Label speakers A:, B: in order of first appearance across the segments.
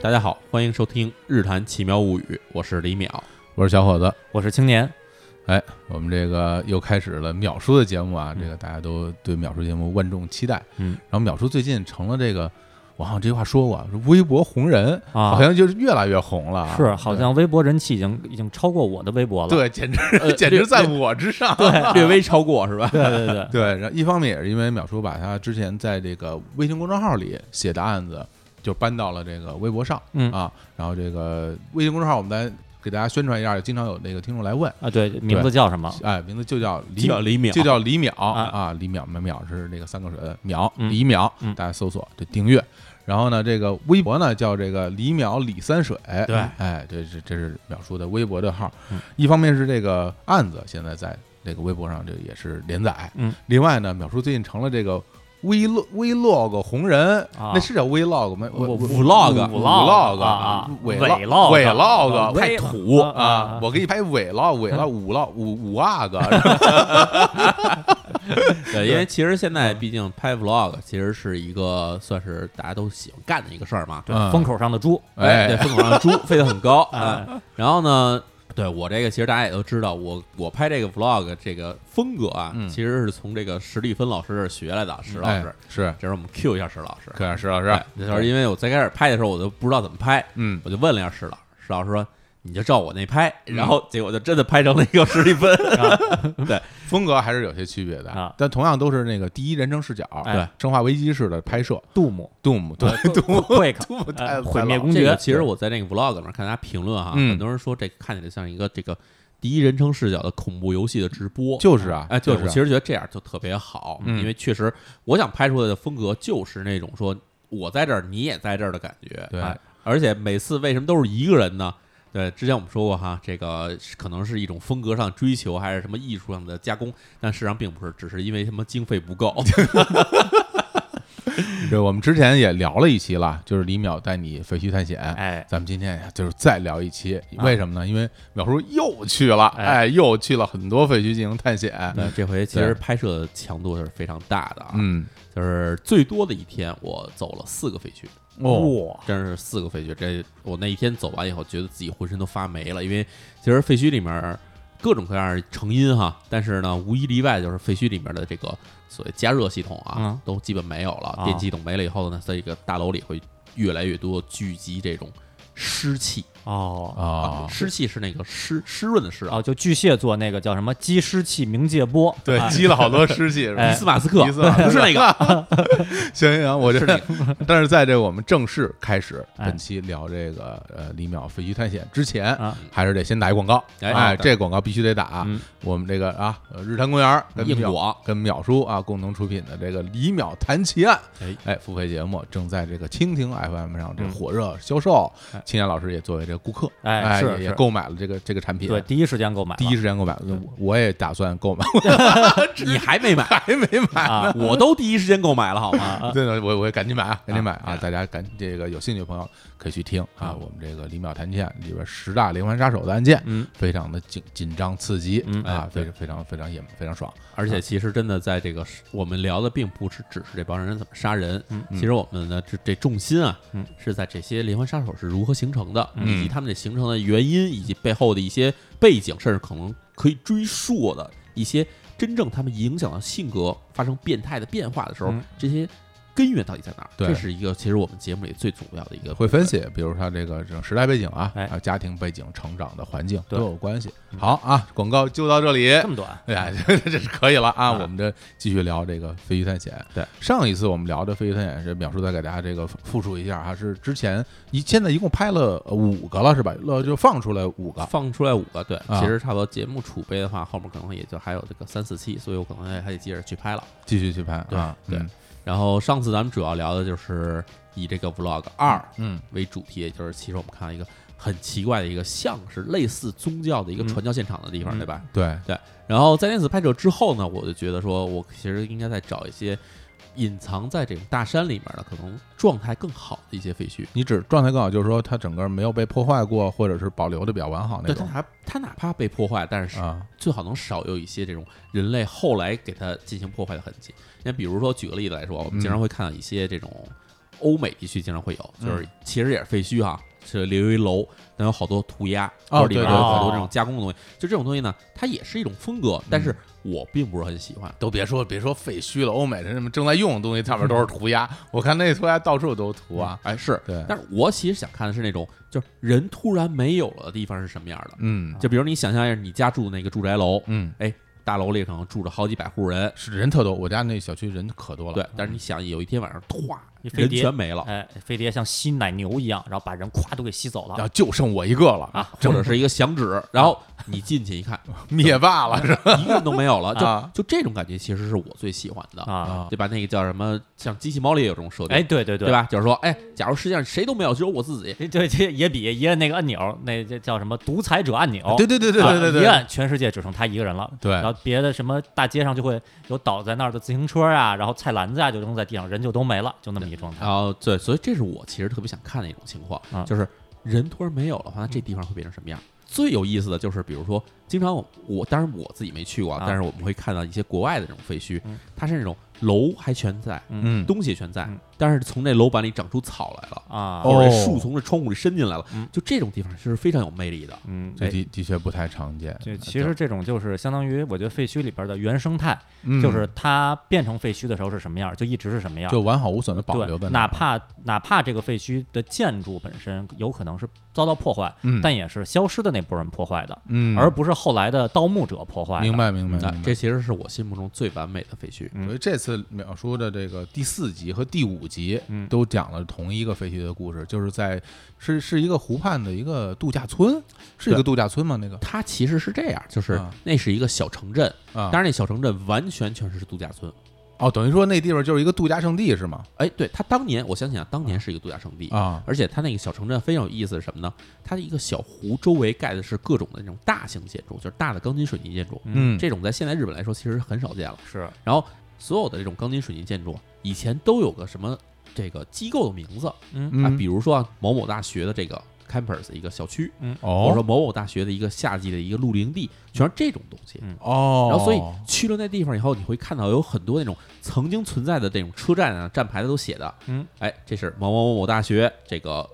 A: 大家好，欢迎收听《日谈奇妙物语》，我是李淼。
B: 我是小伙子。
C: 我是青年，
B: 哎，我们这个又开始了秒叔的节目啊，
A: 嗯
B: 这个大家都对秒叔节目万众期待。
A: 嗯，
B: 然后秒叔最近成了这个，我好像这句话说过，是微博红人，
C: 啊
B: 好像就是越来越红了啊。
C: 是好像微博人气已经已经超过我的微博了。
B: 对，对简直、
A: 呃
B: 简直在我之上。
A: 对，略微超过是 吧？
C: 对对对，
B: 对，然后一方面也是因为淼叔把他之前在这个微信公众号里写的案子，就搬到了这个微博上，
C: 嗯
B: 啊，然后这个微信公众号我们来给大家宣传一下，也经常有那个听众来问，
C: 啊对，名字叫什么？
B: 哎，名字就叫李
A: 叫李淼，
B: 就叫李淼
C: 啊
B: 啊，李淼，淼是那个三个水的淼，
C: 嗯
B: 李淼
C: 嗯，
B: 大家搜索这订阅。然后呢，这个微博呢叫这个李淼李三水，
C: 对
B: 哎，这是这是淼叔的微博的号
C: 嗯。
B: 一方面是这个案子现在在这个微博上这个也是连载，
C: 嗯，
B: 另外呢，淼叔最近成了这个。微 log vlog 红人，
C: 啊
B: 那是叫 vlog 吗我我
A: vlog
B: vlog
C: 啊
B: 伪
C: 伪
B: log 伪 log
C: 伪
B: 太土
C: 啊啊
B: 啊
C: 啊！
B: 我给你拍伪 log 伪 log 五 log 五五阿哥，
A: 对，因为其实现在毕竟拍 vlog 其实是一个算是大家都喜欢干的一个事儿嘛。
C: 对
B: 嗯，
C: 风口上的猪。
A: 哎，对，
B: 哎，
A: 风口上的猪飞得很高啊
C: 哎。
A: 然后呢，对我这个其实大家也都知道，我我拍这个 vlog 这个风格啊，
B: 嗯
A: 其实是从这个史蒂芬老师这儿学来的，史老师
B: 哎。是，
A: 这时候我们 Q 一下史老师，
B: 可是石老师
A: 哎，就是因为我最开始拍的时候，我都不知道怎么拍，
B: 嗯，
A: 我就问了一下史老师，史老师说你就照我那拍，然后结果就真的拍成了一个史蒂 芬，
B: 风格还是有些区别的
C: 啊
B: 但同样都是那个第一人称视角，
C: 哎
B: 《生化危机》式的拍摄
C: 杜姆，
B: ，Doom 对
C: 杜
B: Doom
C: Quick，
B: 太
C: 呃毁灭攻
A: 这
C: 爵
A: 个。其实我在那个 vlog 里面看大家评论哈，
B: 嗯
A: 很多人说这看起来像一个这个第一人称视角的恐怖游戏的直播，
B: 就是啊，
A: 哎，对
B: 就是
A: 我
B: 啊
A: 其实觉得这样就特别好，
B: 嗯
A: 因为确实我想拍出来的风格就是那种说我在这儿你也在这儿的感觉，
B: 对
A: 哎而且每次为什么都是一个人呢？对，之前我们说过哈，这个是可能是一种风格上追求，还是什么艺术上的加工，但事实上并不是，只是因为什么经费不够。
B: 对，我们之前也聊了一期了，就是李淼带你废墟探险。
C: 哎，
B: 咱们今天呀就是再聊一期，为什么呢？因为淼叔又去了，
C: 哎
B: 哎，又去了很多废墟进行探险。
A: 对，这回其实拍摄强度是非常大的啊，
B: 嗯，
A: 就是最多的一天我走了四个废墟，
B: 哦，
C: 哇，
A: 真是四个废墟。这我那一天走完以后，觉得自己浑身都发霉了，因为其实废墟里面各种各样的成因哈，但是呢，无一例外就是废墟里面的这个所谓加热系统啊，
C: 嗯
A: 都基本没有了。
C: 啊
A: 电气系统没了以后呢，在这个大楼里会越来越多聚集这种湿气
C: 哦
B: 啊，
A: 湿气是那个湿湿润的湿啊
C: 哦，，就巨蟹座那个叫什么积湿气冥界波，
B: 对， 积了好多尸气，是吧
C: 哎
A: 伊斯马斯克
B: 伊啊斯马斯
A: 啊
B: 克
A: 不是那 个，
B: 行行行，我觉
A: 是
B: 得， 但是在这我们正式开始
C: 哎
B: 本期聊这个呃李淼废墟探险之前
C: 啊，
B: 还是得先打一广告，
A: 哎
B: 哎，
A: 好的
B: 这广告必须得打
C: 嗯。
B: 我们这个啊，呃日坛公园跟
A: 硬
B: 淼
A: 广
B: 跟淼叔啊共同出品的这个李淼谈奇案
A: 哎，
B: 哎，付费节目正在这个蜻蜓 FM 上这
C: 嗯
B: 火热销售
C: 哎，
B: 青年老师也作为这个顾客，
C: 哎
B: 哎，
C: 是
B: 也也
C: 是
B: 购买了这个这个产品，
C: 对，第一时间购买了，
B: 第一时间购买，我我也打算购买， 我
A: 你还没买，
B: 还没买呢。
C: 啊
A: 我都第一时间购买了好吗？
B: 对的，我我也赶紧买啊，赶紧买啊！
A: 啊
B: 大家赶这个有兴趣的朋友可以去听啊，
C: 嗯
B: 我们这个《李淼谈剑》里边十大连环杀手的案件，
C: 嗯，
B: 非常的紧紧张刺激
C: 嗯
B: 啊
A: 哎，
B: 非常非常非常也非常爽。
A: 而且其实真的在这个是我们聊的并不是只是这帮人怎么杀人，
C: 嗯
A: 其实我们的这这重心啊，
C: 嗯
A: 是在这些连环杀手是如何形成的，
B: 嗯
A: 以及他们这形成的原因，以及背后的一些背景，甚至可能可以追溯的一些真正他们影响到性格发生变态的变化的时候，
C: 嗯
A: 这些根源到底在哪儿？
B: 对
A: 这是一个其实我们节目里最主要的一个
B: 会分析，比如他这个这种时代背景啊，
C: 哎
B: 还有家庭背景、成长的环境都
C: 对
B: 有关系。好啊，广告就到这里。
C: 这么短，
B: 哎呀，这这是可以了啊！
A: 啊
B: 我们这继续聊这个飞鱼探险。
A: 对，
B: 上一次我们聊的飞鱼探险是淼叔再给大家这个复述一下哈，是之前一现在一共拍了呃五个了是吧？呃，就放出来五个，
A: 放出来五个，对，
B: 啊
A: 其实差不多节目储备的话，后面可能也就还有这个三四期，所以我可能还还得接着去拍了。
B: 继续去拍
A: 对
B: 啊。
A: 对
C: 嗯
A: 然后上次咱们主要聊的就是以这个 vlog 二
B: 嗯，
A: 为主题，也就是其实我们看到一个很奇怪的一个像是类似宗教的一个传教现场的地方，
C: 嗯
A: 对吧？
B: 嗯，对，
A: 然后在那次拍摄之后呢，我就觉得说我其实应该再找一些隐藏在这种大山里面的，可能状态更好的一些废墟。
B: 你指状态更好，就是说它整个没有被破坏过，或者是保留的比较完好
A: 对
B: 那
A: 它
B: 种
A: 哪它哪怕被破坏，但是
B: 啊。
A: 最好能少有一些这种人类
B: 嗯
A: 后来给它进行破坏的痕迹。那比如说，举个例子来说，我们经常会看到一些这种欧美地区经常会有，就是其实也是废墟哈，是留一楼，但有好多涂鸦，或
B: 哦
A: 者里
B: 对嗯
A: 面
C: 对
A: 有好多
C: 对
A: 这种加工的东西。就这种东西呢，它也是一种风格，但是我并不是很喜欢。
B: 都别说别说废墟了，欧美的什么正在用的东西上面都是涂鸦，我看那涂鸦到处都涂啊。
A: 哎，是，
B: 嗯对，
A: 但是我其实想看的是那种，就是人突然没有了的地方是什么样的。
B: 嗯
A: 就比如你想象一下，你家住那个住宅楼，哎
B: 嗯，
A: 大楼里可能住着好几百户人，
B: 是人特多，我家那小区人可多了。
A: 对，，但是你想有一天晚上，唰，
C: 一嗯飞
A: 人
C: 碟
A: 全没了，
C: 哎，飞碟像吸奶牛一样，然后把人咵都给吸走
B: 然
C: 了。
B: 后就剩我一个了，
C: 啊，
A: 或者是一个响指，然后你进去一看，
B: 灭霸了是吧？
A: 一个人都没有 了，
B: 啊
A: 就就这种感觉其实是我最喜欢的，
C: 啊，
A: 对吧？那个叫什么，像机器猫里也有这种设定，
C: 哎，对对对
A: 对？吧？就是说，哎，假如世界上谁都没有，只有我自己，
C: 这这这也比一按那个按钮，那这叫什么独裁者按钮？
B: 哦对对对对
C: 啊
B: 对对
C: 一
B: 对
C: 按全世界只剩他一个人了。
B: 对
C: 然后别的什么大街上就会有倒在那儿的自行车啊，然后菜篮子啊就扔在地上，人就都没了，就那么一状态。
A: 然后对，所以这是我其实特别想看的一种情况，
C: 啊
A: 就是人突然没有的话，那这地方会变成什么样？最有意思的就是，比如说，经常我我当然我自己没去过，
C: 啊
A: 但是我们会看到一些国外的这种废墟，
C: 嗯
A: 它是那种楼还全在，
B: 嗯，
A: 东西全在，
C: 嗯
A: 但是从这楼板里长出草来了，
C: 啊，
B: 哦
A: 或者树从这窗户里伸进来了，
C: 嗯
A: 就这种地方是非常有魅力的。
C: 嗯，
B: 这
C: 哎
B: 的的确不太常见。啊
C: 就其实这种就是相当于我觉得废墟里边的原生态，
B: 嗯
C: 就是它变成废墟的时候是什么样，就一直是什么样。
B: 就完好无损的保
C: 对
B: 留在那儿，
C: 哪怕哪怕这个废墟的建筑本身有可能是遭到破坏，
B: 嗯
C: 但也是消失的那波人破坏的，
B: 嗯，
C: 而不是后来的盗墓者破坏的。
B: 明白明白
A: 啊
B: 明白，
A: 这其实是我心目中最完美的废墟。
C: 嗯
B: 所以这次淼叔的这个第四集和第五集，
C: 嗯
B: 都讲了同一个废墟的故事，就是在是是一个湖畔的一个度假村，是一个
A: 对
B: 度假村吗？那个
A: 它其实是这样，就是
B: 啊
A: 那是一个小城镇，
B: 啊
A: 当，然那小城镇完全全是度假村。
B: 哦，等于说那地方就是一个度假胜地是吗？
A: 哎，对，它当年我想想，当
B: 嗯
A: 年是一个度假胜地，
B: 啊，
A: 而且它那个小城镇非常有意思是什么呢？它的一个小湖周围盖的是各种的那种大型建筑，就是大的钢筋水泥建筑，
B: 嗯，
A: 这种在现在日本来说其实很少见了。
C: 是
A: 然后所有的这种钢筋水泥建筑以前都有个什么这个机构的名字
C: 嗯
A: 啊，
B: 嗯
A: 比如说啊某某大学的这个 campus 一个校区，或者说
B: 哦
A: 某某大学的一个夏季的一个露营地，全是这种东西。
C: 嗯
B: 哦，
A: 然后，所以去了那地方以后，你会看到有很多那种曾经存在的这种车站啊、站牌子都写的，
C: 嗯，
A: 哎，这是某某某某大学这个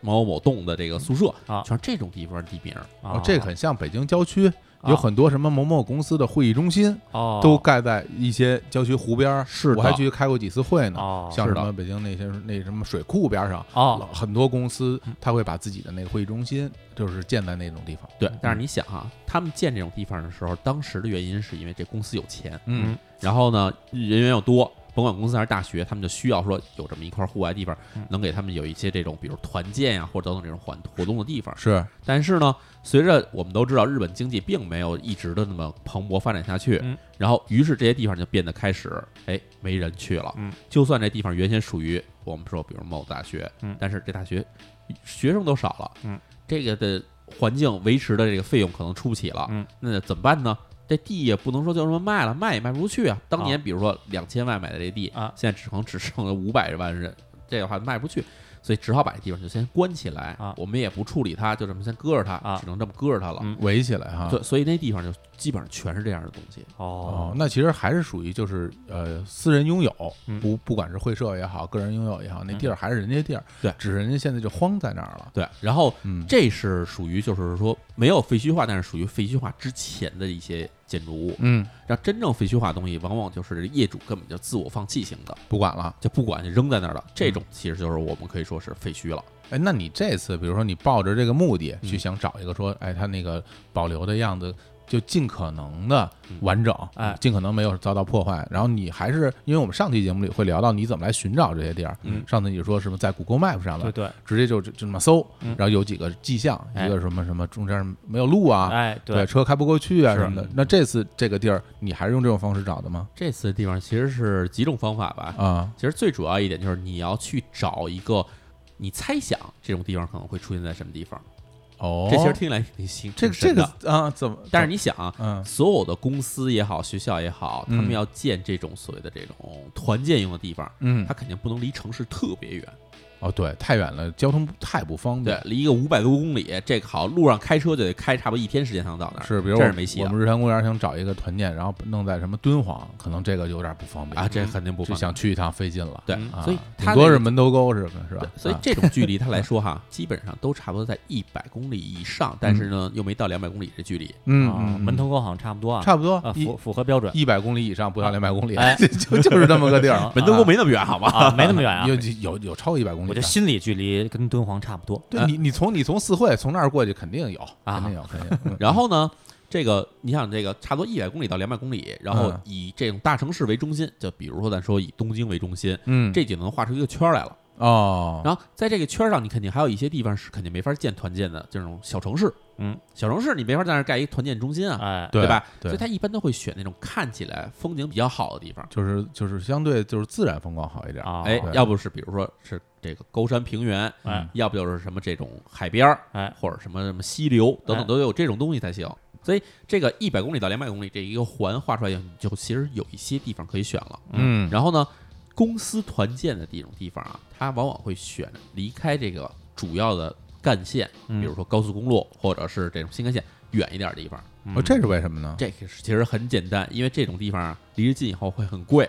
A: 某某某栋的这个宿舍
C: 啊
A: 全是这种地方地名。
B: 哦
A: 啊
B: 这很像北京郊区。
C: 啊
B: 有很多什么某某公司的会议中心
C: 哦
B: 都盖在一些郊区湖边儿，
A: 是
B: 我还
A: 的
B: 去开过几次会呢，
C: 哦
B: 像
A: 是
B: 什
A: 的
B: 么北京那些那什么水库边儿上，
C: 哦
B: 很多公司他会把自己的那个会议中心就是建在那种地方。
C: 嗯
A: 对，但是你想啊，他们建这种地方的时候，当时的原因是因为这公司有钱，
B: 嗯
A: 然后呢人员又多，甭管公司还是大学，他们就需要说有这么一块户外地方
C: 嗯，
A: 能给他们有一些这种比如团建呀、或者等等这种活活动的地方。
B: 是，
A: 但是呢，随着我们都知道日本经济并没有一直的那么蓬勃发展下去，
C: 嗯
A: 然后于是这些地方就变得开始哎没人去了。
C: 嗯
A: 就算这地方原先属于我们说比如某大学，
C: 嗯
A: 但是这大学学生都少了，
C: 嗯
A: 这个的环境维持的这个费用可能出不起了，
C: 嗯
A: 那怎么办呢？这地也不能说就这么卖了，卖也卖不出去啊。当年
C: 啊
A: 比如说两千万买的这地，
C: 啊
A: 现在只可能只剩了五百万人，这样的话卖不出去，所以只好把这地方就先关起来
C: 啊
A: 我们也不处理它，就这么先搁着它，
C: 啊
A: 只能这么搁着它了。
C: 嗯
B: 围起来哈。
A: 对，所以那地方就基本上全是这样的东西。
B: 哦
C: 哦，
B: 那其实还是属于就是呃私人拥有，
C: 嗯
B: 不不管是会社也好，个人拥有也好，那地儿还是人家地儿，
A: 对
B: 只是人家现在就荒在那儿了。
A: 对，然后
B: 嗯，
A: 这是属于就是说没有废墟化，但是属于废墟化之前的一些建筑物。
B: 嗯，
A: 然后真正废墟化的东西，往往就是业主根本就自我放弃型的，
B: 不管了。
A: 就不管就扔在那
C: 嗯
A: 儿了。这种其实就是我们可以说是废墟了。
B: 哎，那你这次比如说你抱着这个目
A: 嗯
B: 的去想找一个说，哎，他那个保留的样子。就尽可能的
A: 嗯
B: 完整，
C: 哎
B: 尽可能没有遭到破坏。然后你还是，因为我们上期节目里会聊到你怎么来寻找这些地儿。
C: 嗯
B: 上次你说什么在 Google Map 上的
C: 对，对，
B: 直接就就就这么搜，
C: 嗯
B: 然后有几个迹象，
C: 哎
B: 一个什么什么中间没有路啊，
C: 哎
B: 对，，车开不过去啊
C: 是
B: 什么的。
A: 嗯
B: 那这次这个地儿你还是用这种方式找的吗？
A: 这次的地方其实是几种方法吧，
B: 啊，
A: 其实最主要一点就是你要去找一个你猜想这种地方可能会出现在什么地方。
B: 哦，
A: 这其实听起来挺新，
B: 这个
A: 挺
B: 这
A: 神
B: 个
A: 的
B: 啊怎么？
A: 但是你想啊，
B: 嗯
A: 所有的公司也好，学校也好，他
B: 嗯
A: 们要建这种所谓的这种团建用的地方，
B: 嗯
A: 它肯定不能离城市特别远。
B: 哦，对，太远了，交通太不方
A: 对
B: 便。，
A: 离一个五百多公里，这个好，路上开车就得开差不多一天时间才能到那儿。
B: 是，比如
A: 这
B: 我
A: 是没戏
B: 我
A: 了
B: 们日坛公园想找一个团建，然后弄在什么敦煌，可能这个就有点不方便
A: 啊，这肯定不方
B: 就
A: 便
B: 想去一趟费劲了。
A: 对
C: 嗯，
B: 啊，
A: 所以
B: 顶
A: 它那
B: 多
A: 个
B: 是门头沟什么的，是吧？
A: 所以
B: 啊
A: 这种距离它来说 哈，基本上都差不多在一百公里以上，但是呢又没到两百公里这距离。
B: 嗯
C: 啊
B: 嗯，嗯
C: 门头沟好像差不多啊，
B: 差不多
C: 啊
B: 一
C: 符符合标准
B: 一百公里以上，不到两百公里
C: 哎，
B: 就 就就是这么个地 儿
C: 啊，
A: 啊门头沟没那么远，好吧？
C: 啊，没那么远啊
B: 有，有有超过一百公里
C: 我
B: 的。
C: 就心理距离跟敦煌差不多。
B: 对
A: 啊
B: 你，你从你从四惠从那儿过去，肯定有，
C: 啊
B: 肯定有，肯定有。嗯
A: 然后呢，这个你想，这个差不多一百公里到两百公里，然后
B: 嗯
A: 以这种大城市为中心，就比如说咱说以东京为中心，
B: 嗯，
A: 这就能画出一个圈儿来了。
B: 哦，
A: 然后在这个圈儿上，你肯定还有一些地方是肯定没法建团建的，这种小城市。
C: 嗯，
A: 小城市你没法在那儿盖一团建中心啊，
C: 哎，
B: 对
A: 吧？
B: 对
A: 所以他一般都会选那种看起来风景比较好的地方。
B: 就是就是相对就是自然风光好一点
C: 啊
A: 哎
B: 哦对，
A: 要不是比如说是这个高山平原，
B: 嗯
C: 哎
A: 要不就是什么这种海边儿，
C: 哎，
A: 或者什么什么溪流等
C: 哎
A: 等，都有这种东西才行。所以这个一百公里到两百公里这一个环画出来以后，你就其实有一些地方可以选了。
B: 嗯，
A: 然后呢，公司团建的这种地方啊，它往往会选离开这个主要的干线，
C: 嗯
A: 比如说高速公路或者是这种新干线远一点的地方。
C: 嗯
B: 哦，这是为什么
A: 嗯
B: 呢？
A: 这个是其实很简单，因为这种地方啊，离得近以后会很贵，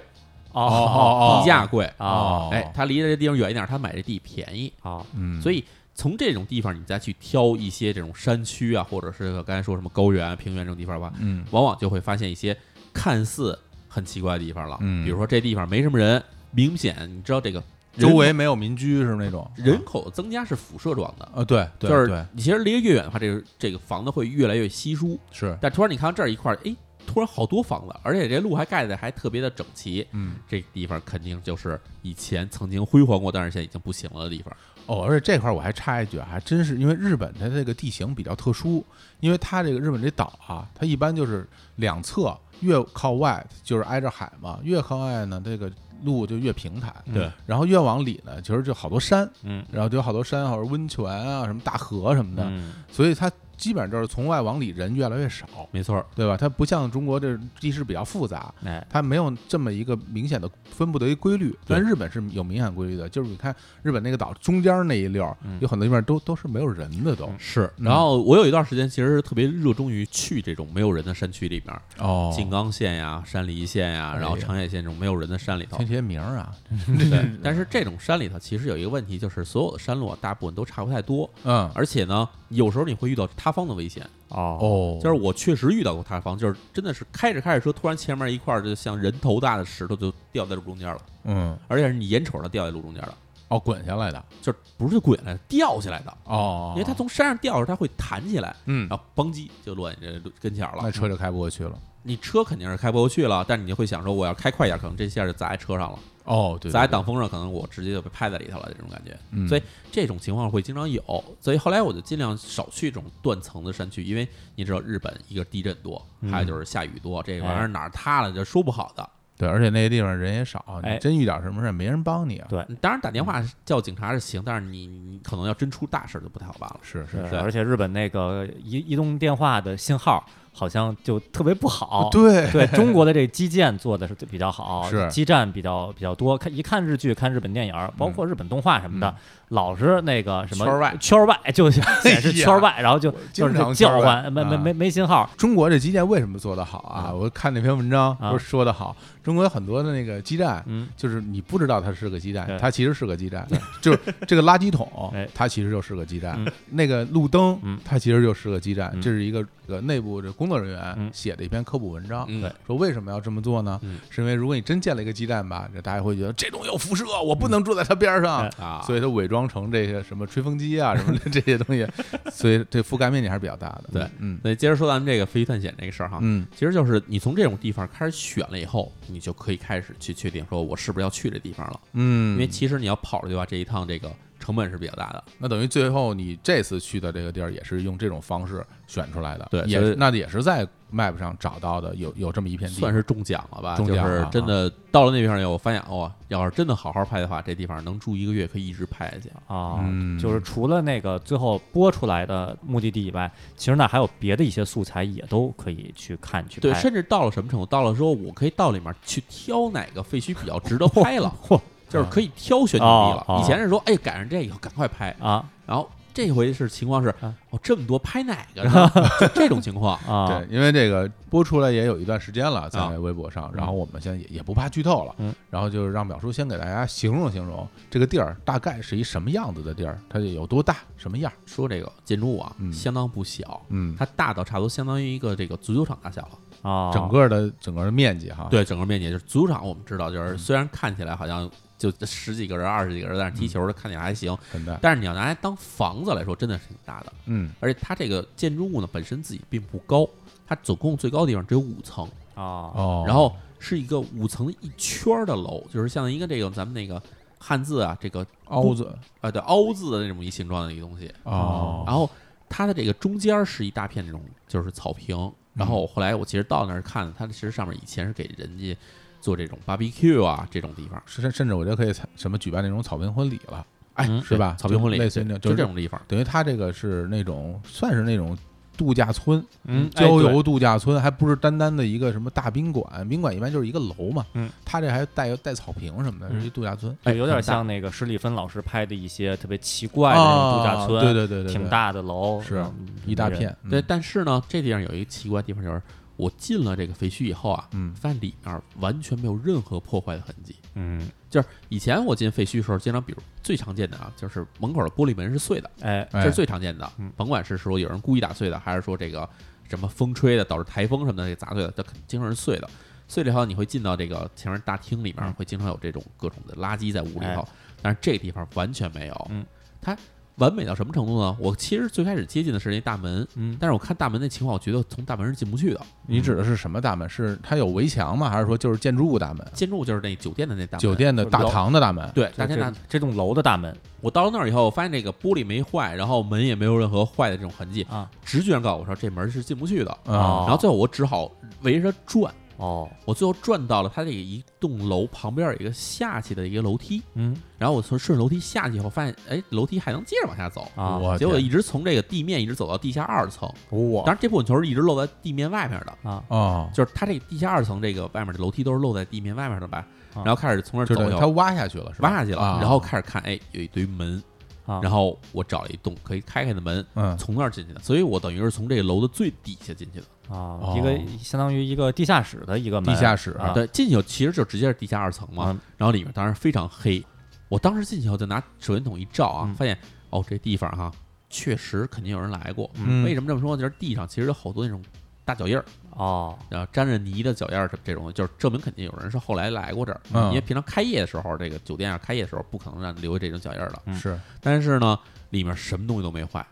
C: 哦
B: 哦
A: 地价贵。
C: 哦
A: 哎，它离得这地方远一点，它买这地便宜。
C: 哦，
B: 嗯，
A: 所以从这种地方，你再去挑一些这种山区啊，或者是刚才说什么高原、平原这种地方吧，
B: 嗯
A: 往往就会发现一些看似很奇怪的地方了。
B: 嗯
A: 比如说这地方没什么人，明显你知道这个
B: 周
A: 人
B: 围没有民居是那种
A: 人口增加是辐射状的。
B: 啊，对，对
A: 就是
B: 对
A: 你其实离得越远的话，这个这个房子会越来越稀疏。
B: 是，
A: 但突然你看到这儿一块儿，哎，突然好多房子，而且这路还盖的还特别的整齐，
B: 嗯
A: 这地方肯定就是以前曾经辉煌过，但是现在已经不行了的地方。
B: 哦，而且这块儿我还插一句啊，还真是因为日本它这个地形比较特殊，因为它这个日本这岛啊，它一般就是两侧越靠外就是挨着海嘛，越靠外呢这个路就越平坦，
A: 嗯
C: 对
B: 然后越往里呢，其实就好多山，
C: 嗯
B: 然后就有好多山，好多温泉啊，什么大河什么的，
C: 嗯
B: 所以它基本上就是从外往里人越来越少，
A: 没错，
B: 对吧？它不像中国这地势比较复杂，
C: 哎
B: 它没有这么一个明显的分布的一规律。
A: 对
B: 但日本是有明显规律的，就是你看日本那个岛中间那一溜儿
C: 嗯，
B: 有很多地方都都是没有人的都。
C: 嗯
A: 是。
B: 嗯
A: 然后我有一段时间其实特别热衷于去这种没有人的山区里边儿，
B: 哦
A: 静冈县呀、山梨县呀，
B: 哎呀
A: 然后长野县这种没有人的山 里头
B: 听。这些名儿啊，
A: 对，但是这种山里头其实有一个问题，就是所有的山路啊大部分都差不太多，
B: 嗯，
A: 而且呢，有时候你会遇到塌方的危险。
C: 哦
B: 哦，
A: 就是我确实遇到过塌方，就是真的是开着开着车，突然前面一块儿就像人头大的石头就掉在路中间了，
B: 嗯，
A: 而且是你眼瞅着它掉在路中间了，
B: 哦，滚下来的，
A: 就是不是滚来掉下来的，
B: 哦，
A: 因为它从山上掉下来，它会弹起来，
B: 嗯，
A: 然后邦叽就落你这路跟前儿
B: 那
A: 了。
B: 车就开不过去了。
A: 你车肯定是开不过去了，但你就会想说，我要开快一点，可能这下就砸在车上了，
B: 哦，对，对
A: 砸在挡，风上，可能我直接就被拍在里头了，这种感觉。
B: 对嗯
A: 所以这种情况会经常有，所以后来我就尽量少去这种断层的山区，因为你知道日本一个地震多，
B: 嗯
A: 还有就是下雨多，这
B: 哎
A: 玩意儿哪儿塌了就说不好的。
B: 对，而且那些地方人也少，
C: 哎
B: 你真遇点什么事儿没人帮你啊。
C: 对
A: 你当然打电话叫警察是行，但是你你可能要真出大事儿就不太好办了。
B: 是是
C: 对，
A: 对
C: 而且日本那个移移动电话的信号好像就特别不好。
B: 哦对
C: 对中国的这基建做的是比较好，
B: 是
C: 基站比较比较多。看一看日剧，看日本电影儿，包括日本动画什么的，
B: 嗯
C: 老是那个什么
B: 圈儿外
C: 圈儿外就显示圈儿外，然后就就
B: 哎经
C: 是
B: 常圈
C: 叫
B: 儿外
C: 唤，没没
B: 啊
C: 没没信号。
B: 中国这基建为什么做得好啊？
C: 啊
B: 我看那篇文章
C: 啊
B: 不是说得好，中国有很多的那个基站，
C: 嗯，
B: 就是你不知道它是个基站
C: 对，
B: 它其实是个基站，就是这个垃圾桶
C: 哎，
B: 它其实就是个基站
C: 嗯，
B: 那个路灯
C: 嗯，
B: 它其实就是个基站。
C: 嗯
B: 这是一个这个内部这工作人员
C: 嗯
B: 写的一篇科普文章，
A: 嗯，
B: 说为什么要这么做呢
A: 嗯？
B: 是因为如果你真建了一个基站吧，这大家会觉得这种有辐射，我不能住在它边上
C: 哎，
A: 啊，
B: 所以它伪装成这些什么吹风机啊什么的这些东西，所以这覆盖面积还是比较大的。
A: 对
B: 嗯
A: 那接着说咱们这个飞鱼探险这个事儿哈，
B: 嗯
A: 其实就是你从这种地方开始选了以后，你就可以开始去确定说我是不是要去这地方了，
B: 嗯，
A: 因为其实你要跑出去吧，这一趟这个成本是比较大的。
B: 那等于最后你这次去的这个地儿也是用这种方式选出来的，
A: 对
B: 也
A: 所
B: 是
A: 以
B: 那也是在 map 上找到的，有有这么一片地，
A: 算是中奖了啊吧？
B: 中奖
A: 就
B: 了
A: 是真的到了那地方以后，我发现哦，要是真的好好拍的话，这地方能住一个月，可以一直拍下去。
C: 啊、
B: 嗯
C: 就是除了那个最后播出来的目的地以外，其实那还有别的一些素材也都可以去看去
A: 对，
C: 拍。
A: 甚至到了什么程度？到了说我可以到里面去挑哪个废墟比较值得拍了。 就是可以挑选牛逼
C: 哦哦
A: 了。以前是说，哎，赶上这个赶快拍，
C: 啊
A: 然后这回是情况是
C: 啊，
A: 哦，这么多拍哪个呢？ 就这种情况，
C: 啊
B: 对，因为这个播出来也有一段时间了，在
A: 啊
B: 微博上，然后我们现在也也不怕剧透了，
C: 嗯
B: 然后就是让淼叔先给大家形容形容这个地儿大概是一什么样子的地儿，它有多大，什么样，
A: 说这个建筑物啊
B: 嗯，
A: 相当不小，
B: 嗯，
A: 它大到差不多相当于一个这个足球场大小了。
C: 啊，
B: 整个的整个的面积哈，，
A: 对，整个面积就是足球场，我们知道，就是虽然看起来好像就十几个人、二十几个人，但是踢球的看起来还行。
B: 很大，
A: 但是你要拿来当房子来说，真的是挺大的。
B: 嗯，
A: 而且它这个建筑物呢本身自己并不高，它总共最高的地方只有五层，
C: 啊
B: 哦，
A: 然后是一个五层一圈儿的楼，就是像一个这个咱们那个汉字啊，这个
B: 凹子，
A: 啊对凹字的那种一形状的一个东西。
B: 哦，
A: 然后它的这个中间儿是一大片这种就是草
B: 嗯
A: 坪。然后后来我其实到那儿看，它其实上面以前是给人家做这种 barbecue 啊这种地方，
B: 甚甚至我觉得可以参什么举办那种草坪婚礼了，
A: 哎
C: 嗯
B: 是吧
A: 对草坪婚礼
B: 就类似于那
A: 对就
B: 就
A: 是这种地方。
B: 等于它这个是那种算是那种度假村，
C: 嗯哎
B: 郊
C: 对
B: 游度假村，还不是单单的一个什么大宾馆，宾馆一般就是一个楼嘛，
C: 嗯，
B: 它这还带带草坪什么的，
C: 嗯
B: 是一度假村，
C: 对有点
A: 很大
C: 像那个史蒂芬老师拍的一些特别奇怪的那种度假
B: 啊
C: 村，
B: 对对对对，对
C: 挺，大的楼，
B: 是
C: 嗯
B: 一大，片，嗯
A: 对，，但是呢，这地方有一个奇怪的地方，就是我进了这个废墟以后啊，
B: 嗯
A: 发现里面完全没有任何破坏的痕迹。
C: 嗯，
A: 就是以前我进废墟的时候，经常比如最常见的啊，就是门口的玻璃门是碎的，
C: 哎，
A: 这
B: 哎
A: 是最常见的
C: 嗯。
A: 甭管是说有人故意打碎的，还是说这个什么风吹的导致台风什么的给砸碎的，它经常是碎的。碎了以后，你会进到这个前面大厅里
C: 嗯
A: 面，会经常有这种各种的垃圾在屋里头，但是这个地方完全没有。
C: 嗯，
A: 它完美到什么程度呢？我其实最开始接近的是那大门，
C: 嗯，
A: 但是我看大门那情况，我觉得从大门是进不去的。
B: 你指的是什么大门？是它有围墙吗？还是说就是建筑物大门？
A: 建筑物就是那酒店的那大门。
B: 酒店的大堂的大门？
A: 对，
C: 这
A: 大家
C: 这
A: 大。
C: 这栋楼的大门
A: 我到了那儿以后，我发现这个玻璃没坏，然后门也没有任何坏的这种痕迹，
C: 啊，
A: 直觉上告诉我说这门是进不去的。
B: 啊
C: 哦
A: 然后最后我只好围着它转，
C: 哦，
A: 我最后转到了它这个一栋楼旁边有一个下去的一个楼梯，
C: 嗯
A: 然后我从顺着楼梯下去以后，发现哎，楼梯还能接着往下走。
C: 啊，
B: 我
A: 哦结果
B: 天
A: 一直从这个地面一直走到地下二层，
B: 我
A: 当然这部分球是一直露在地面外面的，
C: 啊
B: 哦，
A: 就是它这个地下二层这个外面的楼梯都是露在地面外面的吧，然
C: 啊
A: 后开始从这
B: 哦就
A: 儿走以
B: 是等于
A: 后
B: 它挖下去了，是吧？
A: 挖下去了，
B: 啊
A: 然后开始看，哎，有一堆门，
C: 啊，
A: 然后我找了一栋可以开开的门，
B: 嗯，
A: 从那儿进去的，所以我等于是从这个楼的最底下进去的。
C: 啊，一个相当于一个地下室的一个门
B: 哦地下室
C: 啊
A: 对，进去以后其实就直接是地下二层嘛，
C: 嗯
A: 然后里面当然非常黑。我当时进去以后就拿手电筒一照啊，
C: 嗯
A: 发现哦，这地方哈、确实肯定有人来过。
B: 嗯
A: 为什么这么说？就是地上其实有好多那种大脚印儿，
C: 哦，
A: 然后沾着泥的脚印儿，这这种就是证明肯定有人是后来来过这儿。
B: 嗯
A: 因为平常开业的时候，这个酒店啊开业的时候不可能让留下这种脚印儿的。
C: 嗯
B: 是，
A: 但是呢，里面什么东西都没坏，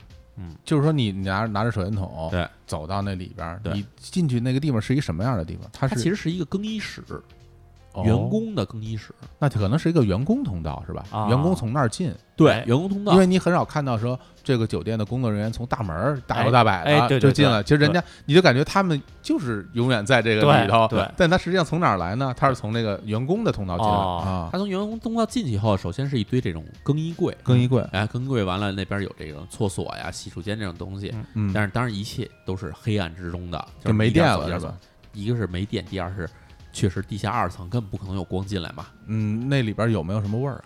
B: 就是说你拿拿着手电筒，
A: 对，
B: 走到那里边儿，
A: 对
B: 你进去那个地方是一个什么样的地方？它
A: 它
B: 是
A: 其实是一个更衣室，
B: 哦
A: 员工的更衣室。
B: 那可能是一个员工通道是吧？
C: 啊
B: 员工从那儿进，
A: 对
C: 哎，
A: 员工通道
B: 因，为你很少看到说这个酒店的工作人员从大门儿大摇大摆
C: 哎哎
B: 的
C: 对对
B: 就进
C: 对
B: 了。其实人家你就感觉他们就是永远在这个
C: 对
B: 里头，
C: 对
B: 但他实际上从哪儿来呢？他是从那个员工的通道进来
C: 哦
B: 啊，
A: 他从员工通道进去以后，首先是一堆这种更衣柜，
B: 更衣柜，
A: 哎，更衣柜完了那边有这种厕所呀、洗手间这种东西，
C: 嗯
B: 嗯，
A: 但是当然一切都是黑暗之中的，
B: 就是没
A: 一点
B: 电
A: 儿走
B: 了
A: 一点儿
B: 是
A: 走
B: 吧？
A: 一个是没电，第二是确实地下二层根本不可能有光进来嘛。
B: 嗯，那里边有没有什么味儿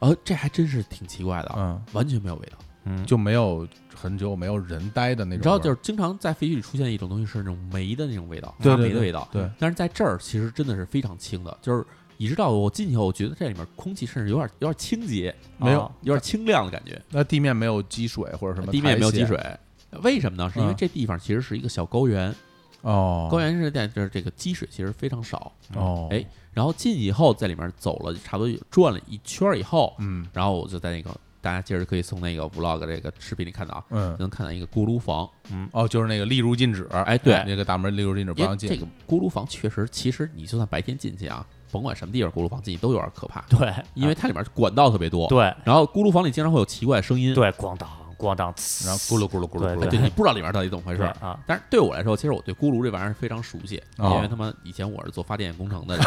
A: 呃，这还真是挺奇怪的，
B: 啊？嗯，
A: 完全没有味道。
C: 嗯，
B: 就没有很久没有人待的那种味儿，
A: 你知道，就是经常在废墟里出现一种东西是那种煤的那种味道，
B: 对
A: 发
B: 对
A: 霉的
B: 对
A: 味道。
B: 对，
A: 但是在这儿其实真的是非常轻的，就是一直到我进去后，我觉得这里面空气甚至有点有点清洁，
B: 没有
C: 哦
A: 有点清亮的感觉。
B: 那地面没有积水或者什么，
A: 地面也没有积水。为什么呢？是因为
B: 嗯
A: 这地方其实是一个小高原，
B: 哦，
A: 高原是在这儿这个积水其实非常少。
B: 哦，
A: 哎，然后进去以后，在里面走了差不多有转了一圈儿以后，
B: 嗯
A: 然后我就在那个大家接着可以从那个 vlog 这个视频里看到啊，
B: 嗯，
A: 能看到一个锅炉房。
B: 哦，就是那个例如禁止，哎
A: 哎，对，哎
B: 那个大门例如禁止不
A: 因
B: 让
A: 为
B: 进，
A: 这个锅炉房确实，其实你就算白天进去啊，甭管什么地方，锅炉房进去都有点可怕，
C: 对，
A: 因为它里面管道特别
B: 哦
A: 多。，
C: 对
A: 然后锅炉房里经常会有奇怪的声音，
C: 对，咣当咣当，
B: 然后咕噜咕噜咕噜咕噜
A: 哎，对你不知道里面到底怎么回事
C: 是
A: 儿。
C: 啊，
A: 但是对我来说，其实我对锅炉这玩意儿非常熟悉，
B: 哦
A: 因为他妈以前我是做发电工程的人，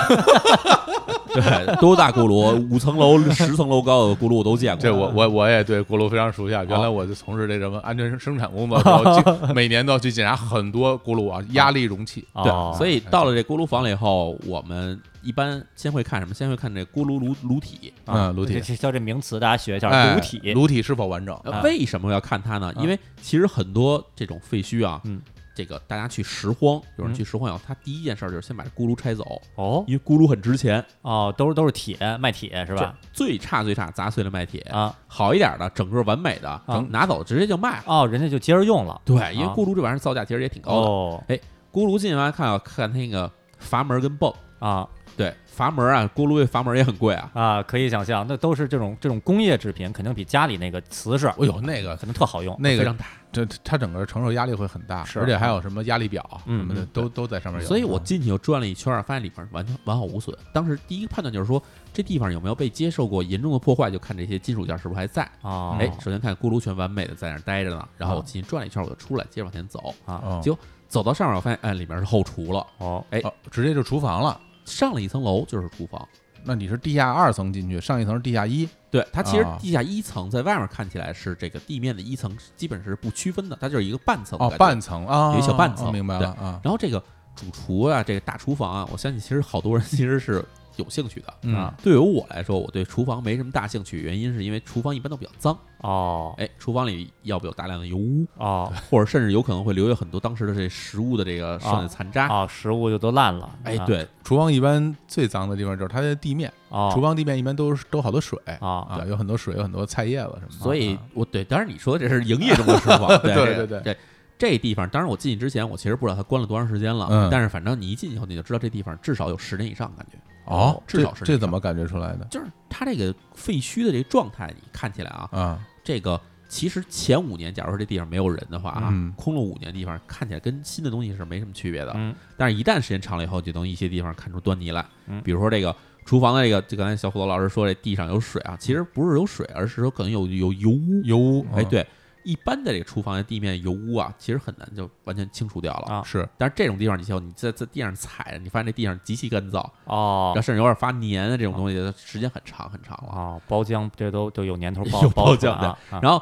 A: 对，都大锅炉，五层 楼、十层楼高的锅炉我都见过。
B: 这我我我也对锅炉非常熟悉啊！原来我就从事这什么安全生生产工作，然后 就每年都要去检查很多锅炉啊，压力容器。
A: 对，所
C: 以
A: 以到了这锅炉房了以后，我们一般先会看什么？先会看这锅炉炉炉体。
B: 嗯炉体
C: 啊这叫这名词，大家学一下，
B: 哎
C: 炉体，
B: 炉体是否完整？
A: 呃
C: 啊
A: 为什么要看它呢？
C: 啊
A: 因为其实很多这种废墟啊，
C: 嗯
A: 这个大家去拾荒，有人
C: 嗯
A: 去拾荒以后，他第一件事儿就是先把这锅炉拆走，
C: 哦
A: 因为锅炉很值钱，
C: 哦，都是都是铁，卖铁是
A: 是
C: 吧？？
A: 最差最差砸碎了卖铁，
C: 啊
A: 好一点的整个完美的
C: 啊
A: 拿走直接就卖了。
C: 哦，人家就接着用了。
A: 对，因为
C: 啊
A: 锅炉这玩意儿造价其实也挺高的。
C: 哦
A: 锅炉进完看啊看那个阀门跟泵，
C: 啊
A: 对，阀门啊，锅炉这阀门也很贵啊。
C: 啊，可以想象，那都是这种这种工业制品，肯定比家里那个瓷是，
B: 哎呦，那个
C: 肯定特好用。
B: 那
A: 非
B: 个
A: 常大，啊
B: 这它整个承受压力会很大，
C: 是
B: 而且还有什么压力表
C: 嗯
B: 什么的
C: 嗯
B: 都都在上面有。
A: 所以我进去又转了一圈儿，发现里面完全完好无损。当时第一个判断就是说，这地方有没有被接受过严重的破坏，就看这些金属件是不是还在。
C: 哦，
A: 哎，首先看锅炉全完美的在那儿待着呢，然后我进去转了一圈儿，我就出来，接着往前走，
C: 啊
B: 哦
A: 就走到上面，我发现哎，里面是后厨了，
C: 哦
A: 哎
B: 哦直接就厨房了。
A: 上了一层楼就是厨房。
B: 那你是地下二层进去，上一层是地下一，
A: 对，它其实
C: 哦
B: 啊
A: 地下一层在外面看起来是这个地面的一层，基本是不区分的，它就是一个半层的
B: 哦，
A: 感觉
B: 半层啊，
A: 有一小半层
B: 哦明白
A: 对
B: 了啊。
A: 然后这个主厨啊，这个大厨房啊，我相信其实好多人其实是有兴趣的。
B: 嗯
A: 啊，对于我来说，我对厨房没什么大兴趣，原因是因为厨房一般都比较脏。
C: 哦
A: 哎，厨房里要不有大量的油污，
C: 哦
A: 或者甚至有可能会留有很多当时的这食物的这个剩下的残
B: 啊
A: 渣。
C: 哦，食物就都烂了。
A: 哎，
C: 啊，
A: 对，
B: 厨房一般最脏的地方就是它的地面，
C: 哦，
A: 啊
B: 厨房地面一般都是都好多水
C: 啊
B: 啊，有很多水，有很多菜叶子什么的。
A: 所以
B: 啊
A: 我对，当然你说这是营业中的厨 房，对
B: 对
A: 这
B: 对
A: 个
B: 对
A: 这这地方，当然我进去之前，我其实不知道它关了多长时间了，
B: 嗯
A: 但是反正你一进去以后，你就知道这地方至少有十年以上，感觉
B: 哦，
A: 至少是
B: 这这怎么感觉出来的
A: 就是它这个废墟的这个状态，你看起来啊，
B: 啊？
A: 这个其实前五年，假如说这地方没有人的话啊，
B: 嗯
A: 空了五年的地方看起来跟新的东西是没什么区别的。
C: 嗯
A: 但是，一旦时间长了以后，就能一些地方看出端倪来。
C: 嗯
A: 比如说这个厨房的这个，就刚才小虎头老师说，这地上有水啊，其实不是有水，而是说可能有有油污。
B: 油污
C: 嗯
A: 哎，，对，一般的这个厨房的地面油污啊，其实很难就完全清除掉了。
C: 啊
B: 嗯是
A: 但是这种地方，你像你在在地上踩着，你发现这地上极其干燥，
C: 哦
A: 然后甚至有点发黏啊的这种东西，时间很长很长了。
C: 哦，包浆这都都有年头
A: 有包
C: 包出来
A: 浆的
C: 啊啊
A: 然后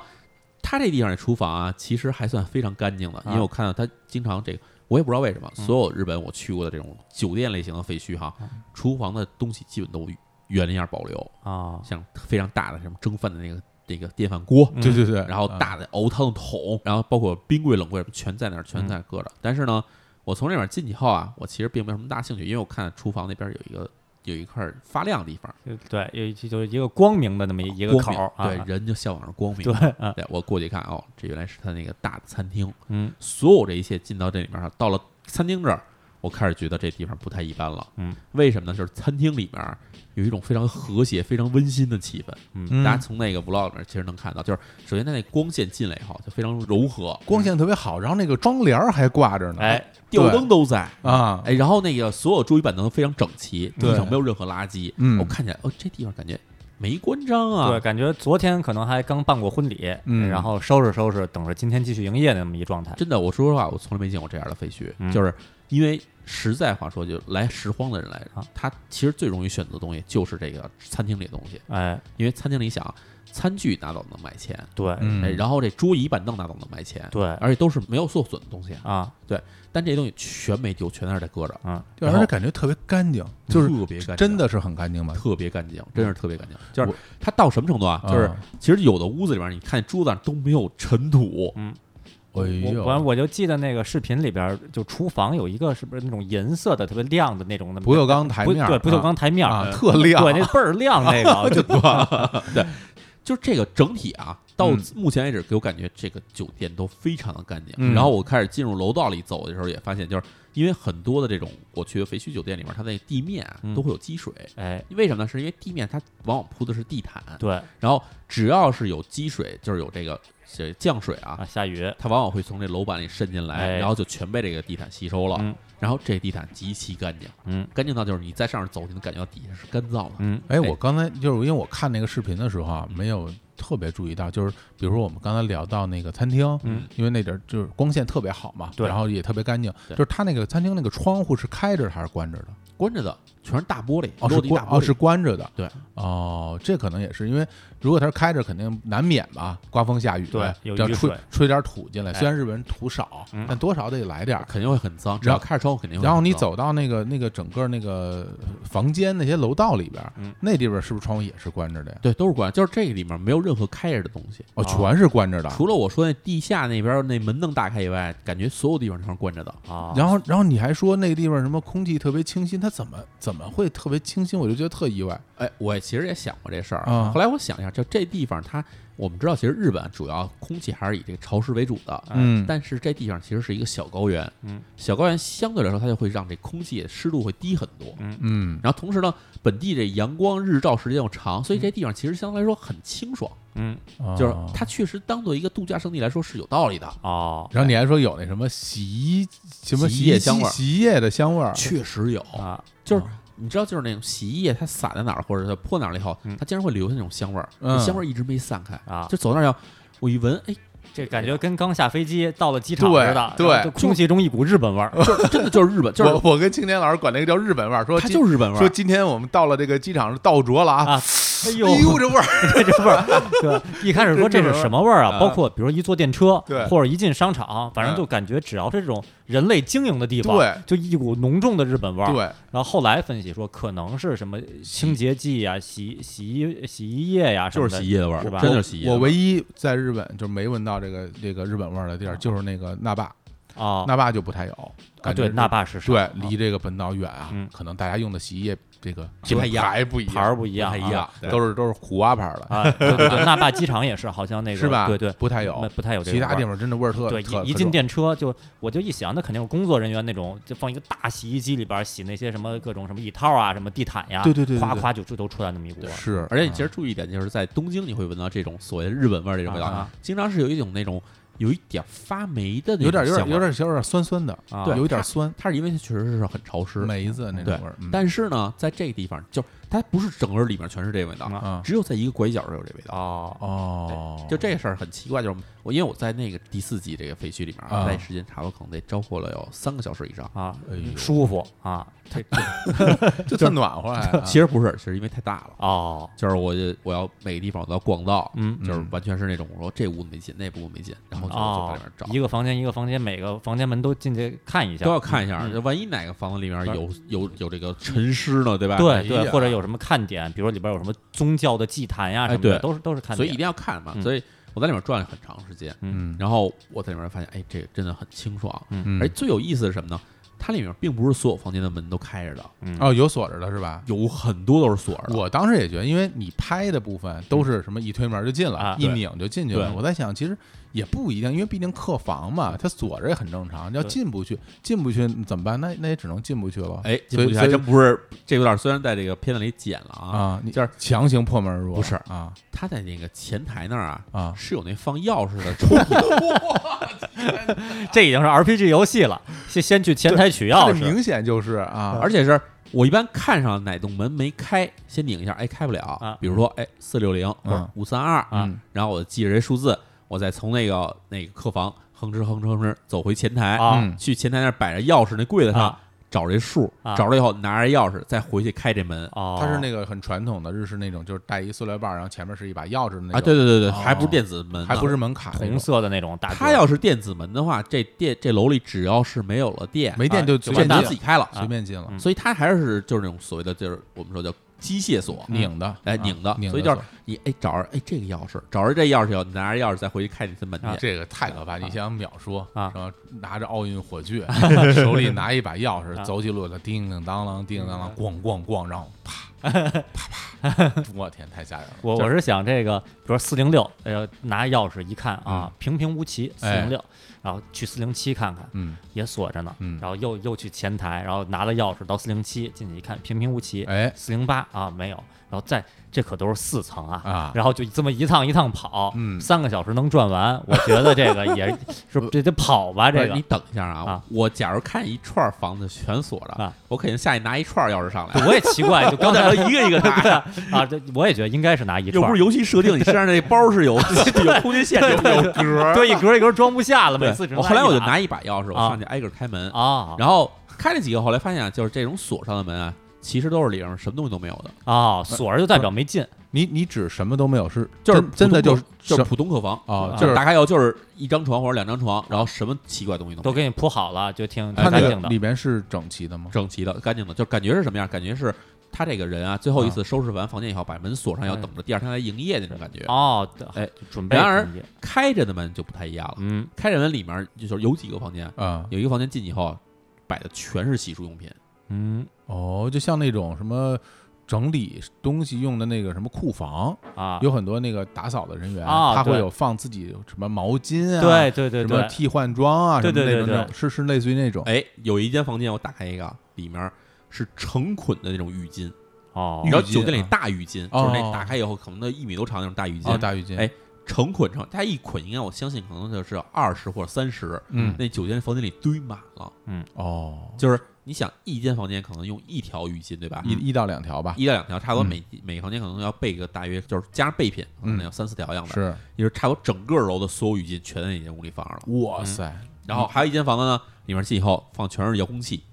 A: 他这地方的厨房啊，其实还算非常干净的，因为我看到他经常这个，我也不知道为什么，
C: 啊嗯
A: 所有日本我去过的这种酒店类型的废墟哈，厨房的东西基本都原样保留，
C: 啊
A: 像非常大的什么蒸饭的那个那个电饭锅，
C: 嗯
B: 对对对，
A: 然后
B: 啊
A: 大的熬汤的桶，然后包括冰柜、冷柜全在那儿，全在那儿
C: 嗯
A: 搁着。但是呢，我从那边进去后啊，我其实并没有什么大兴趣，因为我看厨房那边有一个有一块发亮的地方，
C: 就对，有一就是一个光明的那么一一个
A: 光
C: 口
A: 明
C: 儿 啊，
A: 对，人就向往着光明。
C: 对，啊
A: 对，我过去一看，哦，这原来是他那个大的餐厅。
C: 嗯
A: 所有这一切进到这里面儿，到了餐厅这儿，我开始觉得这地方不太一般了。
C: 嗯，
A: 为什么呢？就是餐厅里面儿有一种非常和谐、非常温馨的气氛。
B: 嗯
A: 大家从那个 vlog 里面其实能看到，就是首先它那光线进来以后就非常柔和，
B: 光线特别好，然后那个窗帘儿还挂着呢，
C: 哎
A: 吊
B: 对
A: 灯都在。
B: 啊，
A: 哎，然后那个所有桌椅板凳都非常整齐，地
B: 对
A: 上没有任何垃圾。
B: 嗯
A: 我看起来，哦，这地方感觉没关张啊。
C: 对，感觉昨天可能还刚办过婚礼，
B: 嗯
C: 然后收拾收拾，等着今天继续营业的那么一状态。
A: 真的，我说实话，我从来没见过这样的废墟，
C: 嗯
A: 就是因为实在话说，就来拾荒的人来着
C: 啊，
A: 他其实最容易选择的东西就是这个餐厅里的东西，
C: 哎，
A: 因为餐厅里想餐具拿走能卖钱，
C: 对，
B: 嗯
A: 哎，然后这桌椅板凳拿走能卖钱，
C: 对
A: 而且都是没有受损的东西，
C: 啊，
A: 但这些东西全没丢，全在那儿在搁着，
C: 嗯，
B: 对
A: 然
B: 而
A: 后
B: 且感觉特别干净，就是
A: 特别干净，
B: 真的是很干净吧？
A: 特别干净，真是特别干净。就
B: 我
A: 是它到什么程度啊？就是
B: 啊
A: 其实有的屋子里边，你看桌子上都没有尘土，
B: 哎
C: 我
B: 呦，
C: 反正我就记得那个视频里边儿，就厨房有一个是不是那种银色的特别亮的那种的
B: 不锈钢台
C: 不
B: 面儿，
C: 对不锈
B: 啊
C: 钢台面儿
B: 啊，特亮，
C: 对那倍儿亮那个就
A: 就是这个整体啊，到
B: 嗯
A: 目前为止给我感觉这个酒店都非常的干净。
B: 嗯
A: 然后我开始进入楼道里走的时候，也发现就是因为很多的这种我去的废墟酒店里面，它那个地面啊
C: 嗯
A: 都会有积水。
C: 哎
A: 为什么呢？是因为地面它往往铺的是地毯，
C: 对
A: 然后只要是有积水，就是有这个这降水
C: 啊
B: 哎
A: 啊，
C: 下雨
A: 它往往会从这楼板里渗进来，
C: 哎
A: 然后就全被这个地毯吸收了。
C: 嗯
A: 然后这地毯极其干净，
C: 嗯
A: 干净到就是你在上面走，你能感觉到底下是干燥的。
C: 嗯
B: 哎，我刚才就是因为我看那个视频的时候啊，没有特别注意到，就是比如说我们刚才聊到那个餐厅，
C: 嗯，
B: 因为那点儿就是光线特别好嘛，
C: 对
B: 然后也特别干净，
A: 对
B: 就是它那个餐厅那个窗户是开着的还是关着的？
A: 关着的，全是大玻璃，
B: 哦，是
A: 落地
B: 关
A: 大玻璃，
B: 哦是关着的，
A: 对，
B: 哦，这可能也是因为，如果它是开着，肯定难免吧，刮风下雨，
C: 对有
B: 要
C: 雨
B: 吹
C: 水
B: 吹点土进来，
A: 哎
B: 虽然日本人土少，
C: 嗯
B: 但多少得来点儿。
A: 肯定会很脏。只
B: 然
A: 要
B: 后
A: 开着窗户肯定会很脏。
B: 然后你走到那个那个整个那个房间那些楼道里边，
C: 嗯
B: 那地方是不是窗户也是关着的呀？
A: 对，都是关，就是这个里面没有任何开着的东西，
B: 哦，全是关着的。
A: 除了我说那地下那边那门能打开以外，感觉所有地方全是关着的。
C: 啊，
B: 然后，然后你还说那个地方什么空气特别清新，它怎么怎么会特别清新？我就觉得特意外。
A: 哎，我其实也想过这事儿，
B: 啊
A: 后来我想一下，就这地方它，我们知道其实日本主要空气还是以这个潮湿为主的，
C: 哎
B: 嗯，
A: 但是这地方其实是一个小高原，
C: 嗯，
A: 小高原相对来说它就会让这空气湿度会低很多，
C: 嗯
B: 嗯，
A: 然后同时呢，本地这阳光日照时间又长，所以这地方其实相对来说很清爽，
C: 嗯
A: 就是
B: 哦啊
A: 它确实当做一个度假胜地来说是有道理的，
C: 哦
B: 然后你还说有那什么洗衣什么
A: 洗
B: 洗
A: 衣液
B: 衣
A: 香味儿
B: 洗衣液的香味儿，
A: 确实有，
C: 啊
A: 就是你知道，就是那种洗衣液它洒在哪儿或者它泼哪儿了以后，
C: 嗯
A: 它竟然会留下那种香味儿，
B: 嗯
A: 那香味儿一直没散开
C: 啊
A: 就走那儿要我一闻，哎，
C: 这感觉跟刚下飞机到了机场似
B: 对
C: 的，然后
B: 对呃
C: 就空气中一股日本味儿，
A: 就是真的就是日本，就是
B: 我我跟青年老师管那个叫日本味儿，说
A: 它
B: 今
A: 就是日本味
B: 说
A: 儿。
B: 今天我们到了这个机场是到着了啊，
C: 啊哎呦，
B: 哎呦这味儿，
C: 这这味儿，对，一开始说这是什么味儿
A: 这是
C: 啊？
A: 什么味儿
C: 包括比如一坐电车，
B: 呃对嗯
C: 或者一进商场，反正就感觉只要这种人类经营的地方，
B: 对，
C: 就一股浓重的日本味儿。
B: 对，
C: 然后后来分析说，可能是什么清洁剂呀、洗洗衣洗衣液呀、什
A: 就
C: 么
A: 是
C: 的
A: 洗衣液的味儿，
C: 是吧
A: 真的是洗衣液的味
B: 我
A: 儿。
B: 唯一在日本就没闻到这个这个日本味儿的地儿，就是那个那霸，
C: 啊
B: 那霸就不太有，
C: 啊，
B: 感觉
C: 对，
B: 是
C: 那霸是啥
B: 对
C: 啊
B: 离这个本岛远啊
C: 嗯，
B: 可能大家用的洗衣液这个
A: 不太一样
B: 还不一样，
C: 牌儿不一样
B: 不太
C: 啊
B: 一样，都是都是虎蛙牌儿的，
C: 啊，对对对，那霸机场也是，好像那个
B: 是吧？
C: 对对，
B: 不太有
C: 那，不太有这
B: 其
C: 种
B: 他
C: 味儿
B: 地方真的味儿特
C: 对，
B: 特
C: 一一
B: 特
C: 进
B: 重
C: 电车就我就一想，那肯定是工作人员那种，就放一个大洗衣机里边儿洗那些什么各种什么椅套啊、什么地毯呀，
B: 对对对对
C: 夸
B: 对
C: 夸就就都出来那么一股味儿。
B: 是，
A: 而且你其实注意一点，就是在东京你会闻到这种所谓的日本味儿这种味
C: 啊
A: 道
C: 啊，
A: 经常是有一种那种有一点发霉的那
B: 有点
A: 种
B: 有
A: 香
B: 点
A: 味
B: 有
A: 儿。
B: 点有点酸酸的
C: 啊，
B: 有点酸，
A: 它是因为它确实是很潮湿，
B: 梅子那
A: 对
B: 种味儿，嗯
A: 但是呢，在这个地方就是它不是整个里面全是这味道
C: 嗯，
B: 啊
A: 只有在一个拐角儿有这味道。
C: 哦
B: 哦，
A: 就这事儿很奇怪，就是我因为我在那个第四季这个废墟里面啊，
B: 啊
A: 待时间差不多可能得招呼了有三个小时以上。。
C: 啊
B: 哎 呦，
C: 舒服啊，这这
B: 就特暖和 呀
A: 其实不是，其实因为太大了，
C: 哦，
A: 就是我就我要每个地方我都要逛到，
C: 嗯
A: 就是
B: 嗯
A: 完全是那种我说这屋子没进，那屋子没进，然后就就在
C: 哦
A: 里面找，，
C: 一个房间一个房间，每个房间门都进去看一下，
A: 都要看一下，
C: 嗯
A: 就万一哪个房子里面
C: 对
A: 有有有这个沉尸呢，对吧？
C: 对
B: 哎
C: 对，
B: 呀
C: 或者有什么看点，比如里边有什么宗教的祭坛呀
A: 哎
C: 什么的，
A: 对
C: 都是都是看
A: 所以一
C: 点。
A: 定要看嘛。
C: 嗯
A: 所以我在里面转了很长时间，
B: 嗯，
A: 然后我在里面发现，哎，这个真的很清爽。
B: 嗯
A: 而最有意思的是什么呢？它里面并不是所有房间的门都开着的，
B: 哦，有锁着的是吧？
A: 有很多都是锁着的。
B: 我当时也觉得，因为你拍的部分都是什么一推门就进
C: 啊
B: 了，一拧就进去了。
A: 嗯对
B: 我在想，其实也不一定，因为毕竟客房嘛，它锁着也很正常。要
C: 对
B: 进不去，进不去怎么办？那那也只能进不去了。
A: 哎，进
B: 所
A: 不
B: 以
A: 去还
B: 所
A: 真
B: 以
A: 不是这有点，虽然在这个片子里剪了啊，
B: 啊，你
A: 就是
B: 强行破门而入，
A: 不是
B: 啊
A: 他在那个前台那儿啊，
B: 啊，
A: 是有那放钥匙的抽 屉，
C: 这已经是 RPG 游戏了，先先去前台取
B: 它这
C: 钥匙
B: 明显就是啊，
A: 而且是我一般看上哪栋门没开，先拧一下，哎，开不了。
C: 啊
A: 比如说，哎，四六零或者
B: 嗯
A: 五三二
C: 啊
B: 嗯
A: 然后我记着这数字，我再从那个那个客房哼哧哼哧哼哧走回前台，
C: 啊
B: 嗯
A: 去前台那儿摆着钥匙那柜子上、
C: 啊
A: 找这数，
C: 啊
A: 找着以后拿着钥匙再回去开这门。
C: 哦，
B: 它是那个很传统的日式那种，就是带一塑料袋儿，然后前面是一把钥匙的那种，
A: 啊，对对对对，
B: 哦
A: 还不是电子门呢，
B: 还不是门卡那
C: 红
B: 种，
C: 色的那种大格，
A: 它要是电子门的话，这电这楼里只要是没有了电，
B: 没电
C: 啊
B: 就
A: 就
B: 随
A: 完
B: 便
A: 蛋
B: 进
A: 了自己开了，
B: 随便进了
C: 嗯，
A: 所以它还是就是那种所谓的就是我们说叫机械锁，
C: 嗯
B: 拧的，
A: 哎
B: 啊
A: 拧的
B: 拧，
A: 所以就
B: 的
A: 是你哎找着哎这个钥匙，找着这钥匙以后，你拿着钥匙再回去开你的门
C: 啊
A: 去，
B: 这个太可怕！你想想秒说
C: 啊
B: 然后拿着奥运火炬，手里拿一把钥匙
C: 啊，
B: 走起路来叮叮当啷，叮叮当啷，咣咣咣，然后啪啪啪，我天，太吓人了！
C: 我
B: 就
C: 我是想这个，比如四零六，呃，拿钥匙一看啊，
A: 嗯
C: 平平无奇，
A: 哎
C: 四零六，然后去四零七看看，
B: 嗯，
C: 也锁着呢，
B: 嗯
C: 然后又又去前台，然后拿了钥匙到四零七进去一看，平平无奇，
B: 哎
C: 四零八啊没有，然后再这可都是四层啊。
B: 啊，
C: 然后就这么一趟一趟跑，
B: 嗯
C: 三个小时能转完，我觉得这个也是这得跑吧，这
A: 不是
C: 个
A: 你等一下啊
C: 啊，
A: 我假如看一串房子全锁着
C: 啊，
A: 我肯定下去拿一串钥匙上来，
C: 我也奇怪，就刚 才
A: 我一个一个拿。
C: 对啊啊，这我也觉得应该是拿一
A: 又
C: 串
A: 不
C: 儿
A: 是，游戏设定，你身上这包是有 有空间限制的，有格。
C: 对，一格一格装不下了，每次只
A: 对，我
C: 能
A: 后来我就
C: 一把
A: 拿一把钥匙，我
C: 啊
A: 上去挨个开门，
C: 啊，
A: 然后开了几个，后来发现啊，就是这种锁上的门啊，其实都是里边什么东西都没有的，
C: 啊，锁儿就代表没进，
B: 你你指什么都没有是
A: 就是
B: 真真
A: 普
B: 的就
A: 通
B: 是
A: 客就是
B: 什
A: 普通客房，
B: 啊，
A: 就
B: 就是是
A: 打卡要就是一张床或者两张床，然后什么奇怪东西都没
C: 都
A: 有
C: 给你铺好了，就挺挺
B: 它那
C: 干净
B: 个
C: 的。
B: 里边是整齐的吗？
A: 整齐的、干净的，就感觉是什么样？感觉是他这个人啊，最后一次收拾完房间以后，把门锁上，要
C: 嗯
B: 哎
A: 等着第二天来营业那种感觉。
B: 啊
C: 哦，
A: 哎
C: 对，就准备
A: 然而
C: 进去
A: 开着的门就不太一样了，
C: 嗯，
A: 开着门里面就是有几个房间，
B: 啊，
A: 有一个房间进去以后摆的全是洗漱用品，
C: 嗯
B: 哦，就像那种什么整理东西用的那个什么库房，
C: 啊，
B: 有很多那个打扫的人员，
C: 啊
B: 他会
C: 对
B: 有放自己什么毛巾啊，
C: 对对对
B: 什么
C: 对，
B: 替换装啊，
C: 对
B: 什么
C: 对
B: 那种
C: 对对
B: 那种，是是类似于那种
A: 哎，有一间房间我打开一个，里面是成捆的那种浴巾，
C: 哦
A: 你知道
B: 浴巾
A: 酒店里
B: 啊
A: 大浴巾，
B: 哦
A: 就是那打开以后可能都一米多长那种大浴
B: 哦
A: 巾，
B: 大浴巾，
A: 哎成捆成，它一捆应该我相信可能就是二十或者三十，
B: 嗯
A: 那酒店房间里堆满了，
B: 哦，
A: 就是你想一间房间可能用一条浴巾对
C: 嗯
A: 吧？
B: 一一到两条吧，
A: 一到两条，差不多
B: 嗯
A: 每、每个房间可能要备个大约就是加上备品，可能
B: 嗯
A: 有三四条样子，
B: 是，
A: 也就是差不多整个楼的所有浴巾全在那间屋里放着了。
C: 嗯
B: 哇塞，
A: 然后还有一间房子呢，里面进以后放全是遥控器，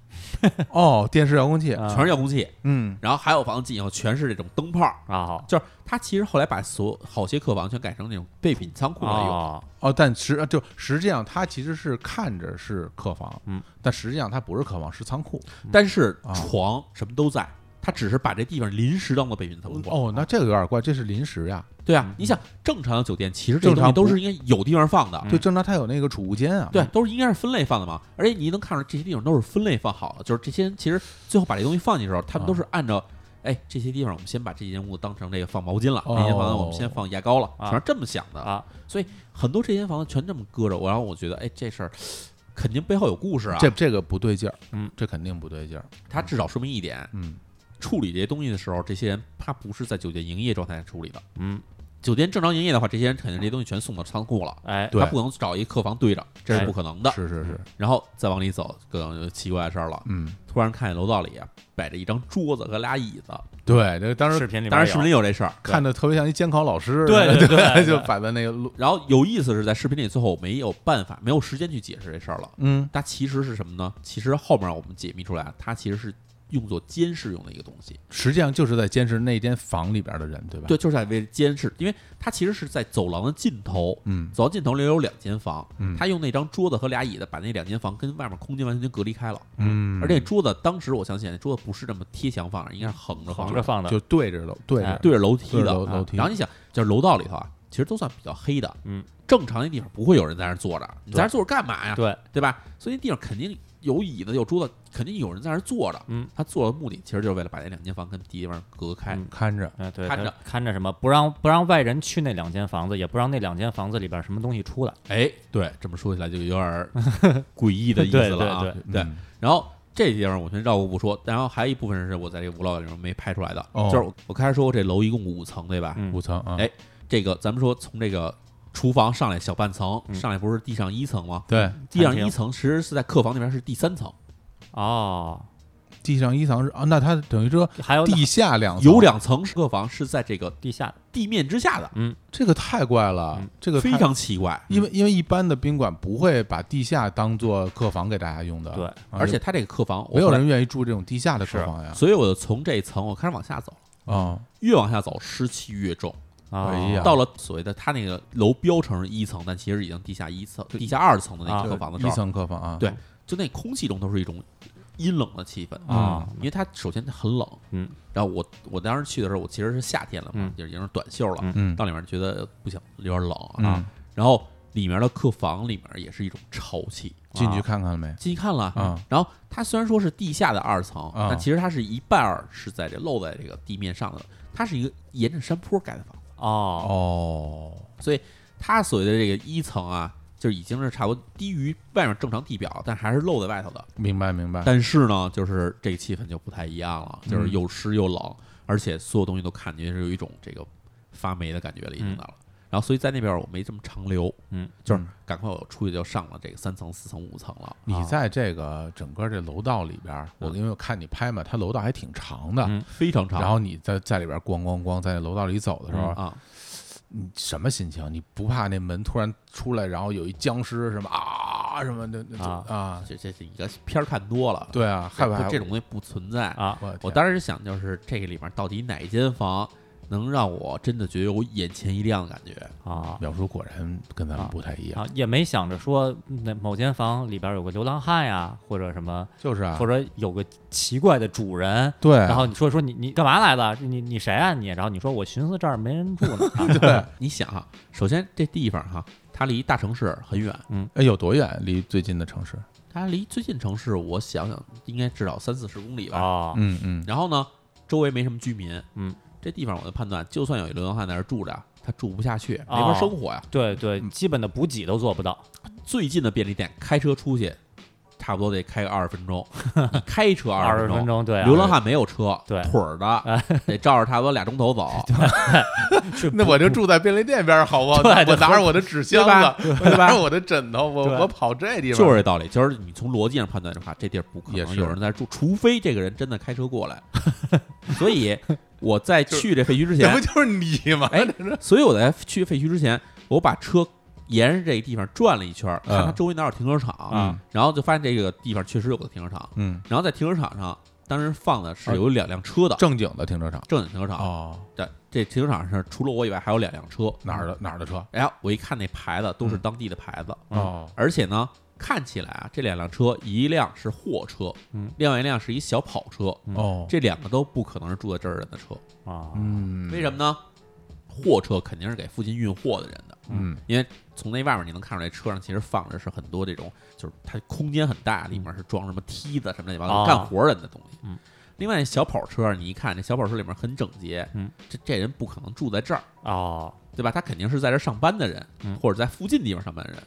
B: 哦，电视遥控器，
C: 啊
A: 全是遥控器，
B: 嗯，
A: 然后还有房子进以后全是这种灯泡，
C: 啊好
A: 就是他其实后来把所有好些客房全改成那种备品仓库来用。
C: 哦
B: 哦，但实就实际上它其实是看着是客房，
C: 嗯，
B: 但实际上它不是客房，是仓库。
A: 但是
B: 啊
A: 床什么都在，他只是把这地方临时当做备品仓库。
B: 哦，那这个有点怪，这是临时呀，
A: 对啊，你想正常的酒店其实这些东西
B: 正常不
A: 都是应该有地方放的，
C: 嗯
B: 对，正常它有那个储物间啊，
A: 对，都是应该是分类放的嘛。而且你能看出这些地方都是分类放好的，就是这些人其实最后把这东西放进去的时候，他们都是按照。哎，这些地方我们先把这间屋当成这个放毛巾了，
B: 哦
A: 那间房子我们先放牙膏了，
C: 啊
A: 全是这么想的。
C: 啊
A: 很多这间房子全这么搁着，我然后我觉得，哎，这事儿 肯定背后有故事啊。
B: 这这个不对劲儿，
C: 嗯，
B: 这肯定不对劲儿，
A: 它至少说明一点，
B: 嗯，
A: 处理这些东西的时候，这些人他不是在酒店营业状态下处理的。
C: 嗯
A: 酒店正常营业的话，这些人肯定这些东西全送到仓库了，
C: 哎
B: 对
A: 他不能找一客房堆着，这是
C: 哎
A: 不可能的。
B: 是是是，
A: 然后再往里走，更有奇怪的事儿了。
B: 嗯，
A: 突然看见楼道里啊摆着一张桌子和俩椅子，
B: 对，这当
C: 视
B: 时
C: 频里
A: 当然
C: 面
A: 视
C: 有
A: 频里有这事儿。
B: 看着特别像一监考老师，
C: 对
B: 对
C: 对 对对
B: 就摆在那个路，
A: 然后有意思是在视频里，最后我没有办法，没有时间去解释这事儿了。
B: 嗯，
A: 它其实是什么呢？其实后面我们解密出来，它其实是用作监视用的一个东西。
B: 实际上就是在监视那间房里边的人，对吧？
A: 对，，就是在为监视，因为它其实是在走廊的尽头，
B: 嗯
A: 走廊尽头里有两间房，
B: 嗯
A: 他用那张桌子和俩椅子把那两间房跟外面空间完全隔离开了。
B: 嗯，
A: 而且桌子当时我相信，桌子不是这么贴墙放着，应该是横着
C: 横
A: 着
C: 着放的
B: 就对着楼，对着
C: 哎
A: 对着楼梯
B: 对着
A: 的。
B: 楼
C: 啊
B: 楼梯，
A: 然后你想，就是楼道里头啊，其实都算比较黑的，
C: 嗯，
A: 正常那地方不会有人在那儿坐着，你在那儿坐着干嘛呀？
C: 对，
A: 对吧？所以那地方肯定有椅子有桌子，肯定有人在那儿坐着。
C: 嗯，
A: 他坐的目的其实就是为了把那两间房跟地方隔开。
C: 嗯
B: 看着，
C: 哎对，
A: 看
C: 他
A: 着
C: 看着什么，不让不让外人去那两间房子，也不让那两间房子里边什么东西出来，
A: 哎，对，这么说起来就有点 儿诡异的意思
C: 对
A: 了啊。
C: 对
A: 对对
B: 嗯
A: 然后这地方我先绕过不说，然后还有一部分是我在这个 vlog 里面没拍出来的，
B: 哦
A: 就是我开始说过这楼一共五层，对吧？
C: 嗯
B: 五层啊，
A: 哎这个咱们说从这个厨房上来小半层，
C: 嗯
A: 上来不是地上一层吗？
B: 对，
A: 地上
C: 餐厅
A: 一层其实是在客房那边是第三层，
C: 哦，
B: 地上一层是啊，那它等于说
C: 还有
B: 地下两层
A: 有两层是客房，是在这个
C: 地下
A: 地面之下的，
B: 这个太怪了
C: 嗯，
B: 这个
A: 非
B: 太。
A: 常嗯奇怪。
B: 因为因为一般的宾馆不会把地下当做客房给大家用的，
C: 对
B: 啊，
A: 嗯而且它这个客房
B: 没有，
A: 我
B: 人愿意住这种地下的客房
A: 后来
B: 呀。
A: 所以我就从这一层我开始往下走，
B: 啊，
A: 越往下走湿气越重。
C: 啊，
B: 哎呀
A: 到了所谓的它那个楼标成是一层，但其实已经地下一层、地下二层的那
C: 啊
A: 个客房的时
B: 一
A: 候，
B: 层客房啊，
A: 对就那空气中都是一种阴冷的气氛嗯
C: 啊
A: 因为它首先它很冷，
C: 嗯，
A: 然后我我当时去的时候，我其实是夏天了嘛
C: 嗯，
A: 就已经是短袖了，
C: 嗯
B: 嗯
A: 到里面觉得不行，有点冷啊
B: 嗯，，
A: 然后里面的客房里面也是一种潮气，
B: 进去看看了没？
A: 进去看了
C: 嗯
B: 啊，
A: 然后它虽然说是地下的二层，
B: 啊
A: 但其实它是一半儿是在这露在这个地面上的，它是一个沿着山坡盖的房子。
C: 哦
B: 哦，
A: 它所谓的这个一层啊，就是已经是差不多低于外面正常地表，但还是露在外头的。
B: 明白明白。
A: 但是呢，就是这个气氛就不太一样了，
B: 哎嗯
A: 就是又湿又冷，而且所有东西都感觉是有一种这个发霉的感觉了，已经到了。然后，所以在那边我没这么长留，
C: 嗯，
A: 就是赶快我出去就上了这个三层、四层、五层了。
B: 你
C: 啊
B: 在这个整个这楼道里边儿，我因为我看你拍嘛，它楼道还挺长的。
C: 嗯
A: 非常长。
B: 然后你在在里边咣咣咣在楼道里走的时候，
A: 啊，
B: 你什么心情？你不怕那门突然出来，然后有一僵尸什么啊啊什么的那
C: 啊
B: 啊，
A: 这这这一个片儿看多了，
B: 对啊，害怕
A: 这这种东西不存在。
C: 啊，
B: 我的
A: 我
B: 天
A: 当时想，就是这个里面到底哪间房能让我真的觉得我眼前一亮的感觉？
C: 啊
B: 淼叔果然跟咱们不太一样，
C: 啊，也没想着说那某间房里边有个流浪汉呀，或者什么，
B: 就是啊哎
C: 或，者有个奇怪的主人。
B: 对，
C: 然后你说说你你干嘛来了？你你谁啊你？然后你说我寻思这儿没人住呢。啊
B: 对，
A: 你想啊，首先这地方哈，它离大城市很远，
B: 哎，有多远？离最近的城市？
A: 它离最近城市，我想想应该至少三四十公里吧。
C: 哦，
B: 嗯嗯，
A: 然后呢，周围没什么居民，
C: 嗯，
A: 这地方我的判断，就算有流浪汉在这儿住着，他住不下去，没
C: 哦
A: 法生活呀。
C: 对对，基本的补给都做不到。
A: 最近的便利店，开车出去，差不多得开个二十分钟，你开车
C: 二
A: 二
C: 十
A: 十
C: 分
A: 钟。
C: 钟，对啊，
A: 流浪汉没有车，
C: 对
A: 腿儿的，得照着差不多俩钟头走，
C: 去
B: 那我就住在便利店边儿，好不好？
C: 对
B: 我
C: 对
B: 拿着我的纸箱子，我拿着我的枕头，我
C: 对
B: 我跑这地方，
A: 就是这道理。就是你从逻辑上判断的话，这地儿不可
B: 也
A: 能
B: 是
A: 有人在这住，除非这个人真的开车过来。所以我在去这废墟之
B: 这不
A: 前，
B: 就是你吗？
A: 哎，所以我在去废墟之前，我把车沿着这个地方转了一圈儿，看它
B: 嗯
A: 周围哪有停车场
B: 嗯，
A: 然后就发现这个地方确实有个停车场。
B: 嗯，
A: 然后在停车场上，当时放的是有两辆车的
B: 正经的停车场
A: 正经停车场。
B: 哦，
A: 对，这停车场上除了我以外还有两辆车。
B: 哪儿啊的哪儿的车？
A: 哎呀，我一看那牌子都是当地的牌子，
C: 嗯
B: 哦，
A: 而且呢，看起来啊，这两辆车一辆是货车，
C: 嗯，
A: 另外一辆是一小跑车，
C: 嗯
B: 哦，
A: 这两个都不可能是住在这儿人的车，
C: 啊，
B: 嗯，
A: 为什么呢？货车肯定是给附近运货的人的，
B: 嗯
A: 因为从那外面你能看出来，车上其实放着是很多这种，就是它空间很大，里面是装什么梯子什么乱七八糟
C: 哦
A: 干活人的东西。
C: 嗯，
A: 另外小跑车，你一看这小跑车里面很整洁，
C: 嗯，
A: 这这人不可能住在这儿，
C: 哦，
A: 对吧？他肯定是在这上班的人，
C: 嗯
A: 或者在附近地方上班的人。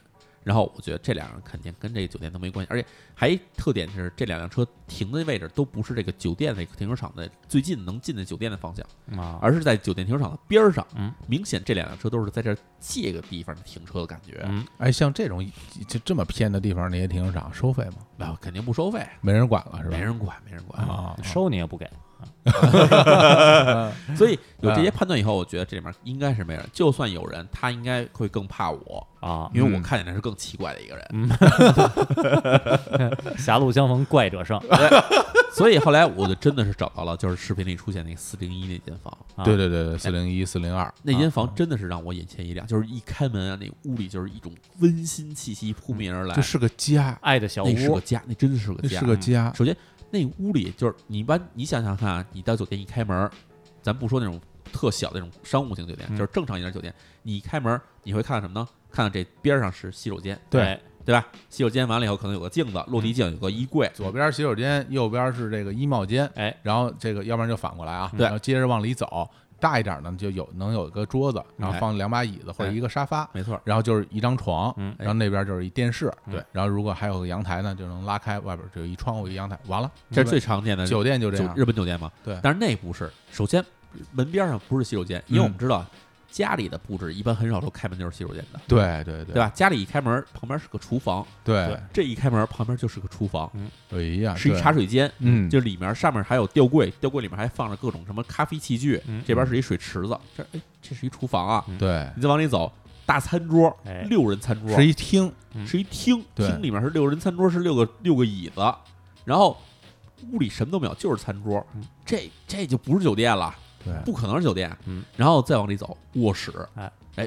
A: 然后我觉得这两个人肯定跟这个酒店都没关系，而且还一特点是这两辆车停的位置都不是这个酒店的停车场的最近能进的酒店的方向，
C: 啊，
A: 而是在酒店停车场的边儿上。
C: 嗯，
A: 明显这两辆车都是在这借个地方停车的感觉。
C: 嗯
B: 哎，像这种就这么偏的地方，那些停车场收费吗？
A: 那肯定不收费，
B: 没人管了是吧？
A: 没人管，没人管。
B: 啊，
C: 收你也不给，
A: 所以有
B: 嗯
A: 这些判断以后，我觉得这里面应该是没人。就算有人，他应该会更怕我，
C: 啊，
A: 因为
B: 嗯
A: 我看起来是更奇怪的一个人。
C: 狭路相逢怪者胜。
A: 所以后来我就真的是找到了，就是视频里出现那个四零一那间房，
C: 啊
B: 对对对对，四零一、四零二
A: 那间房真的是让我眼前一亮，就是一开门啊，那屋里就是一种温馨气息扑面而来
B: 这，是个家，
C: 爱的 小
A: 那是
C: 屋
A: 个，家，那真的是个
B: 那
A: 家
B: 是。个家，
A: 首先，那屋里就是你把你想想看啊，你到酒店一开门，咱不说那种特小的那种商务型酒店，
C: 嗯
A: 就是正常一点酒店，你一开门你会看到什么呢？看到这边上是洗手间，
B: 对，
A: 对吧？洗手间完了以后可能有个镜子，落地镜，有个衣柜，
B: 左边洗手间，右边是这个衣帽间，
C: 哎，
B: 然后这个要不然就反过来啊，
A: 对
B: 然后接着往里走，大一点呢就有能有一个桌子，然后
A: 哎
B: 放两把椅子或者一个沙发，
A: 没错，
B: 然后就是一张床，
C: 嗯
B: 然后那边就是一电视，
A: 哎对
B: 然后如果还有个阳台呢，就能拉开，外边就有一窗户一阳台，完了，
A: 这是最常见的
B: 酒店就这
A: 酒
B: 样，
A: 日本酒店嘛，
B: 对
A: 但是那不是，首先门边上不是洗手间，
B: 嗯
A: 因为我们知道、家里的布置一般很少说开门就是洗手间的，
B: 对对对
A: 对吧？家里一开门旁边是个厨房，
B: 对，
A: 这一开门旁边就是个厨房，
B: 哎
C: 啊
B: 呀，
A: 是一
B: 对
A: 茶，水间，
B: 嗯，
A: 就里面上面还有吊柜，吊柜里面还放着各种什么咖啡器具，
C: 嗯
A: 这边是一水池子，这哎这是一厨房啊，
B: 对，
A: 你再往里走，大餐桌
C: 哎，
A: 六人餐桌
B: 是一厅，
C: 嗯
A: 是一厅，
B: 对
A: 厅里面是六人餐桌，是六个六个椅子，然后屋里什么都没有，就是餐桌
C: 嗯，哎
A: 这这就不是酒店了，
B: 对，
A: 不可能是酒店。
C: 嗯，
A: 然后再往里走，卧室，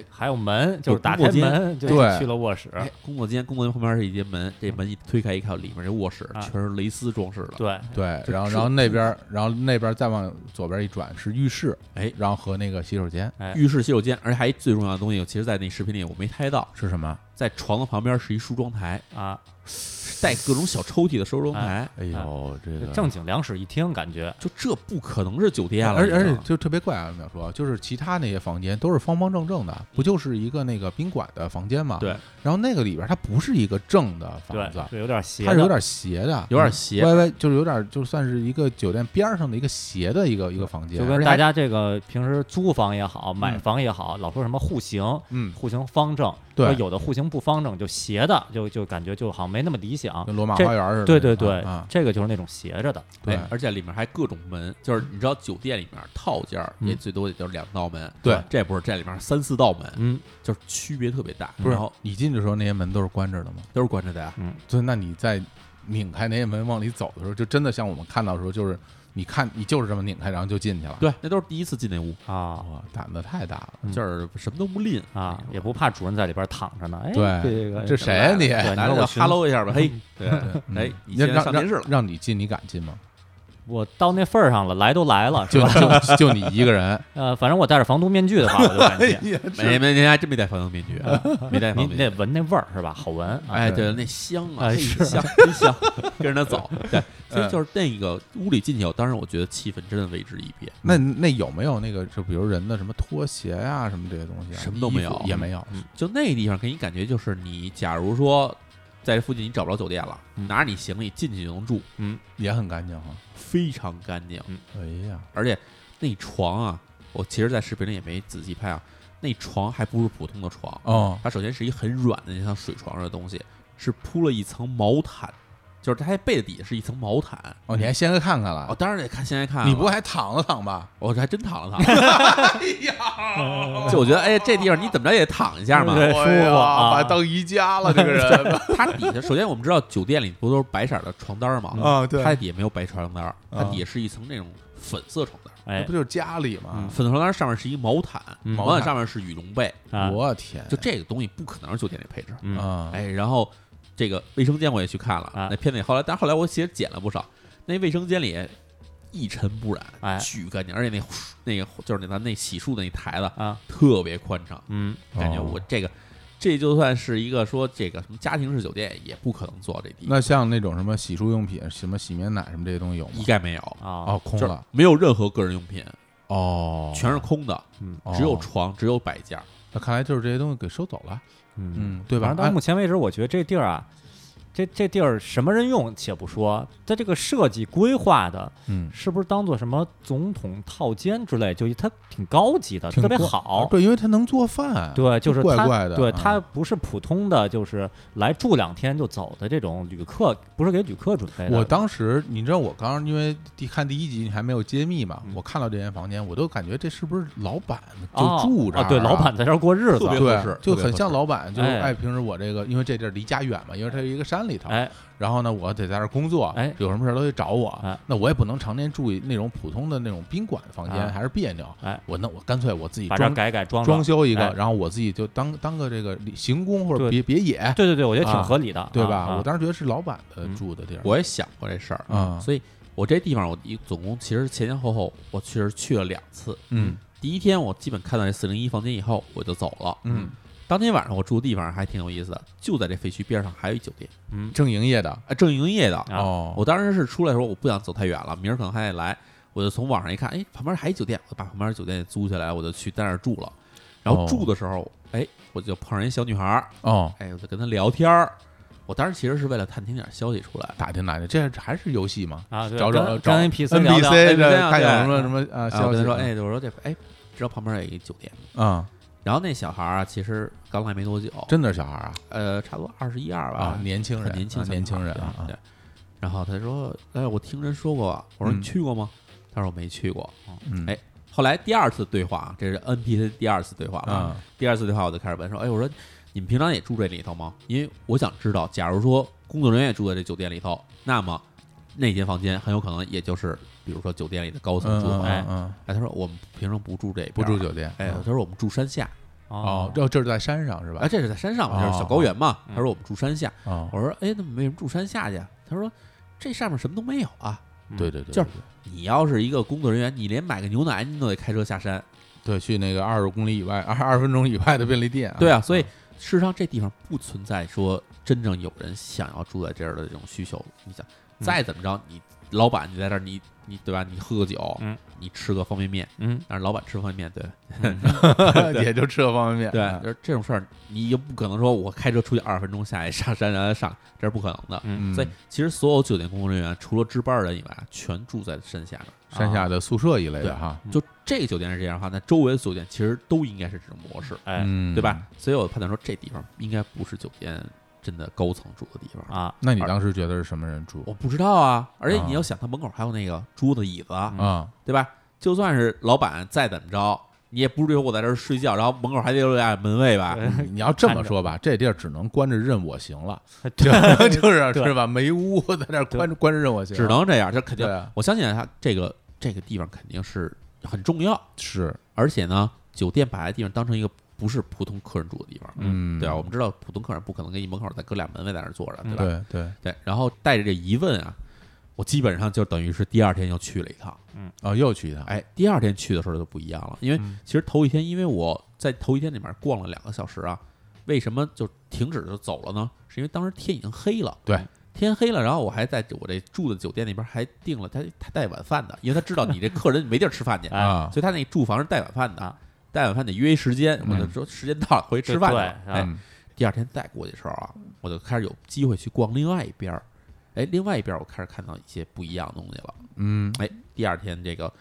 C: 还有门，就
A: 有
C: 是打
A: 工
C: 开
A: 作间
C: 门就
B: 对
C: 去了卧室，
A: 哎，工作间，工作间旁边是一间门，这门一推开一看，里面这卧室
C: 啊
A: 全是蕾丝装饰的，
C: 对，
B: 对，
A: 就
B: 然后
A: 住
B: 然后那边，然后那边再往左边一转是浴室，
A: 嗯哎
B: 然后和那个洗手间
C: 哎
A: 浴室、洗手间，而且还最重要的东西，其实，在那视频里我没拍到，
B: 是什么？
A: 在床的旁边是一梳妆台，
C: 啊，
A: 是带各种小抽�屉的梳妆台，
B: 哎
A: 啊
B: 呦，这个
C: 正经两室一厅感觉，
A: 就这不可能是酒店了，
B: 而
A: 你知
B: 而
A: 道
B: 且
A: 吗
B: 就特别怪啊，淼叔，就是其他那些房间都是方方正正的，不就是一个那个宾馆的房间嘛？
A: 对。
B: 然后那个里边它不是一个正的
C: 对
B: 房子，，
C: 就有点邪
B: 它
C: 的，
B: 是有点斜的，嗯
A: 有点邪，
B: 歪歪，就是有点就算是一个酒店边儿上的一个斜的一个一个房间，
C: 就
B: 而
C: 跟
B: 且
C: 大
B: 还
C: 家这个平时租房也好，买房也好，老说什么户型。
B: 嗯
C: 户型方正，
B: 对
C: 说有的户型行不方正，就斜的，就就感觉就好像没那么理想。
B: 跟罗马
C: 这
B: 花园似的那种啊。
C: 对对对，
B: 啊，
C: 这个就是那种斜着的，
B: 对
A: 哎而且里面还各种门，就是你知道酒店里面套间儿
C: 嗯
A: 也最多也就是两道门，
B: 对
A: 是吧这不是这里面三四道门，
C: 嗯，
A: 就是区别特别大，
B: 不是
A: 然后
B: 你进去的时候那些门都是关着的吗？
A: 都是关着的呀，
B: 所以那你在拧开那些门往里走的时候，就真的像我们看到的时候，就是你看你就是这么拧开，然后就进去了。
A: 对，那都是第一次进那屋，
C: 啊
B: 哇，胆子太大了。
C: 嗯
A: 就是什么都不吝
C: 啊，也不怕主人在里边躺着呢。哎，
B: 哎对
C: 这个
B: 这谁啊你？
C: 对
A: 来了
C: 你说我
A: 就
C: 寻
A: 哈喽一下吧，嘿，对，
B: 嗯
A: 哎，你
B: 那
A: 现在
B: 让
A: 上
B: 让
A: 电视了，
B: 让你进，你敢进吗？
C: 我到那份儿上了，来都来了，是
B: 就
C: 吧？
B: 就就你一个人，
C: 呃，反正我戴着防毒面具的话，我就感
B: 哎
C: 觉
A: 没没，您还真没戴防毒面具，啊 没戴
C: 你
A: 防毒
C: 你
A: 面
C: 得
A: 具。
C: 闻那味儿是吧？好闻啊。
A: 哎，
B: 对
A: 对，那香啊，
C: 哎
A: 嘿
C: 是
A: 香真香，跟着他走。对，所
B: 嗯
A: 以就是那个屋里进去，当时我觉得气氛真的为之一变。
B: 那那有没有那个，就比如人的什么拖鞋呀、什么这些东西、啊，
A: 什么都没有
B: 衣服也没有。
A: 就那地方给你感觉就是，你假如说在这附近你找不着酒店了，
C: 嗯
A: 拿着你行李进去就能住，
B: 也很干净哈。
A: 非常干净。
B: 哎呀，
A: 而且那床啊，我其实，在视频里也没仔细拍啊，那床还不是普通的床，
B: 哦，
A: 它首先是一很软的，像水床似的东西，是铺了一层毛毯，就是它被子底下是一层毛毯。
B: 哦，你还掀开看看
A: 哦，
B: 了？
A: 当然得看，现在看啊
B: 你不会还躺了哎躺吧？
A: 我这还真躺了躺，
C: 嗯
A: 就我觉得，哎，这地方你怎么着也躺一下嘛。
C: 对舒服
B: 哎呀
C: 啊
B: 把它当宜家了，这个人
A: 它底下，首先我们知道酒店里不都是白色的床单嘛，
B: 啊，对，
A: 它底下没有白床单儿，它
B: 啊
A: 底下是一层那种粉色床单儿，
B: 那
C: 哎
B: 不就是家里吗？
A: 粉色床单儿上面是一毛毯，
C: 嗯
A: 毛
B: 毛
A: 毯
B: 毯
A: 上面是羽绒被，
C: 啊，
B: 我天，
A: 就这个东西不可能是酒店里配置。
C: 嗯
B: 啊，
A: 哎，然后这个卫生间我也去看了
C: 啊，
A: 那片子里后来，但后来我其实剪了不少，那卫生间里一尘不
C: 哎
A: 染，巨干净，而且那那个就是那咱那洗漱的那台子
C: 啊，
A: 特别宽敞，
C: 嗯
A: 感觉
B: 哦
A: 我这个。这就算是一个说这个什么家庭式酒店，也不可能做到这地步，
B: 那像那种什么洗漱用品、什么洗面奶什么这些东西有
A: 一
B: 吗？
A: 概没有，
C: 啊
B: 哦，空
A: 就是
B: 了
A: 没有任何个人用品，
B: 哦，
A: 全是空的，
C: 嗯
B: 哦
A: 只有床，只有摆件儿。
B: 那看来就是这些东西给收走了，
C: 嗯，
B: 嗯，对吧
C: 反正？到
B: 按
C: 目前为止，我觉得这地儿啊，这这地儿什么人用且不说，它这个设计规划的
B: 嗯，
C: 是不是当做什么总统套间之类，就它挺高级的，
B: 挺
C: 特别
B: 高
C: 好。
B: 对，因为他能做饭，
C: 对，就是
B: 怪
C: 它
B: 怪的
C: 对
B: 嗯
C: 它不是普通的，就是来住两天就走的这种旅客，不是给旅客准备的。
B: 我当时，你知道我刚因为第看第一集你还没有揭秘嘛，
C: 嗯
B: 我看到这间房间，我都感觉这是不是老板就
C: 哦
B: 住这儿、
C: 啊，对，老板。在这儿过日子
A: 特，别合
B: 对
A: 适，
B: 就
A: 特别
B: 很
A: 合
B: 像
A: 适
B: 老板，就是
C: 哎
B: 哎，平时我这个，因为这地儿离家远嘛，因为它是一个山里头，
C: 哎，
B: 然后呢，我得在这儿工作，
C: 哎
B: 有什么事儿都得找我，
C: 哎
B: 那我也不能常年住那种普通的那种宾馆房间，
C: 啊
B: 还是别扭，
C: 哎
B: 我那我干脆我自己
C: 把这儿
B: 装
C: 改改装
B: 装
C: 装。
B: 修一个，
C: 哎
B: 然后我自己就当当个这个行宫或者
C: 对
B: 别别野，
C: 对对对，我觉得挺
B: 啊
C: 合理的，
B: 对
C: 啊
B: 吧？
C: 啊
B: 我当时觉得是老板的
C: 嗯
B: 住的地儿，
A: 我也想过这事儿
B: 啊
A: 所以我这地方我一总共其实前前后后我确实去了两次。
B: 嗯
A: 第一天我基本看到这四零一房间以后我就走了。
B: 嗯，
A: 当天晚上我住的地方还挺有意思的，就在这废墟边上还有一酒店，
C: 嗯
B: 正营业的
A: 啊，正营业的。
C: 啊
B: 哦，
A: 我当时是出来的时候我不想走太远了，明儿可能还得来，我就从网上一看，哎，旁边还有酒店，我把旁边酒店也租下来，我就去在那儿住了。然后
B: 哦
A: 住的时候，哎，我就碰上一小女孩儿，
B: 哦，
A: 哎，我就跟她聊天儿。我当时其实是为了探听点消息出来，
B: 打听打听，这还是游戏吗？
C: 啊，对
B: 找
C: 跟
B: 找找
C: 跟 NPC 聊聊
B: NPC
A: 哎对
B: 这
A: 啊
B: 看有
A: 对
B: 什么什么啊
A: 然后
B: 消
A: 我
B: 息？
A: 跟她说，哎，我说这哎，知道旁边有一酒店吗。
B: 嗯，
A: 然后那小孩儿啊，其实刚来没多久，
B: 真的是小孩儿
A: 呃，差不多二十一二
B: 啊
A: 吧，
B: 年轻
A: 很
B: 人，
A: 年轻
B: 啊
A: 小
B: 年轻
A: 孩
B: 人
A: 儿
B: 啊，啊
A: 对。然后他说：“哎，我听人说过啊。”我说：“
B: 嗯
A: 你去过吗？”他说：“我没去过。
B: 嗯
A: 哎”后来第二次对话啊，这是 NPC 第二次对话
B: 啊，
A: 第二次对话我就开始问说：“哎，我说你们平常也住这里头吗？因为我想知道，假如说工作人员也住在这酒店里头，那么那间房间很有可能也就是比如说酒店里的高层
B: 嗯
A: 住
B: 嗯
A: 房。
C: 哎
B: 嗯嗯，
A: 哎，他说：“我们平常不住这边，
B: 不住。酒店”，
A: 哎，
B: 嗯
A: 他说：“我们住山下。”
B: 哦，这这是在山上是吧
A: 啊，？这是在山上嘛，
B: 哦
A: 就是小高原嘛。
C: 嗯
A: 他说：“我们住山下。”
B: 哦，
A: 我说：“哎，那么为什么住山下去啊？”他说：“这上面什么都没有啊。
C: 嗯
B: 对对对，
A: 就是
B: 对
A: 你要是一个工作人员，你连买个牛奶你都得开车下山。
B: 对去那个二十公里以外、 二二十分钟以外的便利店。
A: 对啊，所以事实上这地方不存在说真正有人想要住在这儿的这种需求。你想，
C: 嗯
A: 再怎么着，你老板你在这儿，你你对吧？你喝个酒，
C: 嗯
A: 你吃个方便面，
C: 嗯，
A: 但是老板吃方便面，对
B: 也就吃个方便面。
A: 对，
B: 嗯
A: 就是这种事儿，你又不可能说我开车出去二十分钟下一上山然后上，这是不可能的。
B: 嗯，
A: 所以其实所有酒店工作人员除了值班人以外，全住在山下面。
B: 山下的宿舍一类的哈，
A: 就这个酒店是这样的话，那周围的酒店其实都应该是这种模式，
C: 哎
B: 嗯，
A: 对吧？？所以我判断说这地方应该不是酒店真的高层住的地方。
C: 啊，
B: 那你当时觉得是什么人住
A: 我不知道啊，而且
B: 啊
A: 你要想，他门口还有那个桌子椅子，啊，
B: 啊？
A: 对吧？就算是老板再怎么着，你也不是说我在这儿睡觉，然后门口还得有俩门卫吧？
C: 嗯
B: 你你要这么
C: 看着
B: 说吧，这地儿只能关着任我行了，就
C: 对
B: 就是
C: 对
B: 是吧？没屋在那儿关着关着任我行，
A: 只能这样，这肯定
B: 对。啊
A: 我相信他这个这个地方肯定是很重要，
B: 是，
A: 而且呢，酒店把这地方当成一个不是普通客人住的地方，
B: 嗯，
A: 对啊，我们知道普通客人不可能给你门口再搁俩门卫在那儿坐着，对吧？
B: 对对
A: 对，然后带着这疑问啊，我基本上就等于是第二天又去了一趟。
B: 哦，又去一趟，
A: 哎，第二天去的时候就不一样了，因为
C: 嗯
A: 其实头一天，因为我在头一天里面逛了两个小时啊，为什么就停止就走了呢？是因为当时天已经黑了。
B: 对。
A: 天黑了，然后我还在我这住的酒店那边还订了他他带晚饭的，因为他知道你这客人没地儿吃饭去，
C: 哎
B: 啊，
A: 所以他那住房是带晚饭的
C: 啊，
A: 带晚饭得约一时间，我就说时间到了回去吃饭去了。
C: 嗯对对
A: 哎
B: 嗯
A: 第二天再过去的时候啊，我就开始有机会去逛另外一边儿。哎，另外一边儿我开始看到一些不一样的东西了。
B: 嗯
A: 哎，第二天这个，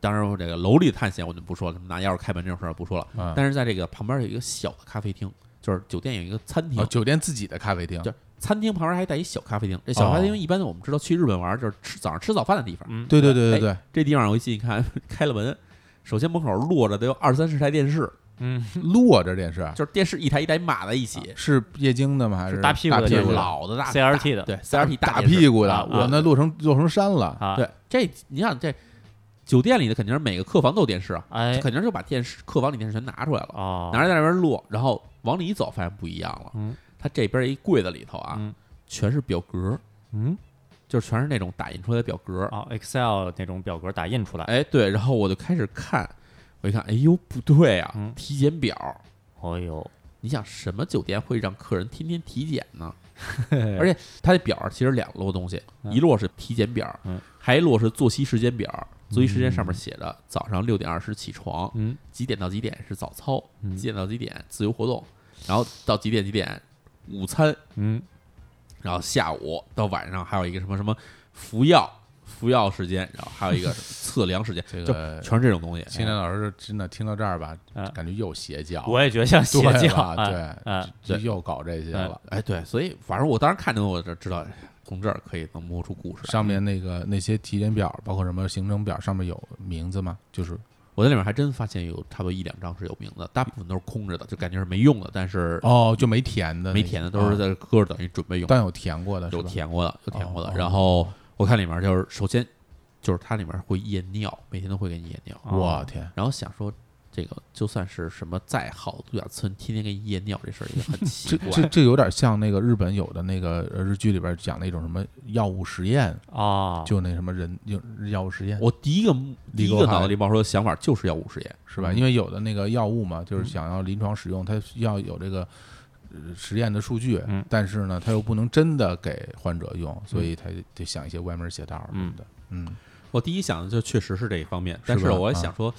A: 当然我这个楼里探险我就不说了，拿钥匙开门这种事儿不说了。
B: 啊，
A: 但是在这个旁边有一个小的咖啡厅，就是酒店有一个餐厅，
B: 哦酒店自己的咖啡厅
A: 就，餐厅旁边还带一小咖啡厅。这
B: 哦
A: 小咖啡厅一般我们知道去日本玩儿就是吃早上吃早饭的地方，
C: 嗯，
B: 对对对对对，
A: 这地方我一进一看 开了门，首先门口落着得有二三十台电视，
C: 嗯，
B: 落着电视
A: 就是电视一台一台码在一起，
B: 是液晶的吗？还
C: 是
B: 大
C: 大屁股的
B: 屁
A: 就
C: 电视
A: 是
B: 股的
A: 老的大
C: CRT 的
A: 对 CRT
B: 大
A: 电视
B: 屁股的
C: 啊，
B: 我
C: 啊
B: 那落成落成山了，
C: 啊，
A: 对，这你想这酒店里的肯定是每个客房都有电视啊，
C: 哎，
A: 肯定就把电视客房里电视全拿出来了，
C: 哦，
A: 拿着在那边录，然后往里一走，发现不一样了。
C: 嗯
A: 它这边一柜子里头啊，
C: 嗯
A: 全是表格，
C: 嗯，
A: 就是全是那种打印出来的表格。
C: 哦，Excel 那种表格打印出来，
A: 哎，对，然后我就开始看，我一看，哎呦，不对啊，
C: 嗯
A: 体检表。
C: 哦呦，
A: 你想什么酒店会让客人天天体检 呢？而且它这表儿其实两摞东西，
C: 嗯
A: 一摞是体检表，
C: 嗯
A: 还一摞是作息时间表。作息时间上面写着早上六点二十起床，
C: 嗯，
A: 几点到几点是早操，
C: 嗯
A: 几点到几点自由活动，然后到几点几点午餐，
C: 嗯，
A: 然后下午到晚上还有一个什么什么服药服药时间，然后还有 一个测量时间，
B: 这
A: 就
B: 个
A: 全是这种东西。
B: 青年老师真的听到这儿吧
C: 嗯，
B: 感觉又邪教，
C: 我也觉得像邪
B: 哦对
C: 教，
B: 吧
C: 哎
B: 对，
C: 嗯，
B: 就又搞这些了。
A: 哎，对，所以反正我当时看见我就知道，哎从这儿可以能摸出故事来。
B: 上面那个那些体检表，包括什么行程表，上面有名字吗？就是
A: 我在里面还真发现有差不多一两张是有名的，大部分都是空着的，就感觉是没用的，但是
B: 哦，就没填的那
A: 没
B: 个，
A: 填的都是
B: 啊
A: 在搁着等于准备用的。
B: 但有填过的，
A: 有
B: 填
A: 填过的，有填过的
B: 哦。
A: 然后我看里面就是，首先就是它里面会验尿，每天都会给你验尿。
C: 哦
B: 我天，
A: 然后想说，这个就算是什么再好的度假村，天天给你验尿这事儿也很奇
B: 这
A: 怪
B: 这。这有点像那个日本有的那个呃日剧里边讲的一种什么药物实验，
C: 哦，
B: 就那什么人用药物实验
A: 我第一个第一
B: 理工
A: 个
B: 汉
A: 脑子里冒出的想法就是药物实验，
B: 是吧？因为有的那个药物嘛，
A: 嗯
B: 就是想要临床使用，它需要有这个。呃实验的数据
C: 嗯，
B: 但是呢，它又不能真的给患者用，
A: 嗯
B: 所以他得想一些歪门邪道什么的。嗯，
A: 我第一想的就确实是这一方面，但
B: 是
A: 是
B: 吧
A: 我也
B: 啊
A: 想说，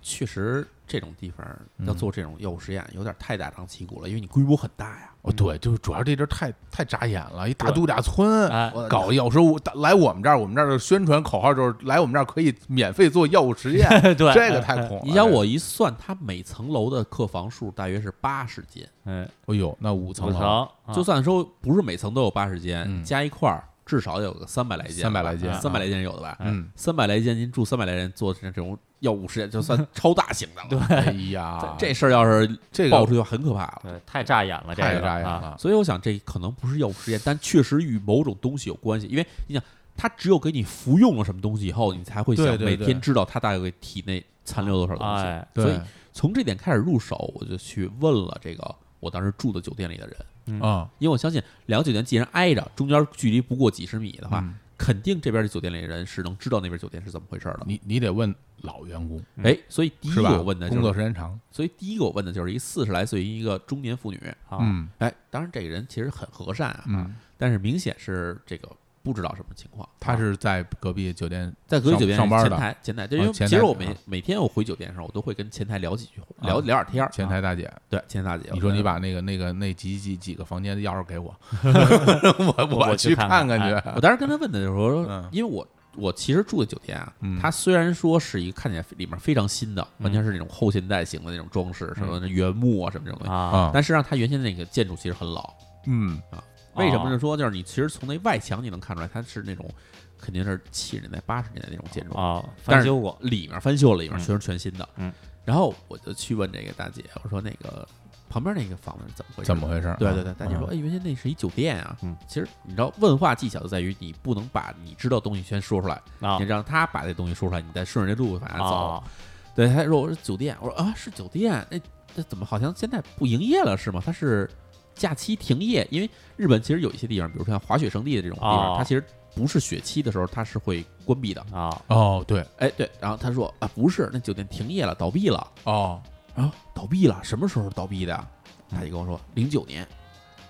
A: 确实这种地方要
B: 嗯
A: 做这种药物实验有点太大张旗鼓了，因为你规模很大呀。
B: 哦，对，就是主要这地儿太太扎眼了，一大度假村，
C: 哎，
B: 搞有时候我来我们这儿，我们这儿的宣传口号就是来我们这儿可以免费做药物实验，
C: 对，
B: 这个太恐哎了。
A: 哎你想，我一算，它每层楼的客房数大约是八十间。
C: 嗯，
B: 哎呦，那五层
C: 五层，
B: 楼，
C: 啊
A: 就算说不是每层都有八十间，
B: 嗯
A: 加一块儿至少有个三百来间，
B: 300来间
A: 三百来间有的吧？
B: 嗯，
A: 三百来间，您住三百来间做这种药物实验，就 算超大型的了。对，
B: 哎呀，
A: 这事儿要是
B: 这
A: 爆
B: 个
A: 出去很可怕了。
C: 对太扎眼了，这个
B: 太扎眼
C: 啊，
B: 了。
A: 所以我想，这可能不是药物实验，但确实与某种东西有关系。因为你想，它只有给你服用了什么东西以后，你才会
B: 对
A: 想
B: 对
A: 每
B: 对
A: 天知道它大概体内残留多少东西。
C: 哎，
A: 所以从这点开始入手，我就去问了这个我当时住的酒店里的人。
B: 啊，
A: 因为我相信两个酒店既然挨着，中间距离不过几十米的话，
B: 嗯
A: 肯定这边的酒店里人是能知道那边酒店是怎么回事儿的。
B: 你你得问老员工
C: 嗯
A: 哎，所以第一
B: 是
A: 个
B: 吧？
A: 我问的
B: 工
A: 就
B: 作
A: 是，
B: 时间长，
A: 所以第一个我问的就是一四十来岁一个中年妇女。
C: 啊，
B: 嗯
A: 哎，当然这个人其实很和善啊，
B: 嗯，
A: 但是明显是这个不知道什么情况。
B: 他是在隔壁酒店
A: 在隔壁
B: 上
A: 酒店
B: 上班
A: 前
B: 的
A: 台前台，对，
B: 哦
A: 因为
B: 前
A: 其
B: 台
A: 实我
B: 啊
A: 每每天我回酒店的时候，我都会跟前台聊几句，
B: 啊
A: 聊聊点天儿。
B: 前
A: 啊
B: 台大姐，
A: 对前台大姐，
B: 你说你把那个那个那几几几个房间的钥匙 给我，我
C: 我去
B: 去
C: 看
B: 看
C: 看
B: 去。
A: 我当时跟他问的时候
B: 嗯，
A: 因为我我其实住的酒店啊
B: 嗯，
A: 它虽然说是一个看起来里面非常新的，完全是那种后现代型的那种装饰，什么原木啊什么这种东西，
C: 啊，
B: 嗯啊，
A: 但实际上它原先那个建筑其实很老。
B: 嗯，
A: 为什么呢？说就是你其实从那外墙你能看出来，它是那种肯定是七十年代八十年代那种建筑，
C: 啊？
A: 但
C: 翻
A: 是
C: 修过
A: 里面翻修了，里面
C: 嗯
A: 全是全新的。
C: 嗯，
A: 然后我就去问这个大姐，我说那个旁边那个房子是怎么回事？
B: 怎么？回事？
A: 对对对，大姐说，哎，
B: 嗯
A: 原先那是一酒店啊。
C: 嗯，
A: 其实你知道，问话技巧就在于你不能把你知道的东西先说出来，
C: 啊
A: 你让他把这东西说出来，你再顺着这路往下走。
C: 啊
A: 对，他说我是酒店，我说啊是酒店，那那怎么好像现在不营业了是吗？它是假期停业，因为日本其实有一些地方，比如像滑雪胜地的这种地
C: 哦
A: 方，它其实不是雪期的时候，它是会关闭的。
C: 啊
B: 哦对
A: 哎，对，然后他说啊，不是，那酒店停业了，倒闭了。
B: 哦，
A: 啊，倒闭了，什么时候倒闭的呀？他就跟我说零九年。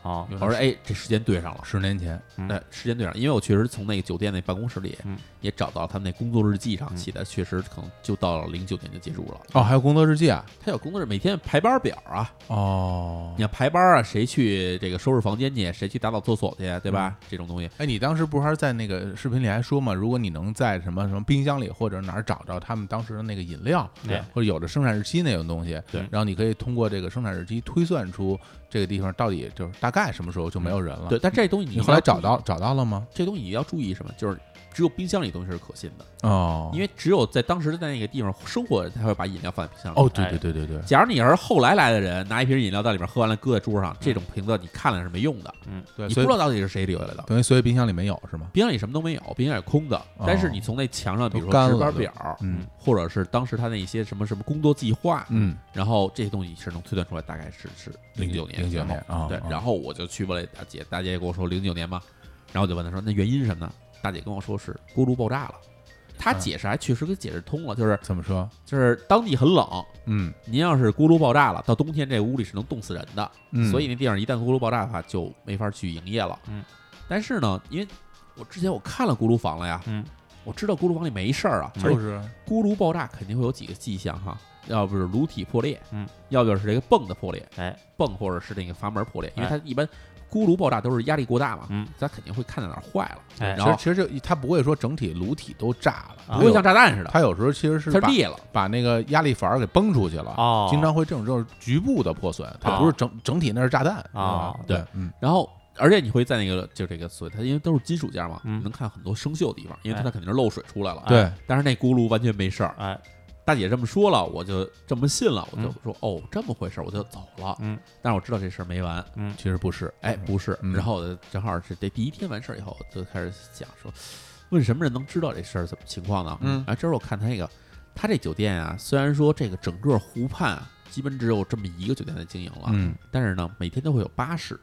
C: 啊
A: 我说哎，这时间对上了，
B: 十年前，
C: 嗯
A: 那时间对上了，因为我确实从那个酒店那办公室里
C: 嗯
A: 也找到他们那工作日记上
C: 嗯
A: 写的，确实可能就到了零九年就结束了。
B: 哦，还有工作日记啊，
A: 他有工作日，每天排班表啊，
B: 哦
A: 你，要排班啊，谁去这个收拾房间去，谁去打扫厕所去，对吧？这种东西，
B: 哎，你当时不是还在那个视频里还说嘛，如果你能在什么什么冰箱里或者哪儿找着他们当时的那个饮料，
C: 对
B: 或者有着生产日期那种东西，
A: 对
B: 然后你可以通过这个生产日期推算出这个地方到底就是大概什么时候就没有人了。
A: 对。，但这东西
B: 你
A: 你
B: 后来
A: 要
B: 找
A: 注意，
B: 到找到了吗？
A: 这东西你要注意什么？就是只有冰箱里的东西是可信的，
B: 哦，
A: 因
B: 为
A: 为只有在当时在那个地方生活的人才会把饮料放在冰箱里。
B: 哦，对
C: 哎
B: 对对对对，
A: 假如你要是后来来的人，拿一瓶饮料在里面喝完了搁在桌上，这种瓶子你看了是没用的，
B: 嗯对，
A: 你不
B: 所以
A: 知道到底是谁留下来的。
B: 等于所以冰箱里没有是吗？
A: 冰箱里什么都没有，冰箱里空的。
B: 哦
A: 但是你从那墙上，比如
B: 都干
A: 说
B: 了
A: 值班表，
B: 嗯
A: 或者是当时他那一些什么什么工作计划，
B: 嗯，
A: 然后这些东西是能推断出来，大概是是零九年，
B: 零九年
A: 然后
B: 啊，
A: 对
B: 啊，
A: 然后我就去问了大姐，大姐也跟我说零九年嘛，然后我就问她说那原因是什么呢？大姐跟我说是锅炉爆炸了，她
B: 嗯
A: 解释还确实给解释通了，就是
B: 怎么说？
A: 就是当地很冷，
B: 嗯
A: 您要是锅炉爆炸了，到冬天这屋里是能冻死人的，
B: 嗯，
A: 所以那地方一旦锅炉爆炸的话，就没法去营业了。
C: 嗯，
A: 但是呢，因为我之前我看了锅炉房了呀，
C: 嗯
A: 我知道锅炉房里没事儿啊，
C: 嗯
A: 所以
B: 就是
A: 锅炉爆炸肯定会有几个迹象哈，要不是炉体破裂，
C: 嗯，
A: 要不就是这个泵的破裂，
C: 哎，
A: 泵或者是那个阀门破裂，因为它
C: 哎
A: 一般锅炉爆炸都是压力过大嘛，
C: 嗯
A: 它肯定会看到哪儿坏了，
C: 哎
A: 然
B: 其实
A: 后
B: 其实就它不会说整体炉体都炸了，
C: 啊
A: 不会像炸弹似的，
B: 它有时候其实是
A: 它
B: 把
A: 裂了，
B: 把那个压力阀儿给崩出去了，
C: 哦
B: 经常会这种这种局部的破损，它
C: 哦
B: 不是整整体那是炸弹
C: 哦
B: 啊，
A: 对，
B: 嗯
A: 然后。而且你会在那个就这个所谓它因为都是金属件嘛，
C: 嗯
A: 能看很多生锈的地方，因为它
C: 哎
A: 肯定是漏水出来了。啊
B: 对，
A: 但是那锅炉完全没事儿，
C: 哎
A: 大姐这么说了，我就这么信了，我就
C: 嗯
A: 说、哦，这么回事儿，我就走了。
C: 嗯，
A: 但是我知道这事儿没完，
B: 其实不是，
A: 哎，不是。
B: 嗯
A: 然后我就正好是这第一天完事儿以后，我就开始想说，问什么人能知道这事儿怎么情况呢？
B: 嗯
A: 啊，这时候我看他那个，他这酒店啊，虽然说这个整个湖畔啊，基本只有这么一个酒店在经营了，
B: 嗯
A: 但是呢，每天都会有巴士，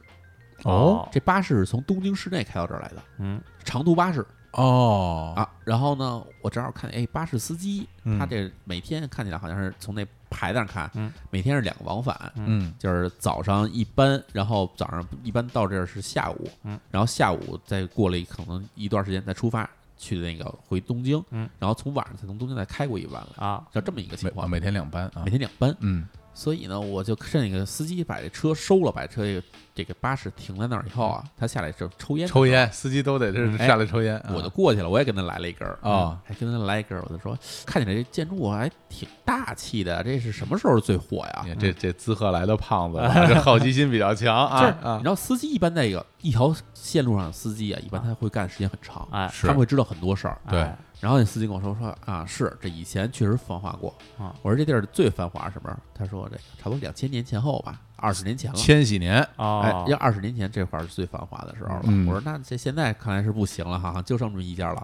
B: 哦
A: 这巴士是从东京市内开到这儿来的，
C: 嗯
A: 长途巴士
B: 哦，
A: 啊。然后呢，我正好看，哎，巴士司机
B: 嗯
A: 他这每天看起来好像是从那牌子上看，
C: 嗯
A: 每天是两个往返，
B: 嗯
A: 就是早上一班，然后早上一般到这儿是下午，
C: 嗯
A: 然后下午再过了一可能一段时间再出发去那个回东京，
C: 嗯
A: 然后从晚上才从东京再开过一班来，
C: 啊
A: 就这么一个情
B: 每啊
A: 况，
B: 每天两班啊
A: 嗯每，天两班，
B: 嗯
A: 所以呢，我就趁那个司机把这车收了，把车这个这个巴士停在那儿以后啊，他下来就抽烟，
B: 抽烟，司机都得这
A: 哎
B: 下来抽烟，啊
A: 我就过去了，我也跟他来了一根儿嗯
B: 哦
A: 还跟他来一根儿，我就说看起来这建筑物还挺大气的，这是什么时候最火呀
B: 啊你？看这这滋贺来的 胖子，这好奇心比较强
A: 嗯
B: 啊
A: 就是你
B: 啊
A: 知，道司机一般那个一条线路上的司机啊，一般他会干时间很长，
C: 哎
B: 啊是啊
A: 他们会知道很多事儿。
B: 对
C: 哎
A: 然后那司机跟我说说啊，是这以前确实繁华过
C: 啊
A: 我说这地儿最繁华是什么时候？他说这差不多两千年前后吧，二十年前 了。
B: 千禧年
A: 哎
C: 哦，
A: 要二十年前这块儿是最繁华的时候了。
B: 嗯
A: 我说那这现在看来是不行了哈，就剩这么一家了。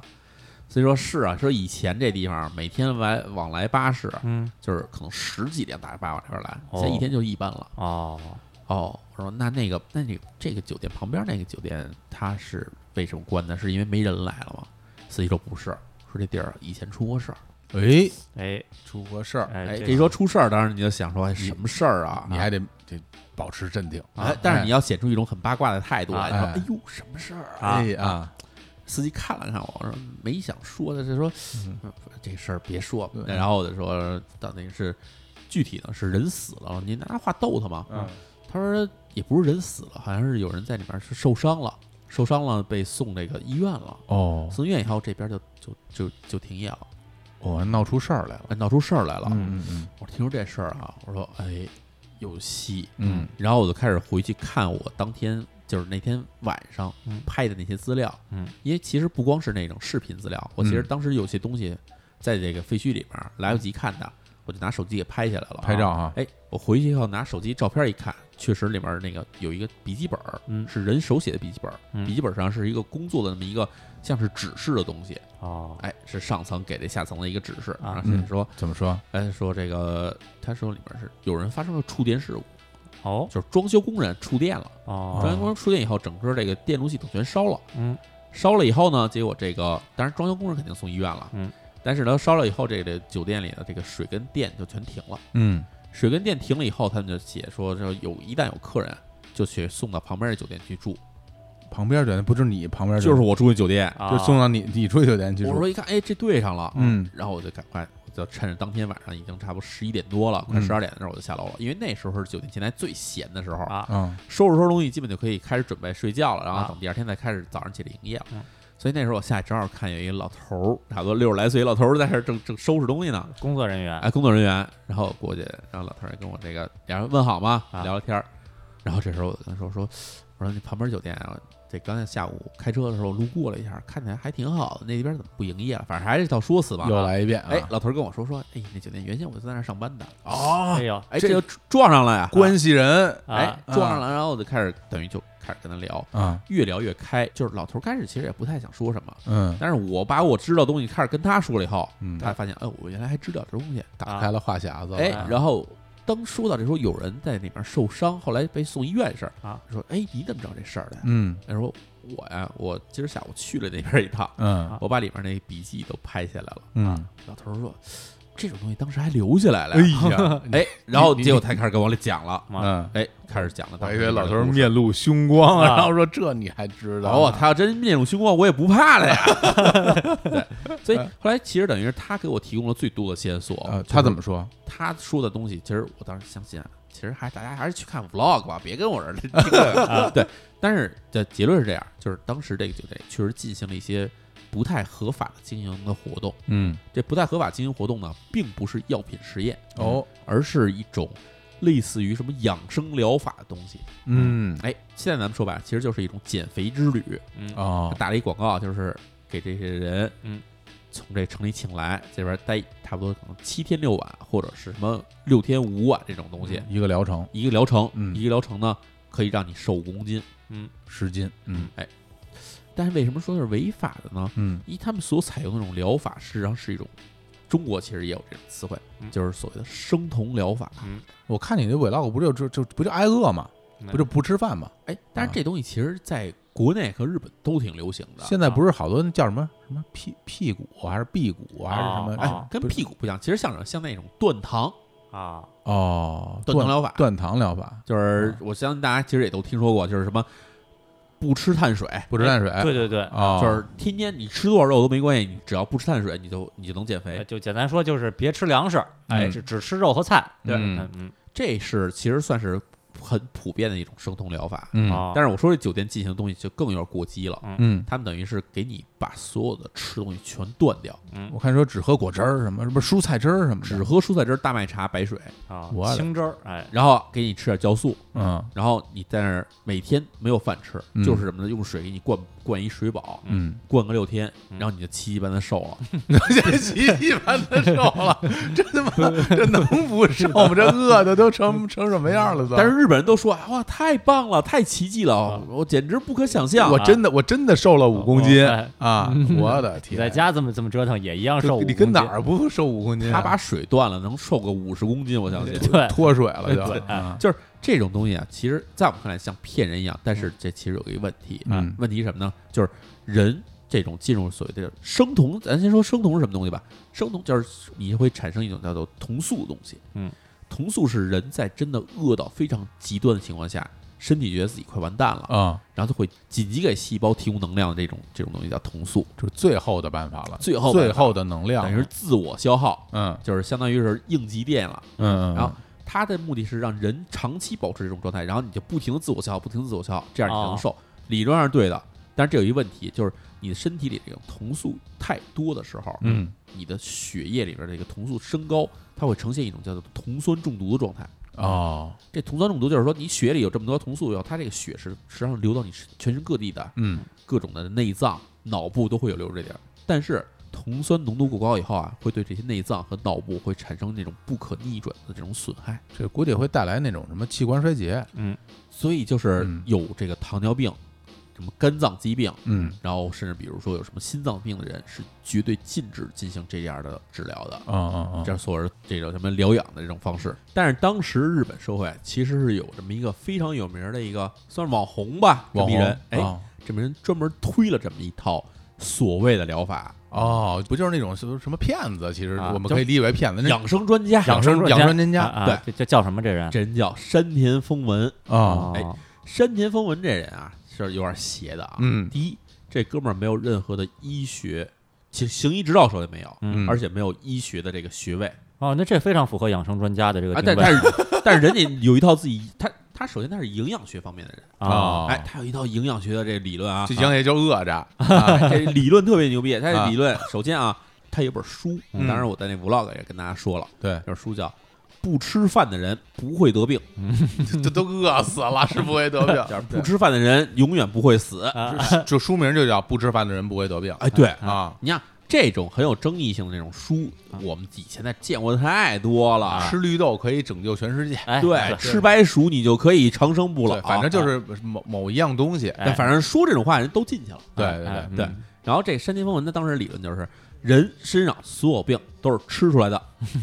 A: 所以说是啊，说以前这地方每天来往来巴士，
C: 嗯
A: 就是可能十几辆大巴往这边来，
C: 哦
A: 现在一天就一班了。
C: 哦
A: 哦，我说那那个那你这个酒店旁边那个酒店它是为什么关的？是因为没人来了吗？司机说不是，说这地儿以前出过事儿。
B: 哎，
C: 哎
B: 出过事儿，
A: 哎，
C: 哎
A: 这一说出事儿，当然你就想说哎什么事儿啊？哎
B: 你还得得保持镇定
A: 哎，但是你要显出一种很八卦的态度来，
C: 哎
A: 你说哎呦什么事儿啊？
B: 哎啊，
A: 司机看了看我，我说没想说的，是说
B: 嗯
A: 这事儿别说。
B: 对
A: 然后我就说，到底是具体呢是人死了，你拿话逗他嘛。
B: 嗯
A: 他说也不是人死了，好像是有人在里面是受伤了，受伤了被送这个医院了。
B: 哦
A: 送医院以后，这边就就就就停业了，
B: 哦，闹出事儿来了，
A: 哎闹出事儿来了。
B: 嗯嗯
A: 我听说这事儿啊，我说哎，有戏。
B: 嗯
A: 然后我就开始回去看我当天就是那天晚上
C: 嗯
A: 拍的那些资料，
C: 嗯，
A: 因为其实不光是那种视频资料，我其实
B: 嗯
A: 当时有些东西在这个废墟里面来不及看的，我就拿手机给拍下来了啊，
B: 拍照啊，
A: 哎，我回去以后拿手机照片一看，确实里面那个有一个笔记本儿，
C: 嗯
A: 是人手写的笔记本儿，
C: 嗯
A: 笔记本上是一个工作的那么一个像是指示的东西，
C: 哦，
A: 哎，是上层给这下层的一个指示，
C: 啊
A: 然后写着说，
B: 怎么说？
A: 哎，说这个，他说里面是有人发生了触电事故，
C: 哦
A: 就是装修工人触电了，
C: 哦
A: 装修工人触电以后，整个这个电路系统全烧了，
C: 嗯
A: 烧了以后呢，结果这个，当然装修工人肯定送医院了，
C: 嗯，
A: 但是呢，烧了以后，这个酒店里的这个水跟电就全停了。
B: 嗯
A: 水跟电停了以后，他们就写说，这有一旦有客人，就去送到旁边的酒店去住，
B: 旁边酒店不是你旁边
A: 就是
B: 我，
A: 我住的酒店。
C: 啊
B: 就送到你你住酒店去
A: 我
B: 住
A: 说一看，哎，这对上了，
B: 嗯
A: 然后我就赶快，我就趁着当天晚上已经差不多十一点多了，快
B: 嗯
A: 十二点的时候，我就下楼了，因为那时候是酒店前台最闲的时候，
C: 啊
B: 啊，
A: 收拾收拾东西，基本就可以开始准备睡觉了，然后
C: 啊
A: 等第二天再开始早上起来营业了
C: 嗯。
A: 所以那时候我下去正好看有一个老头儿，差不多六十来岁一老头儿在这儿正正收拾东西呢，
C: 工作人员
A: 哎，工作人员，然后过去，然后老头儿也跟我这个俩人问好嘛，
C: 啊
A: 聊聊天儿。然后这时候我就跟他说说，我说你旁边酒店啊，这刚才下午开车的时候路过了一下，看起来还挺好的，那边怎么不营业了？反正还是一套说辞吧。
B: 又来一遍啊
A: 哎，，老头儿跟我说说，哎，那酒店原先我就在那儿上班的，
B: 哦
C: 哎，呦
A: 哎，
B: 这
A: 这就撞上了呀，
B: 关系人
A: 哎
C: 啊
A: 撞上了，然后我就开始等于就开始跟他聊，
B: 啊，
A: 越聊越开，就是老头儿开始其实也不太想说什么，
B: 嗯，
A: 但是我把我知道的东西开始跟他说了以后，
B: 嗯
A: 他发现，哎，我原来还知道这东西，
C: 啊
B: 开了话匣子了，
A: 哎
C: 啊，
A: 然后当说到这说有人在那边受伤，后来被送医院的事儿
C: 啊，
A: 说哎你怎么知道这事儿的？
B: 嗯
A: 他说我呀，我今儿下午去了那边一趟，
B: 嗯
A: 我把里面那笔记都拍下来了。
B: 嗯，
A: 老头儿说这种东西当时还留下来了
B: 哎
A: 呀，
B: 呀，
A: 哎，然后结果他开始跟我里讲了，
C: 嘛
B: 嗯，
A: 哎，开始讲了当
B: 我
A: 时那边
B: 以为
A: 的故
B: 老
A: 事。
B: 头面露凶光，
C: 啊
B: 然后说这你还知道？
A: 哦，他要真面露凶光，我也不怕了 呀。对，所以后来其实等于是他给我提供了最多的线索。
B: 呃，
A: 就是
B: 嗯他怎么说？
A: 他说的东西，其实我当时相信啊，其实还大家还是去看 vlog 吧，别跟我这儿听 了。啊对，但是的结论是这样，就是当时这个酒店确实进行了一些不太合法的经营的活动。
B: 嗯，
A: 这不太合法经营活动呢，并不是药品实验，
B: 哦，
A: 而是一种类似于什么养生疗法的东西。
B: 嗯，
A: 哎，现在咱们说白了，其实就是一种减肥之旅。
C: 嗯
B: 哦，
A: 打了一广告，就是给这些人，
C: 嗯，
A: 从这城里请来，这边待差不多可能七天六晚，或者是什么六天五晚这种东西，
B: 一个疗程
A: 一个疗程，
B: 嗯
A: 一个疗程呢可以让你瘦五公斤。
C: 嗯
B: 十斤，嗯
A: 但是为什么说是违法的呢？
B: 嗯
A: 因为他们所采用的那种疗法，实际上是一种中国其实也有这种词汇，
C: 嗯
A: 就是所谓的生酮疗法。
B: 啊
C: 嗯，
B: 我看你那 vlog 不就就就不就挨饿嘛，不就不吃饭嘛？
A: 哎，但是这东西其实在国内和日本都挺流行
C: 啊
A: 的。
B: 现在不是好多那叫什么什么屁屁股还是辟谷还是什么？
C: 哦
B: 哎
A: 哎，跟
B: 不是
A: 屁股不一样，其实像什么像那种断糖、
C: 啊
B: 哦，
A: 断糖疗法，
B: 断糖疗法，嗯
A: 就是我相信大家其实也都听说过，就是什么不吃碳水，
B: 不吃碳水，
C: 哎对对对，
B: 哦，
A: 就是天天你吃多少肉都没关系，你只要不吃碳水，你就你就能减
C: 呃
A: 肥。
C: 就简单说就是别吃粮食，哎，
B: 哎嗯
C: 只只吃肉和菜，
B: 对
C: 嗯嗯
A: 这是其实算是很普遍的一种生酮疗法。
B: 嗯
C: 哦，
A: 但是我说这酒店进行的东西就更有点过激了，
B: 嗯，
A: 他们等于是给你把所有的吃的东西全断掉，
C: 嗯
B: 我看说只喝果汁儿什么，什么蔬菜汁儿什么的，
A: 只喝蔬菜汁、大麦茶、白水，
C: 啊
B: 我的
C: 清汁儿，哎
A: 然后给你吃点酵素，
B: 嗯
A: 然后你在那儿每天没有饭吃，
B: 嗯
A: 就是什么呢？用水给你灌灌一水饱，
B: 嗯，
A: 灌个六天，
C: 嗯
A: 然后你就奇迹般的瘦了。
B: 奇迹般的瘦 了，这他妈这能不瘦吗？这饿的都成成什么样了都？
A: 但是日本人都说啊哇，太棒了，太奇迹了，我简直不可想象。 啊
B: 我真的我真的瘦了五公斤
C: 哦哎
B: 啊！我的
C: 你
B: 天，
C: 在家这么这么折腾也一样
B: 就
C: 瘦五
B: 你跟
C: 公
B: 哪
C: 斤啊
B: 儿不瘦五公斤啊？
A: 他把水断了，能瘦个五十公斤，我相 信。
C: 对
B: 脱水了就
C: 对
B: 啊
A: 就是这种东西啊，其实在我们看来像骗人一样，但是这其实有一个问题，啊
B: 嗯
A: 问题是什么呢？就是人这种进入所谓的生酮，咱先说生酮是什么东西吧。生酮就是你会产生一种叫做酮素的东西，
C: 嗯，
A: 酮素是人在真的饿到非常极端的情况下，身体觉得自己快完蛋了，
B: 啊，
A: 然后就会紧急给细胞提供能量的这种这种东西叫酮素，
B: 就是最后的办法了，
A: 最后
B: 最后的能量
A: 等于是自我消耗，
B: 嗯
A: 就是相当于是应急电了。
B: 嗯，嗯
A: 然后它的目的是让人长期保持这种状态，然后你就不停的自我消耗，不停的自我消耗，这样你才能
C: 哦
A: 瘦。理论上是对的，但是这有一个问题，就是你的身体里这个酮素太多的时候，
B: 嗯
A: 你的血液里边这个酮素升高，它会呈现一种叫做酮酸中毒的状态。
B: 哦
A: 这酮酸中毒就是说，你血里有这么多酮素以后，它这个血是实际上流到你全身各地的
B: 嗯
A: 各种的内脏、脑部都会有流这点儿。但是酮酸浓度过高以后啊，会对这些内脏和脑部会产生那种不可逆转的这种损害。
B: 这估计会带来那种什么器官衰竭，
A: 所以就是
B: 嗯
A: 有这个糖尿病、什么肝脏疾病，
B: 嗯
A: 然后甚至比如说有什么心脏病的人，是绝对禁止进行这样的治疗的。
B: 啊啊
A: 这所谓的这种什么疗养的这种方式，但是当时日本社会啊其实是有这么一个非常有名的一个算是网红吧，这
B: 网
A: 么一
B: 红
A: 人，哎，
B: 啊
A: 这么人专门推了这么一套所谓的疗法，
B: 哦，不就是那种什么什么骗子？其实
C: 啊
B: 我们
A: 就
B: 可以理解为骗子，那
A: 养生专家，
B: 养生
C: 专
B: 养
C: 家
B: 生专家
C: 啊，
A: 对
C: 啊这这叫什么这人？
A: 这人叫山田风文，
B: 啊，
A: 哎
C: 哦
A: 山田风文这人啊是有点邪的啊，
B: 嗯
A: 第一，这哥们儿没有任何的医学，其实行医执照手也没有，
C: 嗯
A: 而且没有医学的这个学位
C: 哦，那这非常符合养生专家的这个
A: 啊。
C: 定
A: 但
C: 位
A: 但是但是人家有一套自己，他他首先他是营养学方面的人，
B: 啊哦
A: 哎，他有一套营养学的这个理论啊，
B: 这杨也就饿着，
A: 啊这理论特别牛逼。他
B: 啊
A: 这理论首先啊，他有本书，
B: 嗯
A: 当然我在那 vlog 也跟大家说了，
B: 对，
A: 这本书叫《不吃饭的人不会得病
B: 这都饿死了，是不会得病》，
A: 叫不吃饭的人永远不会死。
C: 啊
B: 就就书名就叫不吃饭的人不会得病
A: 哎，对，
B: 啊，
A: 你看这种很有争议性的这种书，我们以前在见过太多了。
B: 啊吃绿豆可以拯救全世界，
C: 哎
A: 对，吃白薯你就可以长生不老。
B: 对，反正就是某某一样东西，
A: 但反正说这种话人都进去了。啊
B: 对
C: 哎
B: 对
C: 哎
B: 对，
A: 对
C: 嗯
A: 然后这山田风文的当时理论就是，人身上所有病都是吃出来的，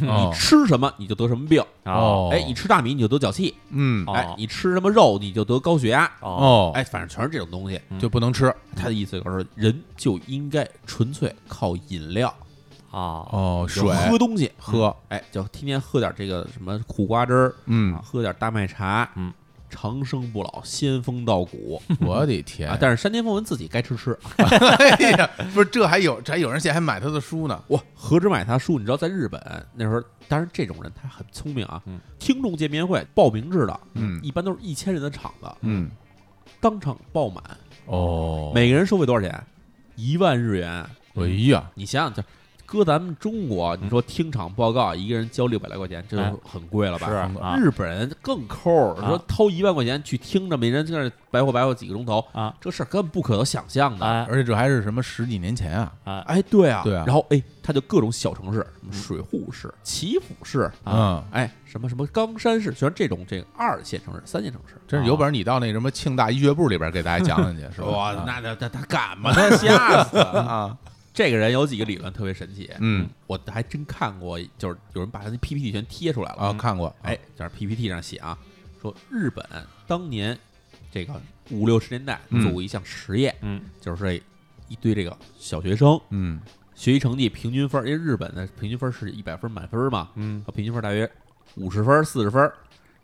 B: 哦
A: 你吃什么你就得什么病。
C: 哦
A: 哎，你吃大米你就得脚气，
B: 嗯
C: 哦
A: 哎，你吃什么肉你就得高血压，
C: 哦
B: 哦，嗯
A: 哎，反正全是这种东西。
B: 就不能吃
A: 他的意思就是说，人就应该纯粹靠饮料、
C: 哦
B: 哦，
A: 就
B: 水
A: 喝东西，
B: 喝，
A: 哎，就天天喝点这个什么苦瓜汁儿，啊
B: 嗯，
A: 喝点大麦茶，
C: 嗯，
A: 长生不老，仙风道骨。
B: 我的天
A: 啊！， 但是山田风文自己该吃吃，啊
B: 哎呀，不是这还有这还有人现在还买他的书呢，
A: 哇，何止买他书？你知道，在日本那时候，当然这种人他很聪明啊。
C: 嗯
A: 听众见面会报名制的，
B: 嗯
A: 一般都是一千人的场子，
B: 嗯，
A: 当场爆满，
B: 哦，
A: 每个人收费多少钱？一万日元。
B: 哎呀，
A: 你想想，这搁咱们中国，
B: 嗯
A: 你说听场报告一个人交六百来块钱，这
C: 哎
A: 就很贵了吧？
B: 是
C: 啊
A: 日本人更抠儿，
C: 啊
A: 说掏一万块钱去听着，每人在那白活白活几个钟头，
C: 啊
A: 这事儿根本不可能想象的。
C: 哎
B: 啊而且这还是什么十几年前啊，
C: 哎
A: 哎，对啊，
B: 对啊
A: 然后哎，他就各种小城市，什么水户市、岐阜市，
B: 嗯。
A: 哎，什么什么冈山市，全是这种这个二线城市、三线城市。
B: 真是有本事你到那什么庆大医学部里边给大家讲讲去，是吧？
A: 哇，
B: 啊
A: 那那他他敢 吗？他吓死了
B: 啊，
A: 这个人有几个理论特别神奇，
B: 嗯
A: 我还真看过，就是有人把他的 PPT 全贴出来了。
B: 啊，看过，
A: 哎，在这 PPT 上写啊，说日本当年这个五六十年代
B: 嗯
A: 做过一项实验，
C: 嗯
A: 就是这一堆这个小学生
B: 嗯
A: 学习成绩平均分儿，因为日本的平均分儿是一百分满分儿嘛，
C: 嗯
A: 啊，平均分儿大约五十分儿、四十分儿。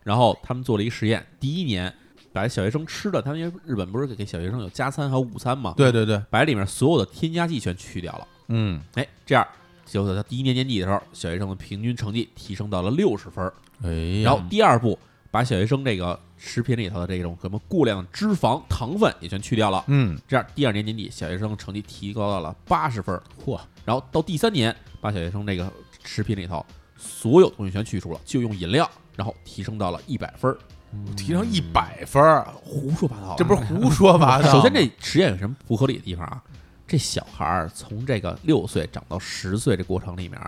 A: 然后他们做了一个实验，第一年把小学生吃的，他们因为日本不是给小学生有加餐还有午餐嘛，
B: 对对对，
A: 把里面所有的添加剂全去掉了。
B: 嗯，
A: 哎，这样，结果他第一年年底的时候，小学生的平均成绩提升到了六十分儿。
B: 哎
A: 然后第二步，把小学生这个食品里头的这种什么过量脂肪、糖分也全去掉了。
B: 嗯，
A: 这样，第二年年底，小学生成绩提高到了八十分儿。
B: 嚯，
A: 然后到第三年，把小学生这个食品里头所有东西全去除了，就用饮料，然后提升到了一百分儿。
B: 提升一百分儿，
A: 胡说八道，啊
B: 这不是胡说八 道吗？
A: 首先，这实验有什么不合理的地方啊？这小孩儿从这个六岁长到十岁这过程里面，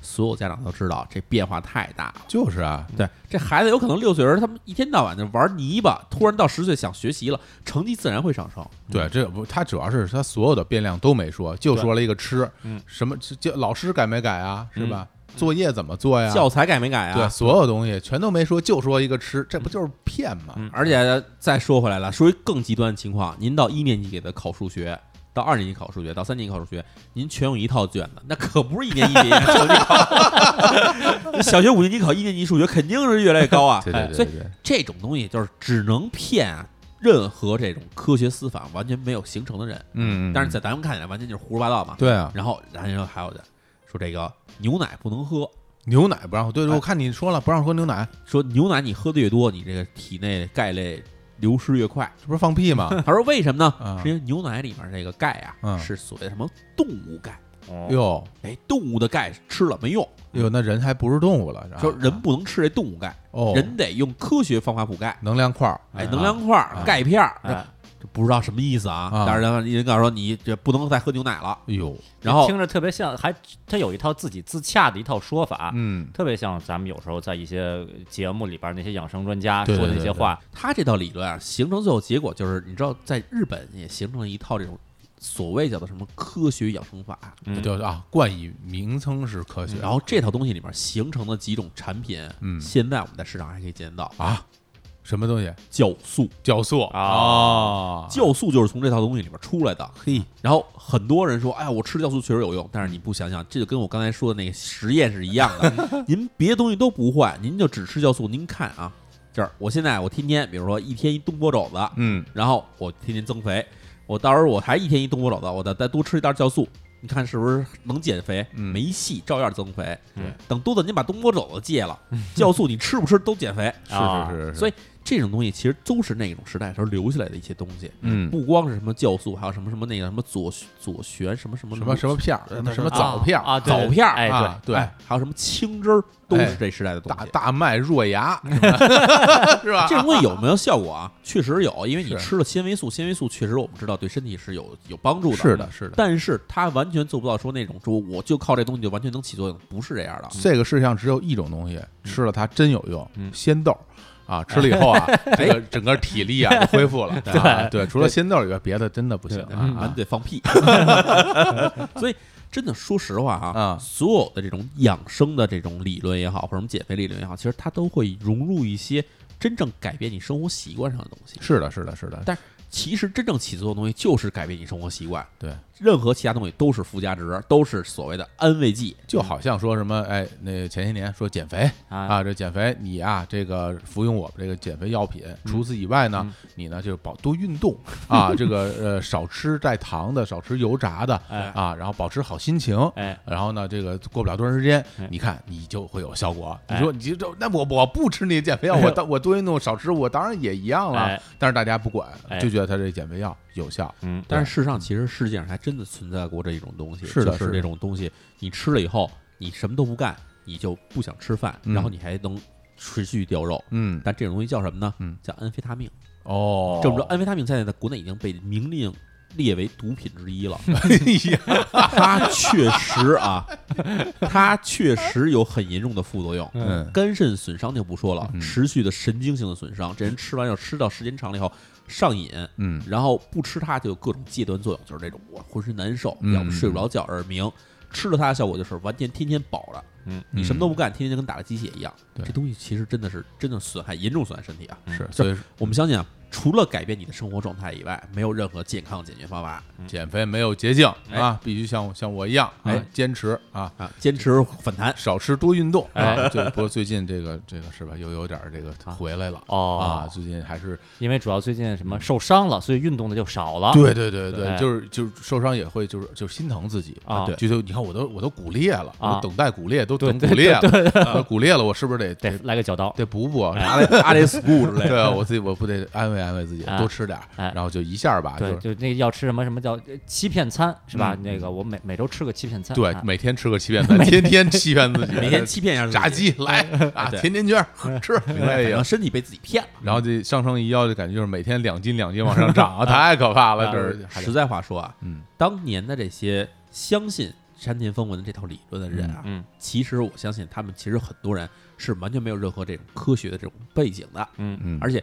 A: 所有家长都知道这变化太大了。
B: 就是啊，
A: 对，这孩子有可能六岁时候他们一天到晚就玩泥巴，突然到十岁想学习了，成绩自然会上升。
B: 对，这不，他主要是他所有的变量都没说，就说了一个吃，
C: 嗯，
B: 什么就老师改没改啊，是吧？作业怎么做呀？
A: 教材改没改啊？
B: 对，所有东西全都没说，就说一个吃，这不就是骗吗？
C: 嗯
A: 而且再说回来了，说一更极端的情况，您到一年级给他考数学，到二年级考数学，到三年级考数学，您全用一套卷子，那可不是一年一年级、小学考， 小学五年级考一年级数学肯定是越来越高啊。
B: 对对对
A: 所
B: 对
A: 以
B: 对，
A: 这种东西就是只能骗啊任何这种科学思想完全没有形成的人。
B: 嗯，嗯
A: 但是在咱们看起来完全就是胡说八道嘛。
B: 对啊，
A: 然后，然后还有的说这个牛奶不能喝，
B: 牛奶不让喝，对，对
A: 哎
B: 我看你说了不让喝牛奶，
A: 说牛奶你喝的越多，你这个体内钙类流失越 快。
B: 这不是放屁吗？
A: 他说为什么呢
B: 啊？
A: 是因为牛奶里面这个钙啊，
B: 嗯
A: 是所谓的什么动物钙。
C: 哦
B: 哟
A: 哎，动物的钙吃了没用，
B: 哟，那人还不是动物了，然后
A: 说人不能吃这动物钙，
B: 啊哦，
A: 人得用科学方法补钙。
B: 能量块儿，
A: 哎，
C: 啊
A: 能量块儿、
B: 啊
A: 钙片儿，
C: 哎
A: 这不知道什么意思啊。
B: 啊
A: 但是呢，人告诉说你这不能再喝牛奶了。
B: 哎呦，
A: 然后
C: 听着特别像，还他有一套自己自洽的一套说法，
B: 嗯，
C: 特别像咱们有时候在一些节目里边那些养生专家
B: 对
C: 说
B: 对
C: 的那
B: 对
C: 些
B: 对
C: 话，
A: 他这套理论啊，形成最后结果就是，你知道，在日本也形成了一套这种所谓叫做什么科学养生法。
C: 嗯
B: 就是啊，冠以名称是科学，啊
A: 然后这套东西里面形成的几种产品，
B: 嗯
A: 现在我们在市场上还可以见到
B: 啊，什么东西？啊
A: 酵素，
B: 酵素
C: 哦
B: 哦
A: 酵素就是从这套东西里面出来的。
B: 嘿，
A: 然后很多人说，哎呀，我吃酵素确实有用，但是你不想想，这就跟我刚才说的那个实验是一样 的。您别的东西都不会，您就只吃酵素。您看啊，这儿我现在我天天，比如说一天一东坡肘子，
B: 嗯，
A: 然后我天天增肥，我到时候我还一天一东坡肘子，我再再多吃一袋酵素，你看是不是能减肥？
B: 嗯
A: 没戏，照样增肥。
C: 嗯
A: 等多的你把东坡肘子戒了，酵素你吃不吃都减肥。
B: 嗯 是
C: 啊
B: 是是是，
A: 所以这种东西其实都是那种时代时候留下来的一些东西，
B: 嗯
A: 不光是什么酵素，还有什么什么那个什么左左旋什么什么
B: 什么什么片儿，什么什么
C: 啊
B: 枣片儿，
C: 啊，对
A: 枣片儿
C: 哎
B: 啊
C: 对，
B: 对，哎
A: 哎还有什么青汁儿，都是这时代的东
B: 大
A: 西。
B: 大麦若芽是吧？
A: 这种东西有没有效果啊？确实有，因为你
B: 是
A: 吃了纤维素，纤维素确实我们知道对身体是有有帮助的。
B: 是的，是的。
A: 但是它完全做不到说那种说我就靠这东西就完全能起作用，不是这样的。
B: 嗯这个世界上只有一种东西，吃了它真有用，
C: 嗯
B: 鲜豆。啊，吃了以 后啊，这个整个体力啊就恢复 了。对吧对，除了鲜豆以外，别的真的不行
C: 嗯
B: 啊
A: 满
B: 啊。
A: 嘴放屁。所以真的，说实话啊，
B: 嗯
A: 所有的这种养生的这种理论也好，或者什么减肥理论也好，其实它都会融入一些真正改变你生活习惯上的东西。
B: 是的，是的，是的，
A: 其实真正起作用的东西就是改变你生活习惯，
B: 对，
A: 任何其他东西都是附加值，都是所谓的安慰剂。
B: 就好像说什么，哎，那前些年说减肥
C: 啊
B: 啊，这减肥你啊，这个服用我们这个减肥药品，除此以外呢，你呢就保多运动啊，这个呃少吃带糖的，少吃油炸的
C: 哎
B: 啊，然后保持好心情，
C: 哎
B: 然后呢，这个过不了多长时间
C: 哎，
B: 你看你就会有效果。
C: 哎
B: 你说你就这，那我我不吃那减肥药，我当我多运动少吃，我当然也一样了
C: 哎。
B: 但是大家不管，
C: 哎
B: 就觉得他这减肥药有效。
C: 嗯
A: 但是事实上，其实世界上还真的存在过这一种东西，
B: 是的
A: 就是是
B: 的
A: 这种东西，你吃了以后，你什么都不干，你就不想吃饭，
B: 嗯
A: 然后你还能持续掉肉。
B: 嗯，
A: 但这种东西叫什么呢？
B: 嗯
A: 叫安非他命。
B: 哦，
A: 哎这么说，安非他命现在在国内已经被明令列为毒品之一了。
B: 哎呀，
A: 它确实啊， 它确实有很严重的副作用。
B: 嗯，
A: 肝肾损伤就不说了，
B: 嗯
A: 持续的神经性的损伤，这人吃完药吃到时间长了以后上瘾，
B: 嗯，
A: 然后不吃它就有各种戒断作用，就是这种我浑身难受，
B: 嗯
A: 要不睡不着觉，耳鸣。吃了它的效果就是完全天天饱着，
C: 嗯，
A: 你什么都不干，天天就跟打了鸡血一样。
B: 对嗯
A: 这东西其实真的是真的损害严重损害身体啊！
B: 是，所以
A: 我们相信啊，除了改变你的生活状态以外，没有任何健康解决方法
B: 减肥没有捷径
A: 哎
B: 啊，必须像像我一样啊
A: 哎，
B: 坚持啊。
A: 啊！坚持反 弹，
B: 少吃多运动啊，
C: 哎
B: 就不过最近这个这个是吧，又有点儿这个回来了啊，
C: 哦，
B: 最近还是
C: 因为主要最近什么受伤了，所以运动的就少了，
B: 嗯对对对对，
C: 对
B: 就是就是受伤也会就是就是心疼自己
C: 啊
B: 就就你看我都我都骨裂了，
C: 啊
B: 我等待骨裂都
C: 对
B: 等骨裂了，我骨裂了，我是不是得
C: 得
B: 得
C: 来个脚刀，
B: 得补补？啊
A: 阿雷阿雷 school 之类
B: 对
A: 的。
B: 啊，我自 己我不得安慰安慰自己，
C: 哎
B: 多吃点儿，
C: 哎
B: 然后就一下吧，
C: 对，
B: 啊就是
C: 就那个要吃什么什么叫呃欺骗餐是吧？
B: 嗯
C: 那个我每每周吃个欺骗餐，
B: 对
C: 啊，
B: 每天吃个欺骗餐，天天欺骗 自己，
A: 每天欺骗一下自己
B: 炸鸡来啊，
A: 对
B: 甜甜圈儿吃，哎
A: 然后
B: 呀。
A: 身体被自己骗了。
B: 然后这上升一腰就感觉就是每天两斤两斤往上 涨啊，太可怕了，
C: 啊
B: 这是还得
A: 实在话说啊，
B: 嗯
A: 当年的这些相信山田风文的这套理论的人啊，
C: 嗯
A: 其实我相信他们其实很多人是完全没有任何这种科学的这种背景的，
C: 嗯
B: 嗯，
A: 而且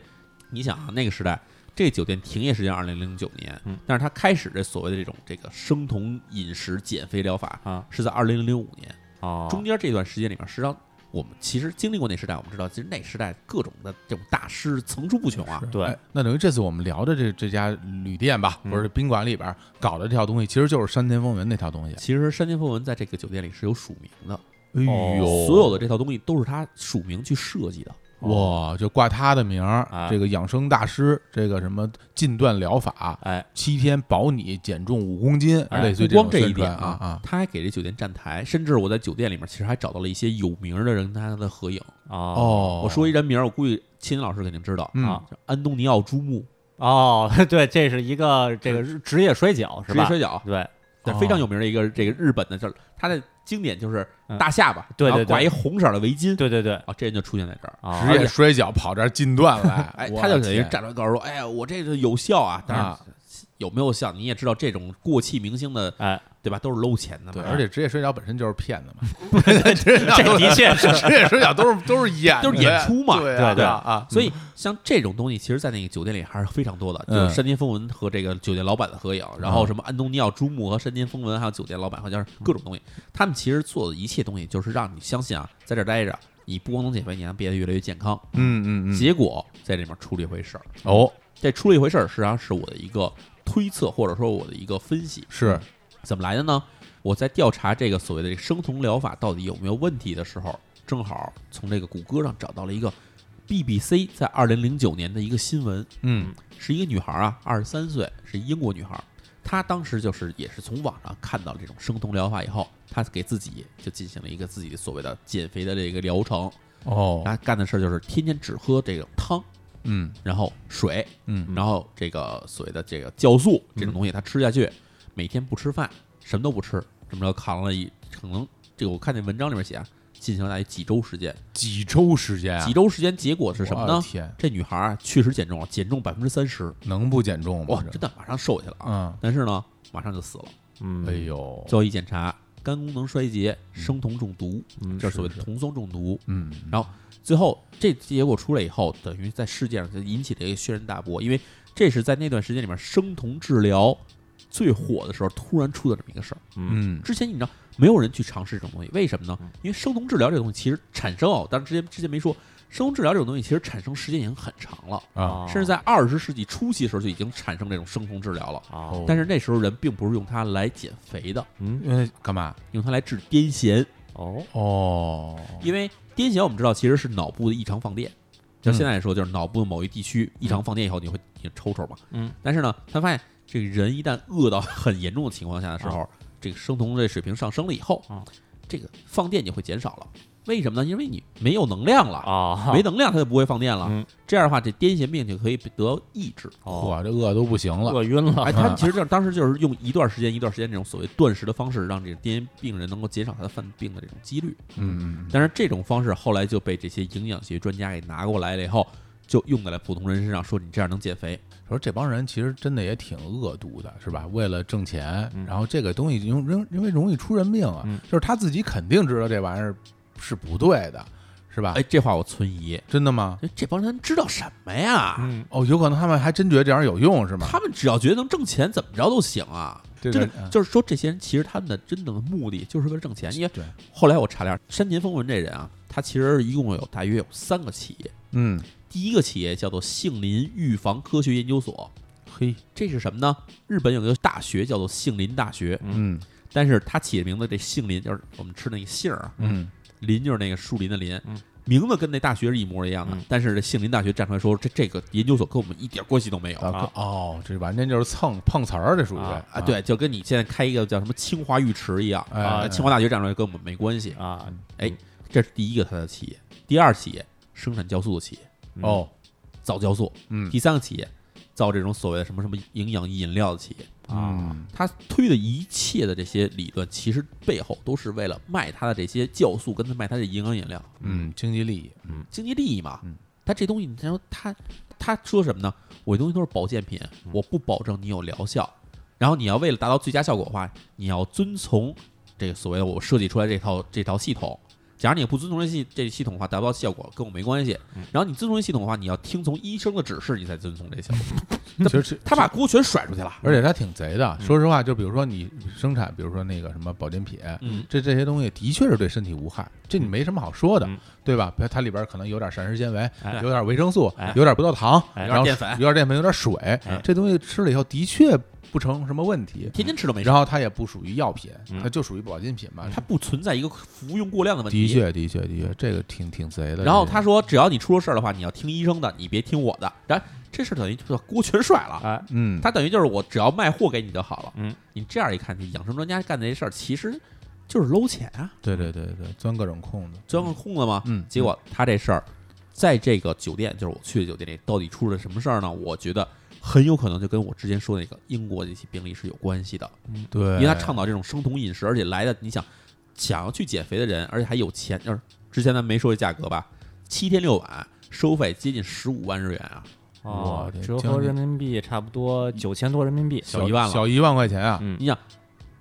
A: 你想啊，那个时代。这酒店停业时间二零零九年，
C: 嗯
A: 但是它开始这所谓的这种这个生酮饮食减肥疗法
C: 啊
A: 是在二零零五年，
C: 哦，
A: 中间这段时间里面，实际上我们其实经历过那时代，我们知道，其实那时代各种的这种大师层出不穷啊。
C: 对
B: 哎，那等于这次我们聊的这这家旅店吧，
A: 嗯
B: 或者宾馆里边搞的这套东西，其实就是山田风文那套东西。
A: 其实山田风文在这个酒店里是有署名的，
B: 哎呦，
A: 所有的这套东西都是他署名去设计的。哦
B: 哇，就挂他的名儿
C: 啊，
B: 这个养生大师，这个什么禁断疗法，
C: 哎，
B: 七天保你减重五公斤，
C: 哎
B: 类似于
A: 不光这
B: 这种
A: 一
B: 宣
A: 点
B: 传啊啊，
A: 他还给这酒店站台，甚至我在酒店里面其实还找到了一些有名的人跟他的合影。
C: 哦
B: 哦，
A: 我说一人名儿，我估计秦老师肯定知道，
B: 嗯
C: 啊
A: 叫安东尼奥朱穆，
C: 哦， 对，这是一个这个日职业摔跤是
A: 职业
C: 吧？
A: 摔跤，
C: 对，
A: 对非
B: 哦
A: 常有名的一个这个日本的，就是他的经典就是
C: 嗯
A: 大下巴，
C: 对对
A: 然后
C: 对
A: 挂一红色的围巾，
C: 对对对，
A: 啊，这人就出现在这儿。
C: 啊
B: 职业摔跤跑这儿禁断来，
A: 哎，
B: 我
A: 他就等于
B: 天
A: 站出来告诉说，哎呀，我这个有效啊，但
B: 啊
A: 是，有没有效，你也知道，这种过气明星的，
C: 哎，
A: 对吧，都是搂钱的嘛。
B: 对，而且职业摔跤本身就是骗子嘛，
C: 这的确是，
B: 职业摔跤都是都是演的，
A: 都是演出嘛
B: 对
C: 对
B: 啊
C: 对
B: 啊啊，
A: 所以像这种东西，其实，在那个酒店里还是非常多的，就
B: 嗯
A: 是山田风文和这个酒店老板的合影，然后什么安东尼奥朱穆和山田风文，还有酒店老板，好像是各种东西。他们其实做的一切东西，就是让你相信啊，在这儿待着，你不光能减肥，你还变得越来越健康。
B: 嗯嗯嗯，
A: 结果在这面出了一回事儿，
B: 哦，
A: 这出了一回事儿，实际上是我的一个推测，或者说我的一个分析，
B: 是
A: 怎么来的呢？我在调查这个所谓的这个生酮疗法到底有没有问题的时候，正好从这个谷歌上找到了一个 BBC 在二零零九年的一个新闻，
B: 嗯
A: 是一个女孩啊，二十三岁，是英国女孩。她当时就是也是从网上看到这种生酮疗法以后，她给自己就进行了一个自己所谓的减肥的这个疗程。
B: 哦，
A: 她干的事儿就是天天只喝这个汤，
B: 嗯
A: 然后水，
B: 嗯
A: 然后这个所谓的这个酵素这种东西，他吃下去，每天不吃饭，什么都不吃，这么着扛了一可能这个我看那文章里面写啊，进行了大约几周时间，
B: 几周时间啊
A: 几，周时间结果是什么
B: 我的
A: 呢？
B: 天，
A: 这女孩啊确实减重了，减重百分之三十，
B: 能不减重吗
A: 哇，？真的马上瘦下来了啊！
B: 嗯，
A: 但是呢，马上就死了。
B: 哎
C: 嗯，
B: 呦，
A: 最后一检查，肝功能衰竭、生酮中毒，
C: 嗯
A: 这是所谓
B: 是
A: 的酮酸中毒。
B: 嗯，
A: 然后最后这结果出来以后，等于在世界上就引起了一个轩然大波，因为这是在那段时间里面生酮治疗最火的时候，突然出的这么一个事儿。
B: 嗯
A: 之前你知道没有人去尝试这种东西，为什么呢
C: 嗯？
A: 因为生酮治疗这个东西其实产生哦，但是之前之前没说，生酮治疗这种东西其实产生时间已经很长了，
B: 啊，
C: 哦
A: 甚至在二十世纪初期的时候就已经产生这种生酮治疗了。
C: 哦，
A: 但是那时候人并不是用它来减肥的，
C: 嗯，
B: 因为干嘛？
A: 用它来治癫痫。
C: 哦，
B: 哦，
A: 因为癫痫我们知道其实是脑部的异常放电，就
C: 嗯
A: 现在来说就是脑部的某一地区异常放电以后你会你抽抽嘛，
C: 嗯，
A: 但是呢，他发现这个人一旦饿到 很严重的情况下的时候，这个生酮这水平上升了以后，
C: 啊
A: 这个放电就会减少了，为什么呢？因为你没有能量了。
C: 啊，
A: 没能量，它就不会放电了。
C: 嗯
A: 这样的话，这癫痫病就可以得到抑制。
C: 哦，
B: 嚯，这饿都不行了，
C: 饿晕了
A: 哎，他们其实就是当时就是用一段时间、一段时间这种所谓断食的方式，让这个癫痫病人能够减少他的犯病的这种几率。
B: 嗯，嗯
A: 但是这种方式后来就被这些营养学专家给拿过来了以后，就用在了普通人身上，说你这样能减肥。
B: 说这帮人其实真的也挺恶毒的，是吧？为了挣钱，
A: 嗯
B: 然后这个东西因为因为容易出人命啊，
C: 嗯
B: 就是他自己肯定知道这玩意儿是不对的，是吧？
A: 哎，这话我存疑，哎
B: 真的吗？
A: 这这帮人知道什么呀？
C: 嗯，
B: 哦，有可能他们还真觉得这玩意儿有用，是吗？
A: 他们只要觉得能挣钱，怎么着都行啊！
B: 这
A: 真
B: 个嗯
A: 的就是说，这些人其实他们的真正的目的就是为了挣钱。因为
B: 对，
A: 后来我查了一下，山田风文这人啊，他其实一共有大约有三个企业。
B: 嗯，
A: 第一个企业叫做杏林预防科学研究所，
B: 嘿，
A: 这是什么呢？日本有一个大学叫做杏林大学，
B: 嗯
A: 但是他起的名字这杏林就是我们吃那个杏儿啊，
B: 嗯，
A: 林就是那个树林的林
C: 嗯，
A: 名字跟那大学是一模一样的
C: 嗯，
A: 但是这杏林大学站出来说，这这个研究所跟我们一点关系都没有
B: 啊哥哦，这完全就是蹭碰瓷儿，这属于
C: 啊
A: 啊！，对，就跟你现在开一个叫什么清华浴池一样，
B: 哎
A: 啊，清华大学站出来跟我们没关系。
C: 啊，
A: 哎，这是第一个他的企业，第二企业生产酵素的企业
C: 嗯，
B: 哦，
A: 造酵素，
B: 嗯
A: 第三个企业造这种所谓的什么什么营养饮料的企业。
C: 啊，
B: 嗯
A: 他推的一切的这些理论，其实背后都是为了卖他的这些酵素，跟他卖他的营养饮料。
B: 嗯，经济利益，
A: 经济利益嘛。
B: 嗯
A: 他这东西，你说他他说什么呢？我这东西都是保健品，我不保证你有疗效。然后你要为了达到最佳效果的话，你要遵从这个所谓的我设计出来这套这套系统。假如你不遵从这系这系统的话，嗯达不到效果跟我没关系。然后你遵从这系统的话，你要听从医生的指示，你才遵从这效果。
B: 其实其
A: 嗯他把锅全甩出去了。
B: 而且它挺贼的。
A: 嗯
B: 说实话，就比如说你生产，比如说那个什么保健品，
A: 嗯，
B: 这这些东西的确是对身体无害，这你没什么好说的
C: 嗯，
B: 对吧？比如它里边可能有点膳食纤维
C: 哎，
B: 有点维生素
C: 哎，
B: 有点葡萄糖，
C: 哎
B: 然后
A: 有点淀粉
B: 有点淀粉，有点水，这东西吃了以后的确不成什么问题。
A: 天天吃都没事
B: 然。后它也不属于药品，
C: 嗯
B: 它就属于保健品嘛。
A: 它不存在一个服用过嗯量的问题。
B: 的。确，的确，的确，这个挺挺贼的。
A: 然后
B: 这个
A: 他说，只要你出了事儿的话，你要听医生的，你别听我的。然后这事儿等于就是锅全甩了。
C: 哎，
B: 嗯，
A: 他等于就是我只要卖货给你就好了。
C: 嗯，
A: 你这样一看，你养生专家干这些事儿其实就是搂钱啊，
B: 对对对对，钻各种空子，
A: 钻个空子嘛。
B: 嗯
A: 结果他这事儿，在这个酒店，就是我去的酒店里，到底出了什么事儿呢？我觉得很有可能就跟我之前说那个英国的一起病例是有关系的，
B: 对，
A: 因为他倡导这种生酮饮食，而且来的你想想要去减肥的人，而且还有钱，就是之前咱没说这价格吧，七天六晚，收费接近十五万日元啊，
C: 哦
B: 我的，
C: 折
B: 将
C: 合
B: 近
C: 人民币差不多九千多人民币，
A: 小一万了
B: 小一万块钱啊，
C: 嗯
A: 你想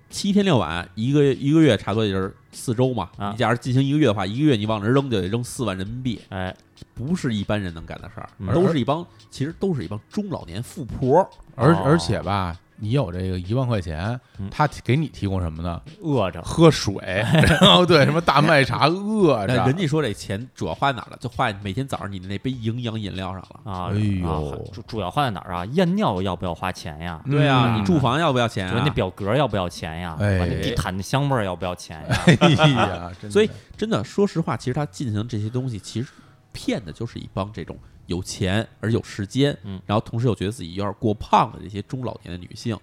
A: 七天六晚，一个一个月差不多也就是四周嘛。
C: 啊
A: 你假如进行一个月的话，一个月你往那儿扔就得扔四万人民币，
C: 哎，
A: 不是一般人能干的事儿，
C: 嗯
A: 都是一帮其实都是一帮中老年富婆。
B: 而
C: 哦
B: 而且吧，你有这个一万块钱
C: 嗯，
B: 他给你提供什么呢？
C: 饿着，
B: 喝水， 然后对什么大麦茶，饿着
A: 但人。家说这钱主要花在哪儿了？就花在每天早上你的那杯营养饮料上了。
C: 啊，
B: 哎呦
C: 啊主主要花在哪儿啊？验尿要不要花钱呀？
B: 嗯
A: 对啊，你住房要不要钱
C: 主要那
A: 啊？
C: 表格要不要钱呀？
B: 哎
C: 完那地毯的香味儿要不要钱呀？
B: 哎 呀，真的
A: 啊所以真的，说实话，其实他进行这些东西，其实骗的就是一帮这种有钱而有时间，
C: 嗯
A: 然后同时又觉得自己有点过胖的这些中老年的女性。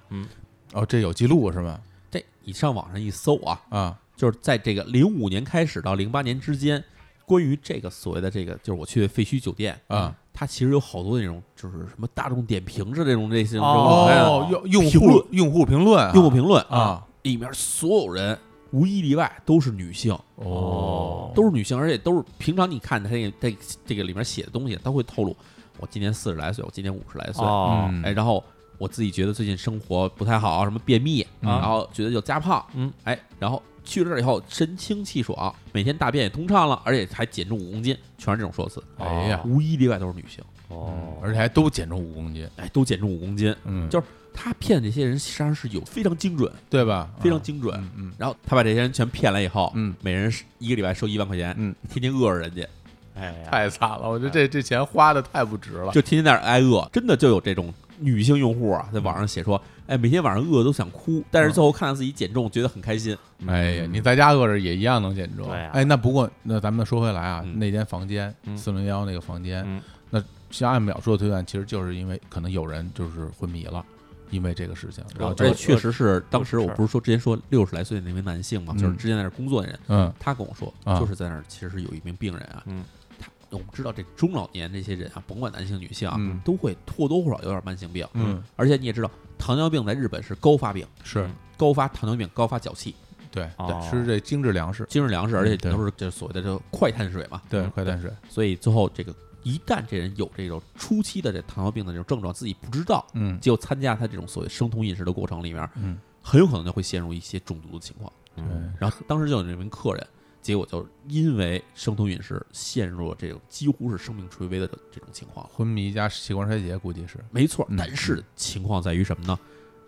B: 哦，这有记录是吗？
A: 这你上网上一搜啊，
B: 啊，
A: 就是在这个零五年开始到零八年之间，关于这个所谓的这个，就是我去废墟酒店
B: 啊，
A: 它其实有好多那种就是什么大众点评是这种这些这种
C: 哦
A: 网站的
B: 哦，用用
A: 评
B: 户
A: 论
B: 用户评论啊，
A: 用户评论，
B: 啊，
A: 里面所有人无一例外都是女性，
C: 哦
A: 都是女性，而且都是平常你看他这个这个这个里面写的东西，他会透露我今年四十来岁，我今年五十来岁，
C: 哦，
B: 嗯
A: 哎，然后我自己觉得最近生活不太好，什么便秘，
B: 嗯
A: 然后觉得就加胖，
C: 嗯，
A: 哎，然后去了这儿以后神清气爽，每天大便也通畅了，而且还减重五公斤，全是这种说辞，
B: 哎呀，嗯
A: 无一例外都是女性，
C: 哦，
B: 而且还都减重五公斤，
A: 哎，都减重五公斤，
B: 嗯，
A: 就是他骗这些人实际上是有非常精准，
B: 对吧？
A: 非常精准。
B: 嗯嗯，
A: 然后他把这些人全骗来以后，
B: 嗯，
A: 每人是一个礼拜收一万块钱，
B: 嗯，
A: 天天饿着人家，
C: 哎呀，
B: 太惨了，我觉得这这钱花的太不值了。
A: 就天天在那儿挨饿，真的就有这种女性用户啊，在网上写说，哎，每天晚上饿得都想哭，但
B: 嗯
A: 是最后看到自己减重，觉得很开心。
B: 哎呀，你在家饿着也一样能减重。
C: 嗯对啊
B: 哎，那不过那咱们说回来啊，
A: 嗯
B: 那间房间
C: 嗯
B: 四零幺那个房间，
C: 嗯
B: 那像按秒数的推断，其实就是因为可能有人就是昏迷了，因为这个事情，然
A: 而
B: 后就
A: 且确实是，当时我
C: 事儿
A: 不是说之前说六十来岁的那名男性嘛，
B: 嗯
A: 就是之前在那儿工作的人，
B: 嗯
A: 他跟我说，
B: 啊
A: 就是在那儿其实是有一名病人啊，
C: 嗯
A: 他我们知道这中老年这些人啊，甭管男性女性啊，
B: 嗯
A: 都会或多或少有点慢性病，
B: 嗯
A: 而且你也知道，糖尿病在日本是高发病，
B: 是
A: 高发糖尿病，高发脚气，
B: 对
C: 哦
B: 对吃这精致粮食，
A: 精神粮食，而且
B: 嗯对
A: 都是就是所谓的这个快碳水嘛，
B: 对
C: 嗯
B: 快淡水，
A: 所以最后这个一旦这人有这种初期的这糖尿病的这种症状，自己不知道，
B: 嗯
A: 就参加他这种所谓生酮饮食的过程里面，
B: 嗯，
A: 很有可能就会陷入一些中毒的情况。
B: 对，
C: 嗯
A: 然后当时就有这名客人，结果就因为生酮饮食陷入了这种几乎是生命垂危的这种情况。
B: 昏迷加器官衰竭估计是，
A: 没错
B: 嗯，
A: 但是情况在于什么呢？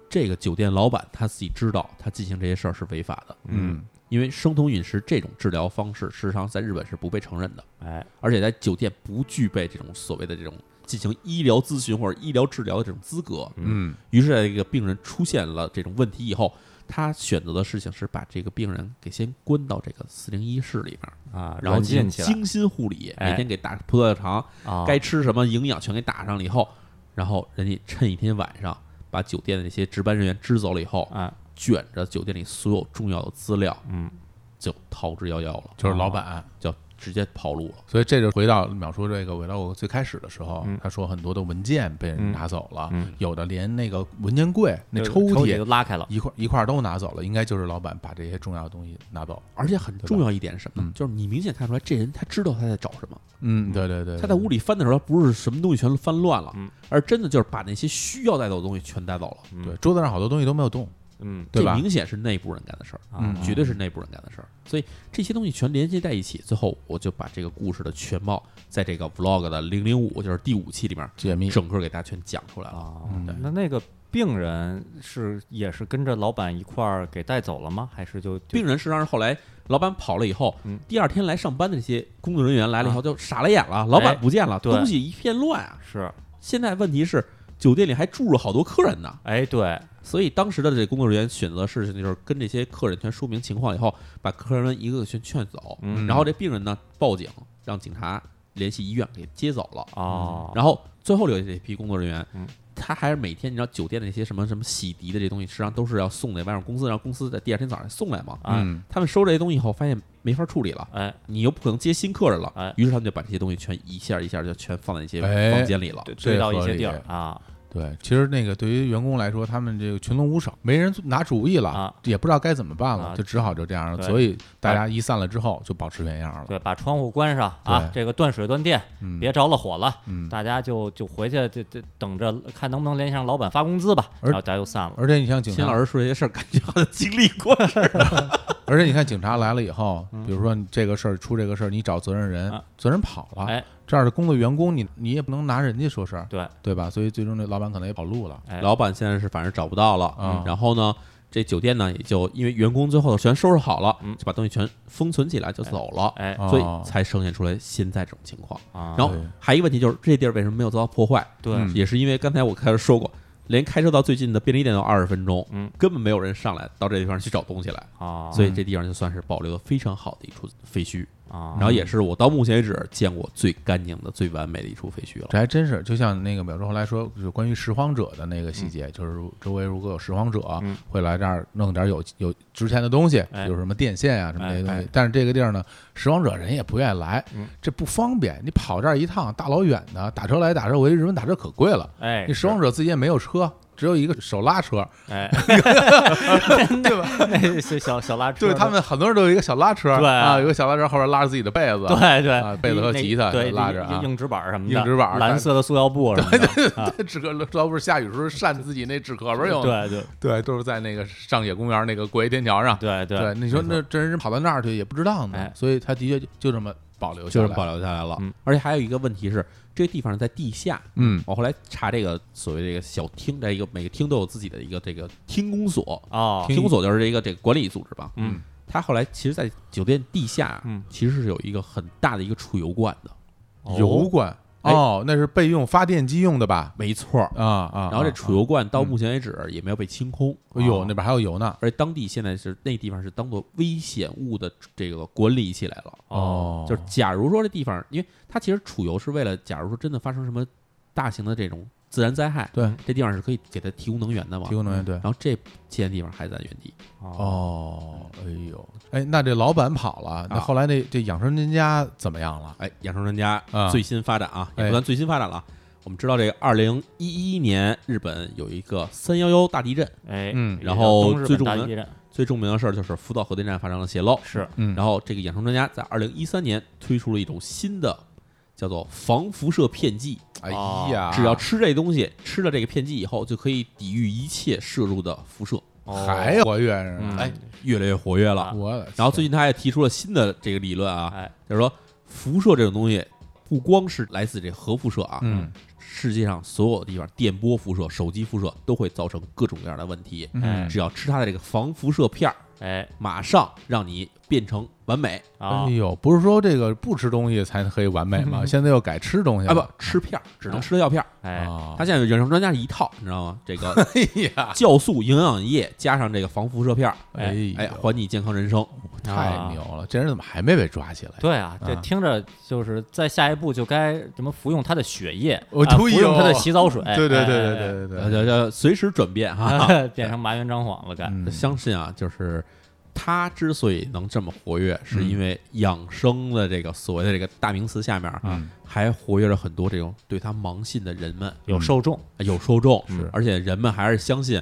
A: 这个酒店老板他自己知道，他进行这些事儿是违法的，
B: 嗯
A: 因为生酮饮食这种治疗方式，事实上在日本是不被承认的。
C: 哎，
A: 而且在酒店不具备这种所谓的这种进行医疗咨询或者医疗治疗的这种资格。
B: 嗯
A: 于是，在这个病人出现了这种问题以后，他选择的事情是把这个病人给先关到这个四零一室里面，
C: 啊，
A: 然后
C: 软
A: 进行
C: 禁起来
A: 精心护理，
C: 哎
A: 每天给打葡萄糖，
C: 啊，
A: 该吃什么营养全给打上了以后，然后人家趁一天晚上把酒店的这些值班人员支走了以后，
C: 哎，
A: 卷着酒店里所有重要的资料
C: 嗯，
A: 就逃之夭夭了，
B: 就是老板。
A: 就直接跑路了。
B: 所以这就回到淼叔这个，回到我最开始的时候，
C: 嗯
B: 他说很多的文件被人
C: 嗯
B: 拿走了，
C: 嗯
B: 有的连那个文件柜、那
C: 就
B: 抽
C: 抽
B: 屉
C: 就拉开了，
B: 一块一块儿都拿走了，应该就是老板把这些重要的东西拿走。
A: 而且很重要一点是什么呢
B: 嗯？
A: 就是你明显看出来，这人他知道他在找什么。
B: 嗯，对对对，
A: 他在屋里翻的时候，不是什么东西全翻乱了
C: 嗯，
A: 而真的就是把那些需要带走的东西全带走了。
B: 对桌子上好多东西都没有动，
C: 嗯
B: 对
A: 这
B: 吧
A: 明显是内部人干的事儿，
C: 啊
B: 嗯
A: 绝对是内部人干的事儿。所以这些东西全联系在一起，最后我就把这个故事的全貌，在这个 vlog 的零零五，就是第五期里面，
B: 解密
A: 整个给大家全讲出来了。
C: 啊
B: 嗯
C: 那那个病人是也是跟着老板一块儿给带走了吗？还是就就
A: 病人实际上是后来老板跑了以后，
C: 嗯啊
A: 第二天来上班的这些工作人员来了以后就傻了眼了，老板不见了，
C: 哎对
A: 东西一片乱啊。
C: 是
A: 现在问题是酒店里还住着好多客人呢，
C: 哎对
A: 所以当时的这工作人员选择的事情就是跟这些客人全说明情况以后，把客人一个个全劝走，
C: 嗯
A: 然后这病人呢报警，让警察联系医院给接走了，
C: 哦，
A: 然后最后留下这批工作人员，
C: 嗯
A: 他还是每天你知道酒店的那些什么什么洗涤的这东西，实际上都是要送给外面公司，让公司在第二天早上送来嘛。
C: 哎
B: 嗯
A: 他们收这些东西以后，发现没法处理了，
C: 哎
A: 你又不可能接新客人了，
C: 哎
A: 于是他们就把这些东西全一下一下就全放在一些
B: 哎
A: 房间里了。
C: 对
B: 这
C: 堆到一
B: 合
C: 些
B: 理
C: 地儿啊
B: 对，其实那个对于员工来说，他们这个群龙无首，没人拿主意了，
C: 啊
B: 也不知道该怎么办了，
C: 啊
B: 就只好就这样了。
C: 对哎
B: 所以大家一散了之后，就保持原样了。
C: 对，把窗户关上啊
B: 对，
C: 这个断水断电，
B: 嗯，
C: 别着了火了，
B: 嗯，
C: 大家就就回去就就等着看能不能联系上老板发工资吧，
B: 而
C: 然后大家就散了。
B: 而且你像警
A: 秦老
B: 察，
A: 师说这些事儿，感觉好像经历过。
B: 而且你看警察来了以后，比如说你这个事儿出这个事儿，你找责任人
C: 嗯啊，
B: 责任跑了，
C: 哎
B: 这样的工作员工，你你也不能拿人家说事儿，
C: 对
B: 对吧？所以最终这老板可能也跑路了。
C: 哎，
A: 老板现在是反正找不到了，
B: 嗯
A: 然后呢，这酒店呢也就因为员工最后全收拾好了，
C: 嗯
A: 就把东西全封存起来就走了，
C: 哎
B: 哦
A: 所以才呈现出来现在这种情况。
C: 啊，
A: 然后
B: 对
A: 还有一个问题就是这地儿为什么没有遭到破坏？
C: 对
B: 嗯
A: 也是因为刚才我开始说过，连开车到最近的便利店都二十分钟，
C: 嗯，
A: 根本没有人上来到这地方去找东西来，
C: 啊，
A: 所以这地方就算是保留的非常好的一处废墟，
C: 啊，
A: 然后也是我到目前为止见过最干净的、最完美的一处废墟了。
B: 这还真是，就像那个淼叔后来说，就是关于拾荒者的那个细节，就是周围如果有拾荒者，
C: 嗯
B: 会来这儿弄点有有值钱的东西，
C: 哎
B: 有什么电线啊什么这些东西。
C: 哎哎
B: 但是这个地儿呢，拾荒者人也不愿意来，
C: 嗯
B: 这不方便，你跑这儿一趟，大老远的打车来打车回，日本打车可贵了。
C: 哎
B: 你拾荒者自己也没有车，只有一个手拉车，
C: 哎，
B: 对吧？
C: 那是小小啊拉车
B: 对
C: 的，
B: 他们很多人都有一个小拉车，
C: 对
B: 啊，有个小拉车后边拉着自己的被子，
C: 对对
B: 啊，被子和
C: 那
B: 吉他
C: 对
B: 拉着啊
C: 硬硬纸板儿什么的，
B: 硬纸板儿
C: 蓝
B: 带
C: 色的塑料布什么的，
B: 对，纸壳老不是下雨时候扇自己那纸壳儿用的。
C: 对对
B: 对，都是在那个上野公园那个国际天桥上。
C: 对
B: 对，你说那真人跑到那儿去也不知道呢
C: 哎，
B: 所以他的确就就这么保留下
A: 就
B: 来，
A: 是保留下来了
C: 嗯。
A: 而且还有一个问题是，这个地方在地下。
B: 嗯
A: 我后来查这个所谓这个小厅，这一个每个厅都有自己的一个这个厅公所，
C: 哦
A: 厅公所就是这个这个管理组织吧。啊
C: 嗯，
A: 它后来其实，在酒店地下，
C: 嗯
A: 其实是有一个很大的一个储油罐的，
B: 油罐
A: 哎
B: 哦，那是备用发电机用的吧？
A: 没错儿。
B: 啊啊，
A: 然后这
B: 啊
A: 储油罐到目前为止也没有被清空，
B: 哎呦，
A: 啊
B: 那边还有油呢。
A: 而且当地现在是那地方是当做危险物的这个管理起来了。
B: 哦，
A: 就是假如说这地方，因为它其实储油是为了，假如说真的发生什么大型的这种自然灾害，
B: 对
A: 这地方是可以给它提供能源的嘛
B: 提。供能源对。
A: 然后这现在地方还在原地，
C: 哦，
B: 哦，哎呦，哎，那这老板跑了，那后来那这养生专家怎么样了？
A: 哎，养生专家
B: 啊
A: 最新发展啊，
B: 哎
A: 也不算最新发展了啊。我们知道这个二零一一年日本有一个三幺幺大地震，
C: 哎，
B: 嗯
A: 然后
C: 东日
A: 最
C: 本
A: 重
C: 大
A: 的
C: 地震
A: 最著名的事儿就是福岛核电站发生了泄漏，
C: 是
B: 嗯，
A: 然后这个养生专家在二零一三年推出了一种新的叫做防辐射片剂，
B: 哎呀，
A: 只要吃这东西，吃了这个片剂以后，就可以抵御一切摄入的辐射，
C: 哦
B: 嗯还活跃着
C: 嗯
B: 呢，哎，
A: 越来越活跃了。
B: 我的
A: 然后
B: 天
A: 最近他也提出了新的这个理论啊，
C: 哎
A: 就是说辐射这种东西不光是来自这核辐射啊，
B: 嗯
A: 世界上所有的地方电波辐射、手机辐射都会造成各种各样的问题。
C: 哎
B: 嗯，
A: 只要吃它的这个防辐射片儿，
C: 哎
A: 马上让你变成完美
C: 啊
B: 哎呦，不是说这个不吃东西才可以完美吗？现在又改吃东西
A: 啊！
B: 了
A: 不吃片儿，只
B: 嗯
A: 能吃药片儿。
C: 哎
B: 啊
A: 他现在养生专家是一套，你知道吗？这个
B: 哎呀，
A: 酵素营养液加上这个防辐射片儿，
C: 哎
B: 呦
A: 哎，还你健康人生。
B: 太牛了！这人怎么还没被抓起来？
C: 啊对啊，这
B: 啊
C: 听着就是在下一步就该什么服用他的血液，
B: 我
C: 啊
B: 都
C: 服用他的
B: 有
C: 洗澡水，
B: 哦对对
C: 哎
B: 对
C: 哎哎
B: 对对
A: 呃，
B: 对对，
A: 这这随时转变 哈。
C: 啊，变成麻原彰晃了，该。
B: 嗯
A: 相信啊，就是他之所以能这么活跃，是
B: 嗯
A: 因为养生的这个所谓的这个大名词下面，啊
B: 嗯
A: 还活跃着很多这种对他盲信的人们，
C: 有受众，
A: 有受众，
B: 是
A: 而且人们还是相信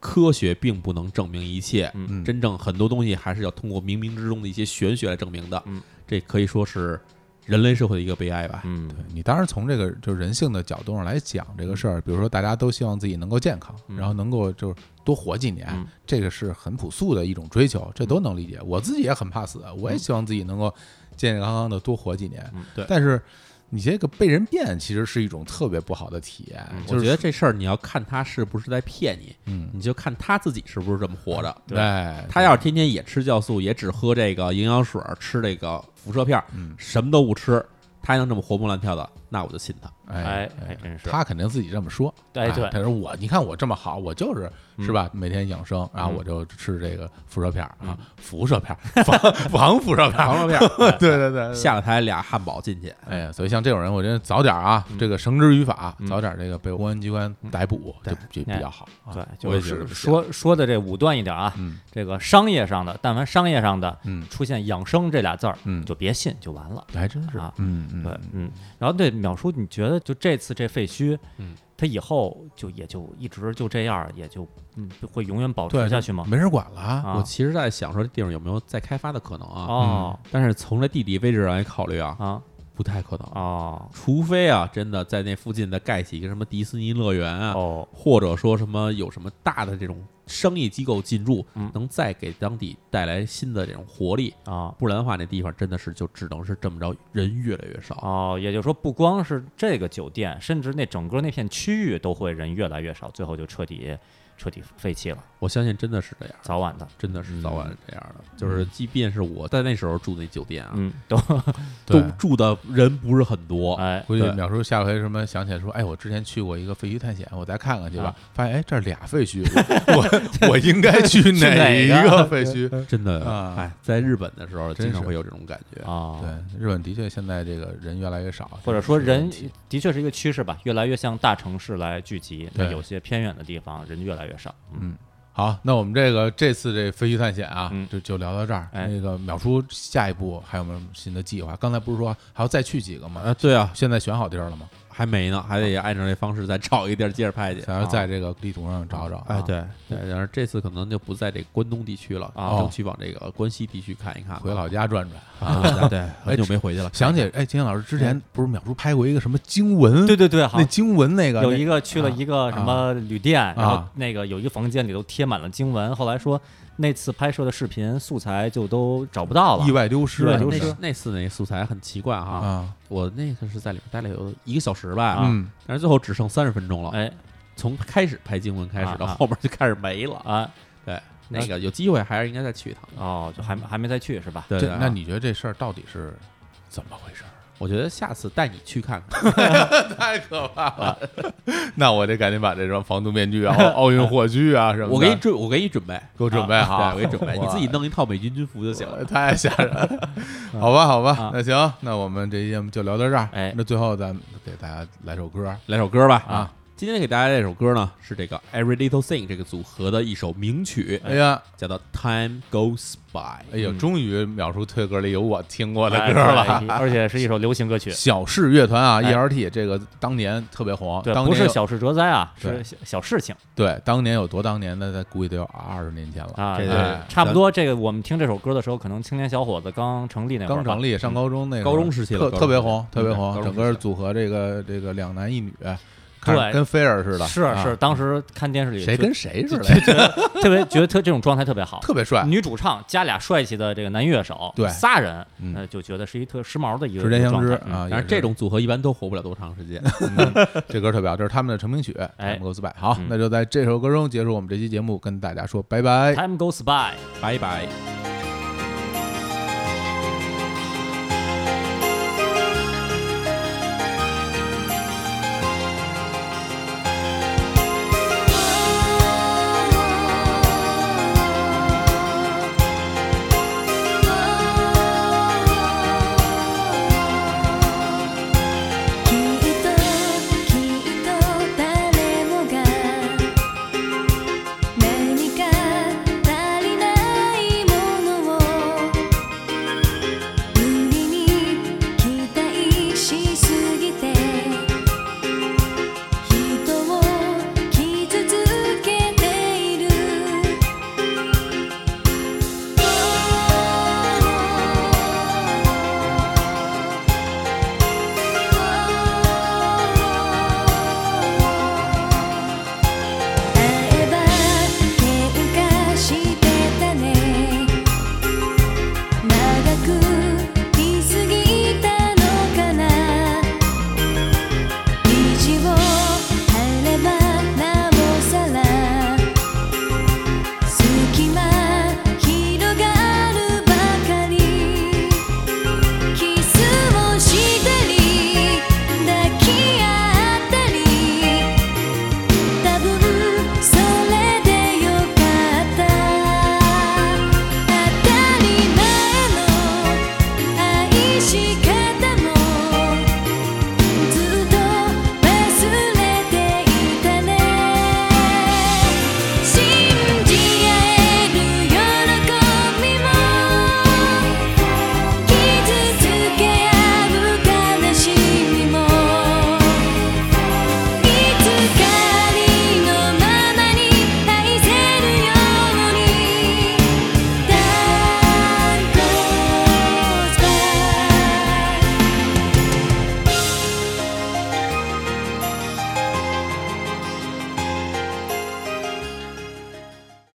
A: 科学并不能证明一切，
C: 嗯
B: 嗯
A: 真正很多东西还是要通过冥冥之中的一些玄学来证明的。
C: 嗯
A: 这可以说是人类社会的一个悲哀吧。
C: 嗯，
B: 对你当然从这个就是人性的角度上来讲这个事儿，比如说大家都希望自己能够健康，
C: 嗯
B: 然后能够就是多活几年，
C: 嗯
B: 这个是很朴素的一种追求，这都能理解。我自己也很怕死，我也希望自己能够健健康康的多活几年。
C: 嗯
A: 对
B: 但是你这个被人变，其实是一种特别不好的体验，
C: 嗯
B: 就
A: 我觉
B: 是
A: 得这事儿你要看他是不是在骗你，
B: 嗯，
A: 你就看他自己是不是这么活着。
C: 对
B: 哎，
A: 他要是天天也吃酵素，也只喝这个营养水儿，吃这个辐射片儿，
B: 嗯
A: 什么都不吃，他还能这么活蹦乱跳的，那我就信他。
B: 哎
C: 哎，还真是，
B: 他肯定自己这么说，啊
C: 哎对
B: 他说我，你看我这么好，我就是
C: 嗯
B: 是吧？每天养生，然后
C: 嗯
B: 我就吃这个辐射片儿啊
C: 嗯，
B: 辐射片儿，防 防辐射片儿，
A: 糖肉片儿
B: 对对对，对
A: 下了台俩汉堡进去，
B: 哎呀，所以像这种人，我觉得早点啊
C: 嗯，
B: 这个绳之于法，
C: 嗯
B: 早点这个被公安机关逮捕就就比较好啊。
C: 对，
A: 我
C: 就
A: 也觉得
C: 是
A: 不
C: 说说的这武断一点啊，
B: 嗯
C: 这个商业上的，但凡商业上的
B: 嗯
C: 出现“养生”这俩字儿，
B: 嗯
C: 你就别信，就完了。
B: 还真是
C: 啊，
B: 嗯嗯，
C: 对，嗯。然后对淼叔，你觉得就这次这废墟，
A: 嗯，
C: 他以后就也就一直就这样，也就嗯会永远保
B: 对
C: 持下去吗？
B: 没人管了啊，
C: 啊
A: 我其实在想说这地方有没有再开发的可能啊？
C: 哦
A: 但是从这地理位置上来考虑啊，
C: 啊
A: 不太可能。
C: 哦
A: 除非啊，真的在那附近再盖起一个什么迪士尼乐园啊，
C: 哦
A: 或者说什么有什么大的这种商业机构进驻，
C: 嗯
A: 能再给当地带来新的这种活力。
C: 啊
A: 不然的话，那地方真的是就只能是这么着，人越来越少。
C: 哦，也就是说，不光是这个酒店，甚至那整个那片区域都会人越来越少，最后就彻底彻底废弃了，
A: 我相信真的是这样，
C: 早晚的。
A: 真的是早晚是这样的。就是即便是我在那时候住那酒店啊，
C: 嗯，都
A: 都
B: 对。
A: 住的人不是很多。
C: 哎
B: 估计
A: 对
B: 淼叔下回什么想起来说，哎，我之前去过一个废墟探险，我再看看去吧
C: 啊。
B: 发现哎，这儿俩废 墟，我我应该去哪
C: 哪
B: 一
C: 个
B: 个废墟？
A: 真的，
B: 啊
A: 哎，在日本的时候
B: 真
A: 经常
B: 是
A: 会有这种感觉。
C: 啊，
B: 对，日本的确现在这个人越来越少，
C: 或者说
B: 这是
C: 人
B: 问题
C: 的确是一个趋势吧，越来越向大城市来聚集，那
B: 对
C: 有些偏远的地方人越来越少。嗯
B: 嗯，好，那我们这个这次这飞机探险啊，
C: 嗯
B: 就就聊到这儿。
C: 哎
B: 那个淼叔下一步还有没有什么新的计划？刚才不是说还要再去几个吗？
A: 啊，对啊，
B: 现在选好地儿了吗？
A: 还没呢，还得按照这方式再找一地儿接着拍去。
B: 想要在这个地图上找找啊。
A: 哎，对对，然后这次可能就不在这个关东地区了，
C: 啊
A: 争取往这个关西地区看一看吧。
B: 回老家转转。
A: 啊， 对，很久没回去了。
B: 想起哎，金星老师之前不是淼叔拍过一个什么经文？
C: 嗯对对对，好
B: 那，经文那个
C: 有
B: 那
C: 一个去了一个什么旅店，然后
B: 啊
C: 那个有一个房间里头贴满了经文，后来说那次拍摄的视频素材就都找不到了
B: 意。外丢失
C: 意
B: 啊，
C: 外丢
A: 那
C: 失
A: 次那次那素材很奇怪哈，
B: 啊，
A: 我那个是在里面待了有一个小时吧，
C: 啊
B: 嗯，
A: 但是最后只剩三十分钟了。
C: 哎
A: 从开始拍经文开始
C: 啊
A: 到
C: 啊
A: 后面就开始没了。
C: 啊
A: 对，那个有机会还是应该再去一趟。
C: 哦，就还还没再去是吧？
A: 对，对
B: 这
A: 啊
B: 那你觉得这事儿到底是怎么回事儿？
A: 我觉得下次带你去看看，
B: 太可怕了！啊那我得赶紧把这双防毒面具啊、奥奥运火炬啊什么的，
A: 我给你准，我给你准备，
B: 给我准备好，
A: 对，我给你准 备，你自己弄一套美军军服就行了
B: 哇。 太吓人了，好吧，好吧
C: 啊，
B: 那行，那我们这期节目就聊到这儿。
C: 哎
B: 那最后咱们给大家来首歌，
A: 来首歌吧
B: 啊！
A: 今天给大家这首歌呢是这个 Every Little Thing 这个组合的一首名曲，
B: 哎呀，
A: 叫做《Time Goes By
B: 哎》。呀，
C: 嗯
B: 终于秒叔推歌里有我听过的
C: 哎
B: 歌了
C: 对。而且是一首流行 歌曲，
B: 小氏乐团啊
C: 哎
B: ，ELT 这个当年特别红，
C: 对，
B: 当
C: 不
B: 年
C: 是
B: 有
C: 小事哲哉啊，
B: 对
C: 是小小事情
B: 对当年有多当年的，那估计得有二十年前了。
C: 啊，
A: 这
C: 对
B: 哎
C: 差不多。这个我们听这首歌的时候，可能青年小伙子刚成立那会儿
B: 刚
C: 吧，
B: 成立，上高中那个
A: 高中时期了
B: 特
A: 高中
B: 特别红，
A: 时期
B: 特别
A: 嗯高
B: 红，
A: 中
B: 整个
A: 时期
B: 组合这个这个两男一女，看着
C: 对
B: 跟菲儿似的，
C: 是
B: 啊
C: 是，当时看电视里
B: 谁
C: 就
B: 跟谁似的，
C: 特别觉得特这种状态特别好，
B: 特别帅。
C: 女主唱加俩帅气的这个男乐手，
B: 对
C: 仨人，
B: 嗯
C: 呃，就觉得是一特时髦的一个
B: 时间相
C: 状
B: 知
C: 态嗯
B: 啊，
A: 但
B: 也
A: 是这种组合一般都活不了多长时 间。
B: 嗯这歌特别好，这是他们的成名曲《
C: 哎
B: Time Goes By》。好
C: 嗯，
B: 那就在这首歌中结束我们这期节目，跟大家说拜拜。
C: Time goes by。
A: 拜拜。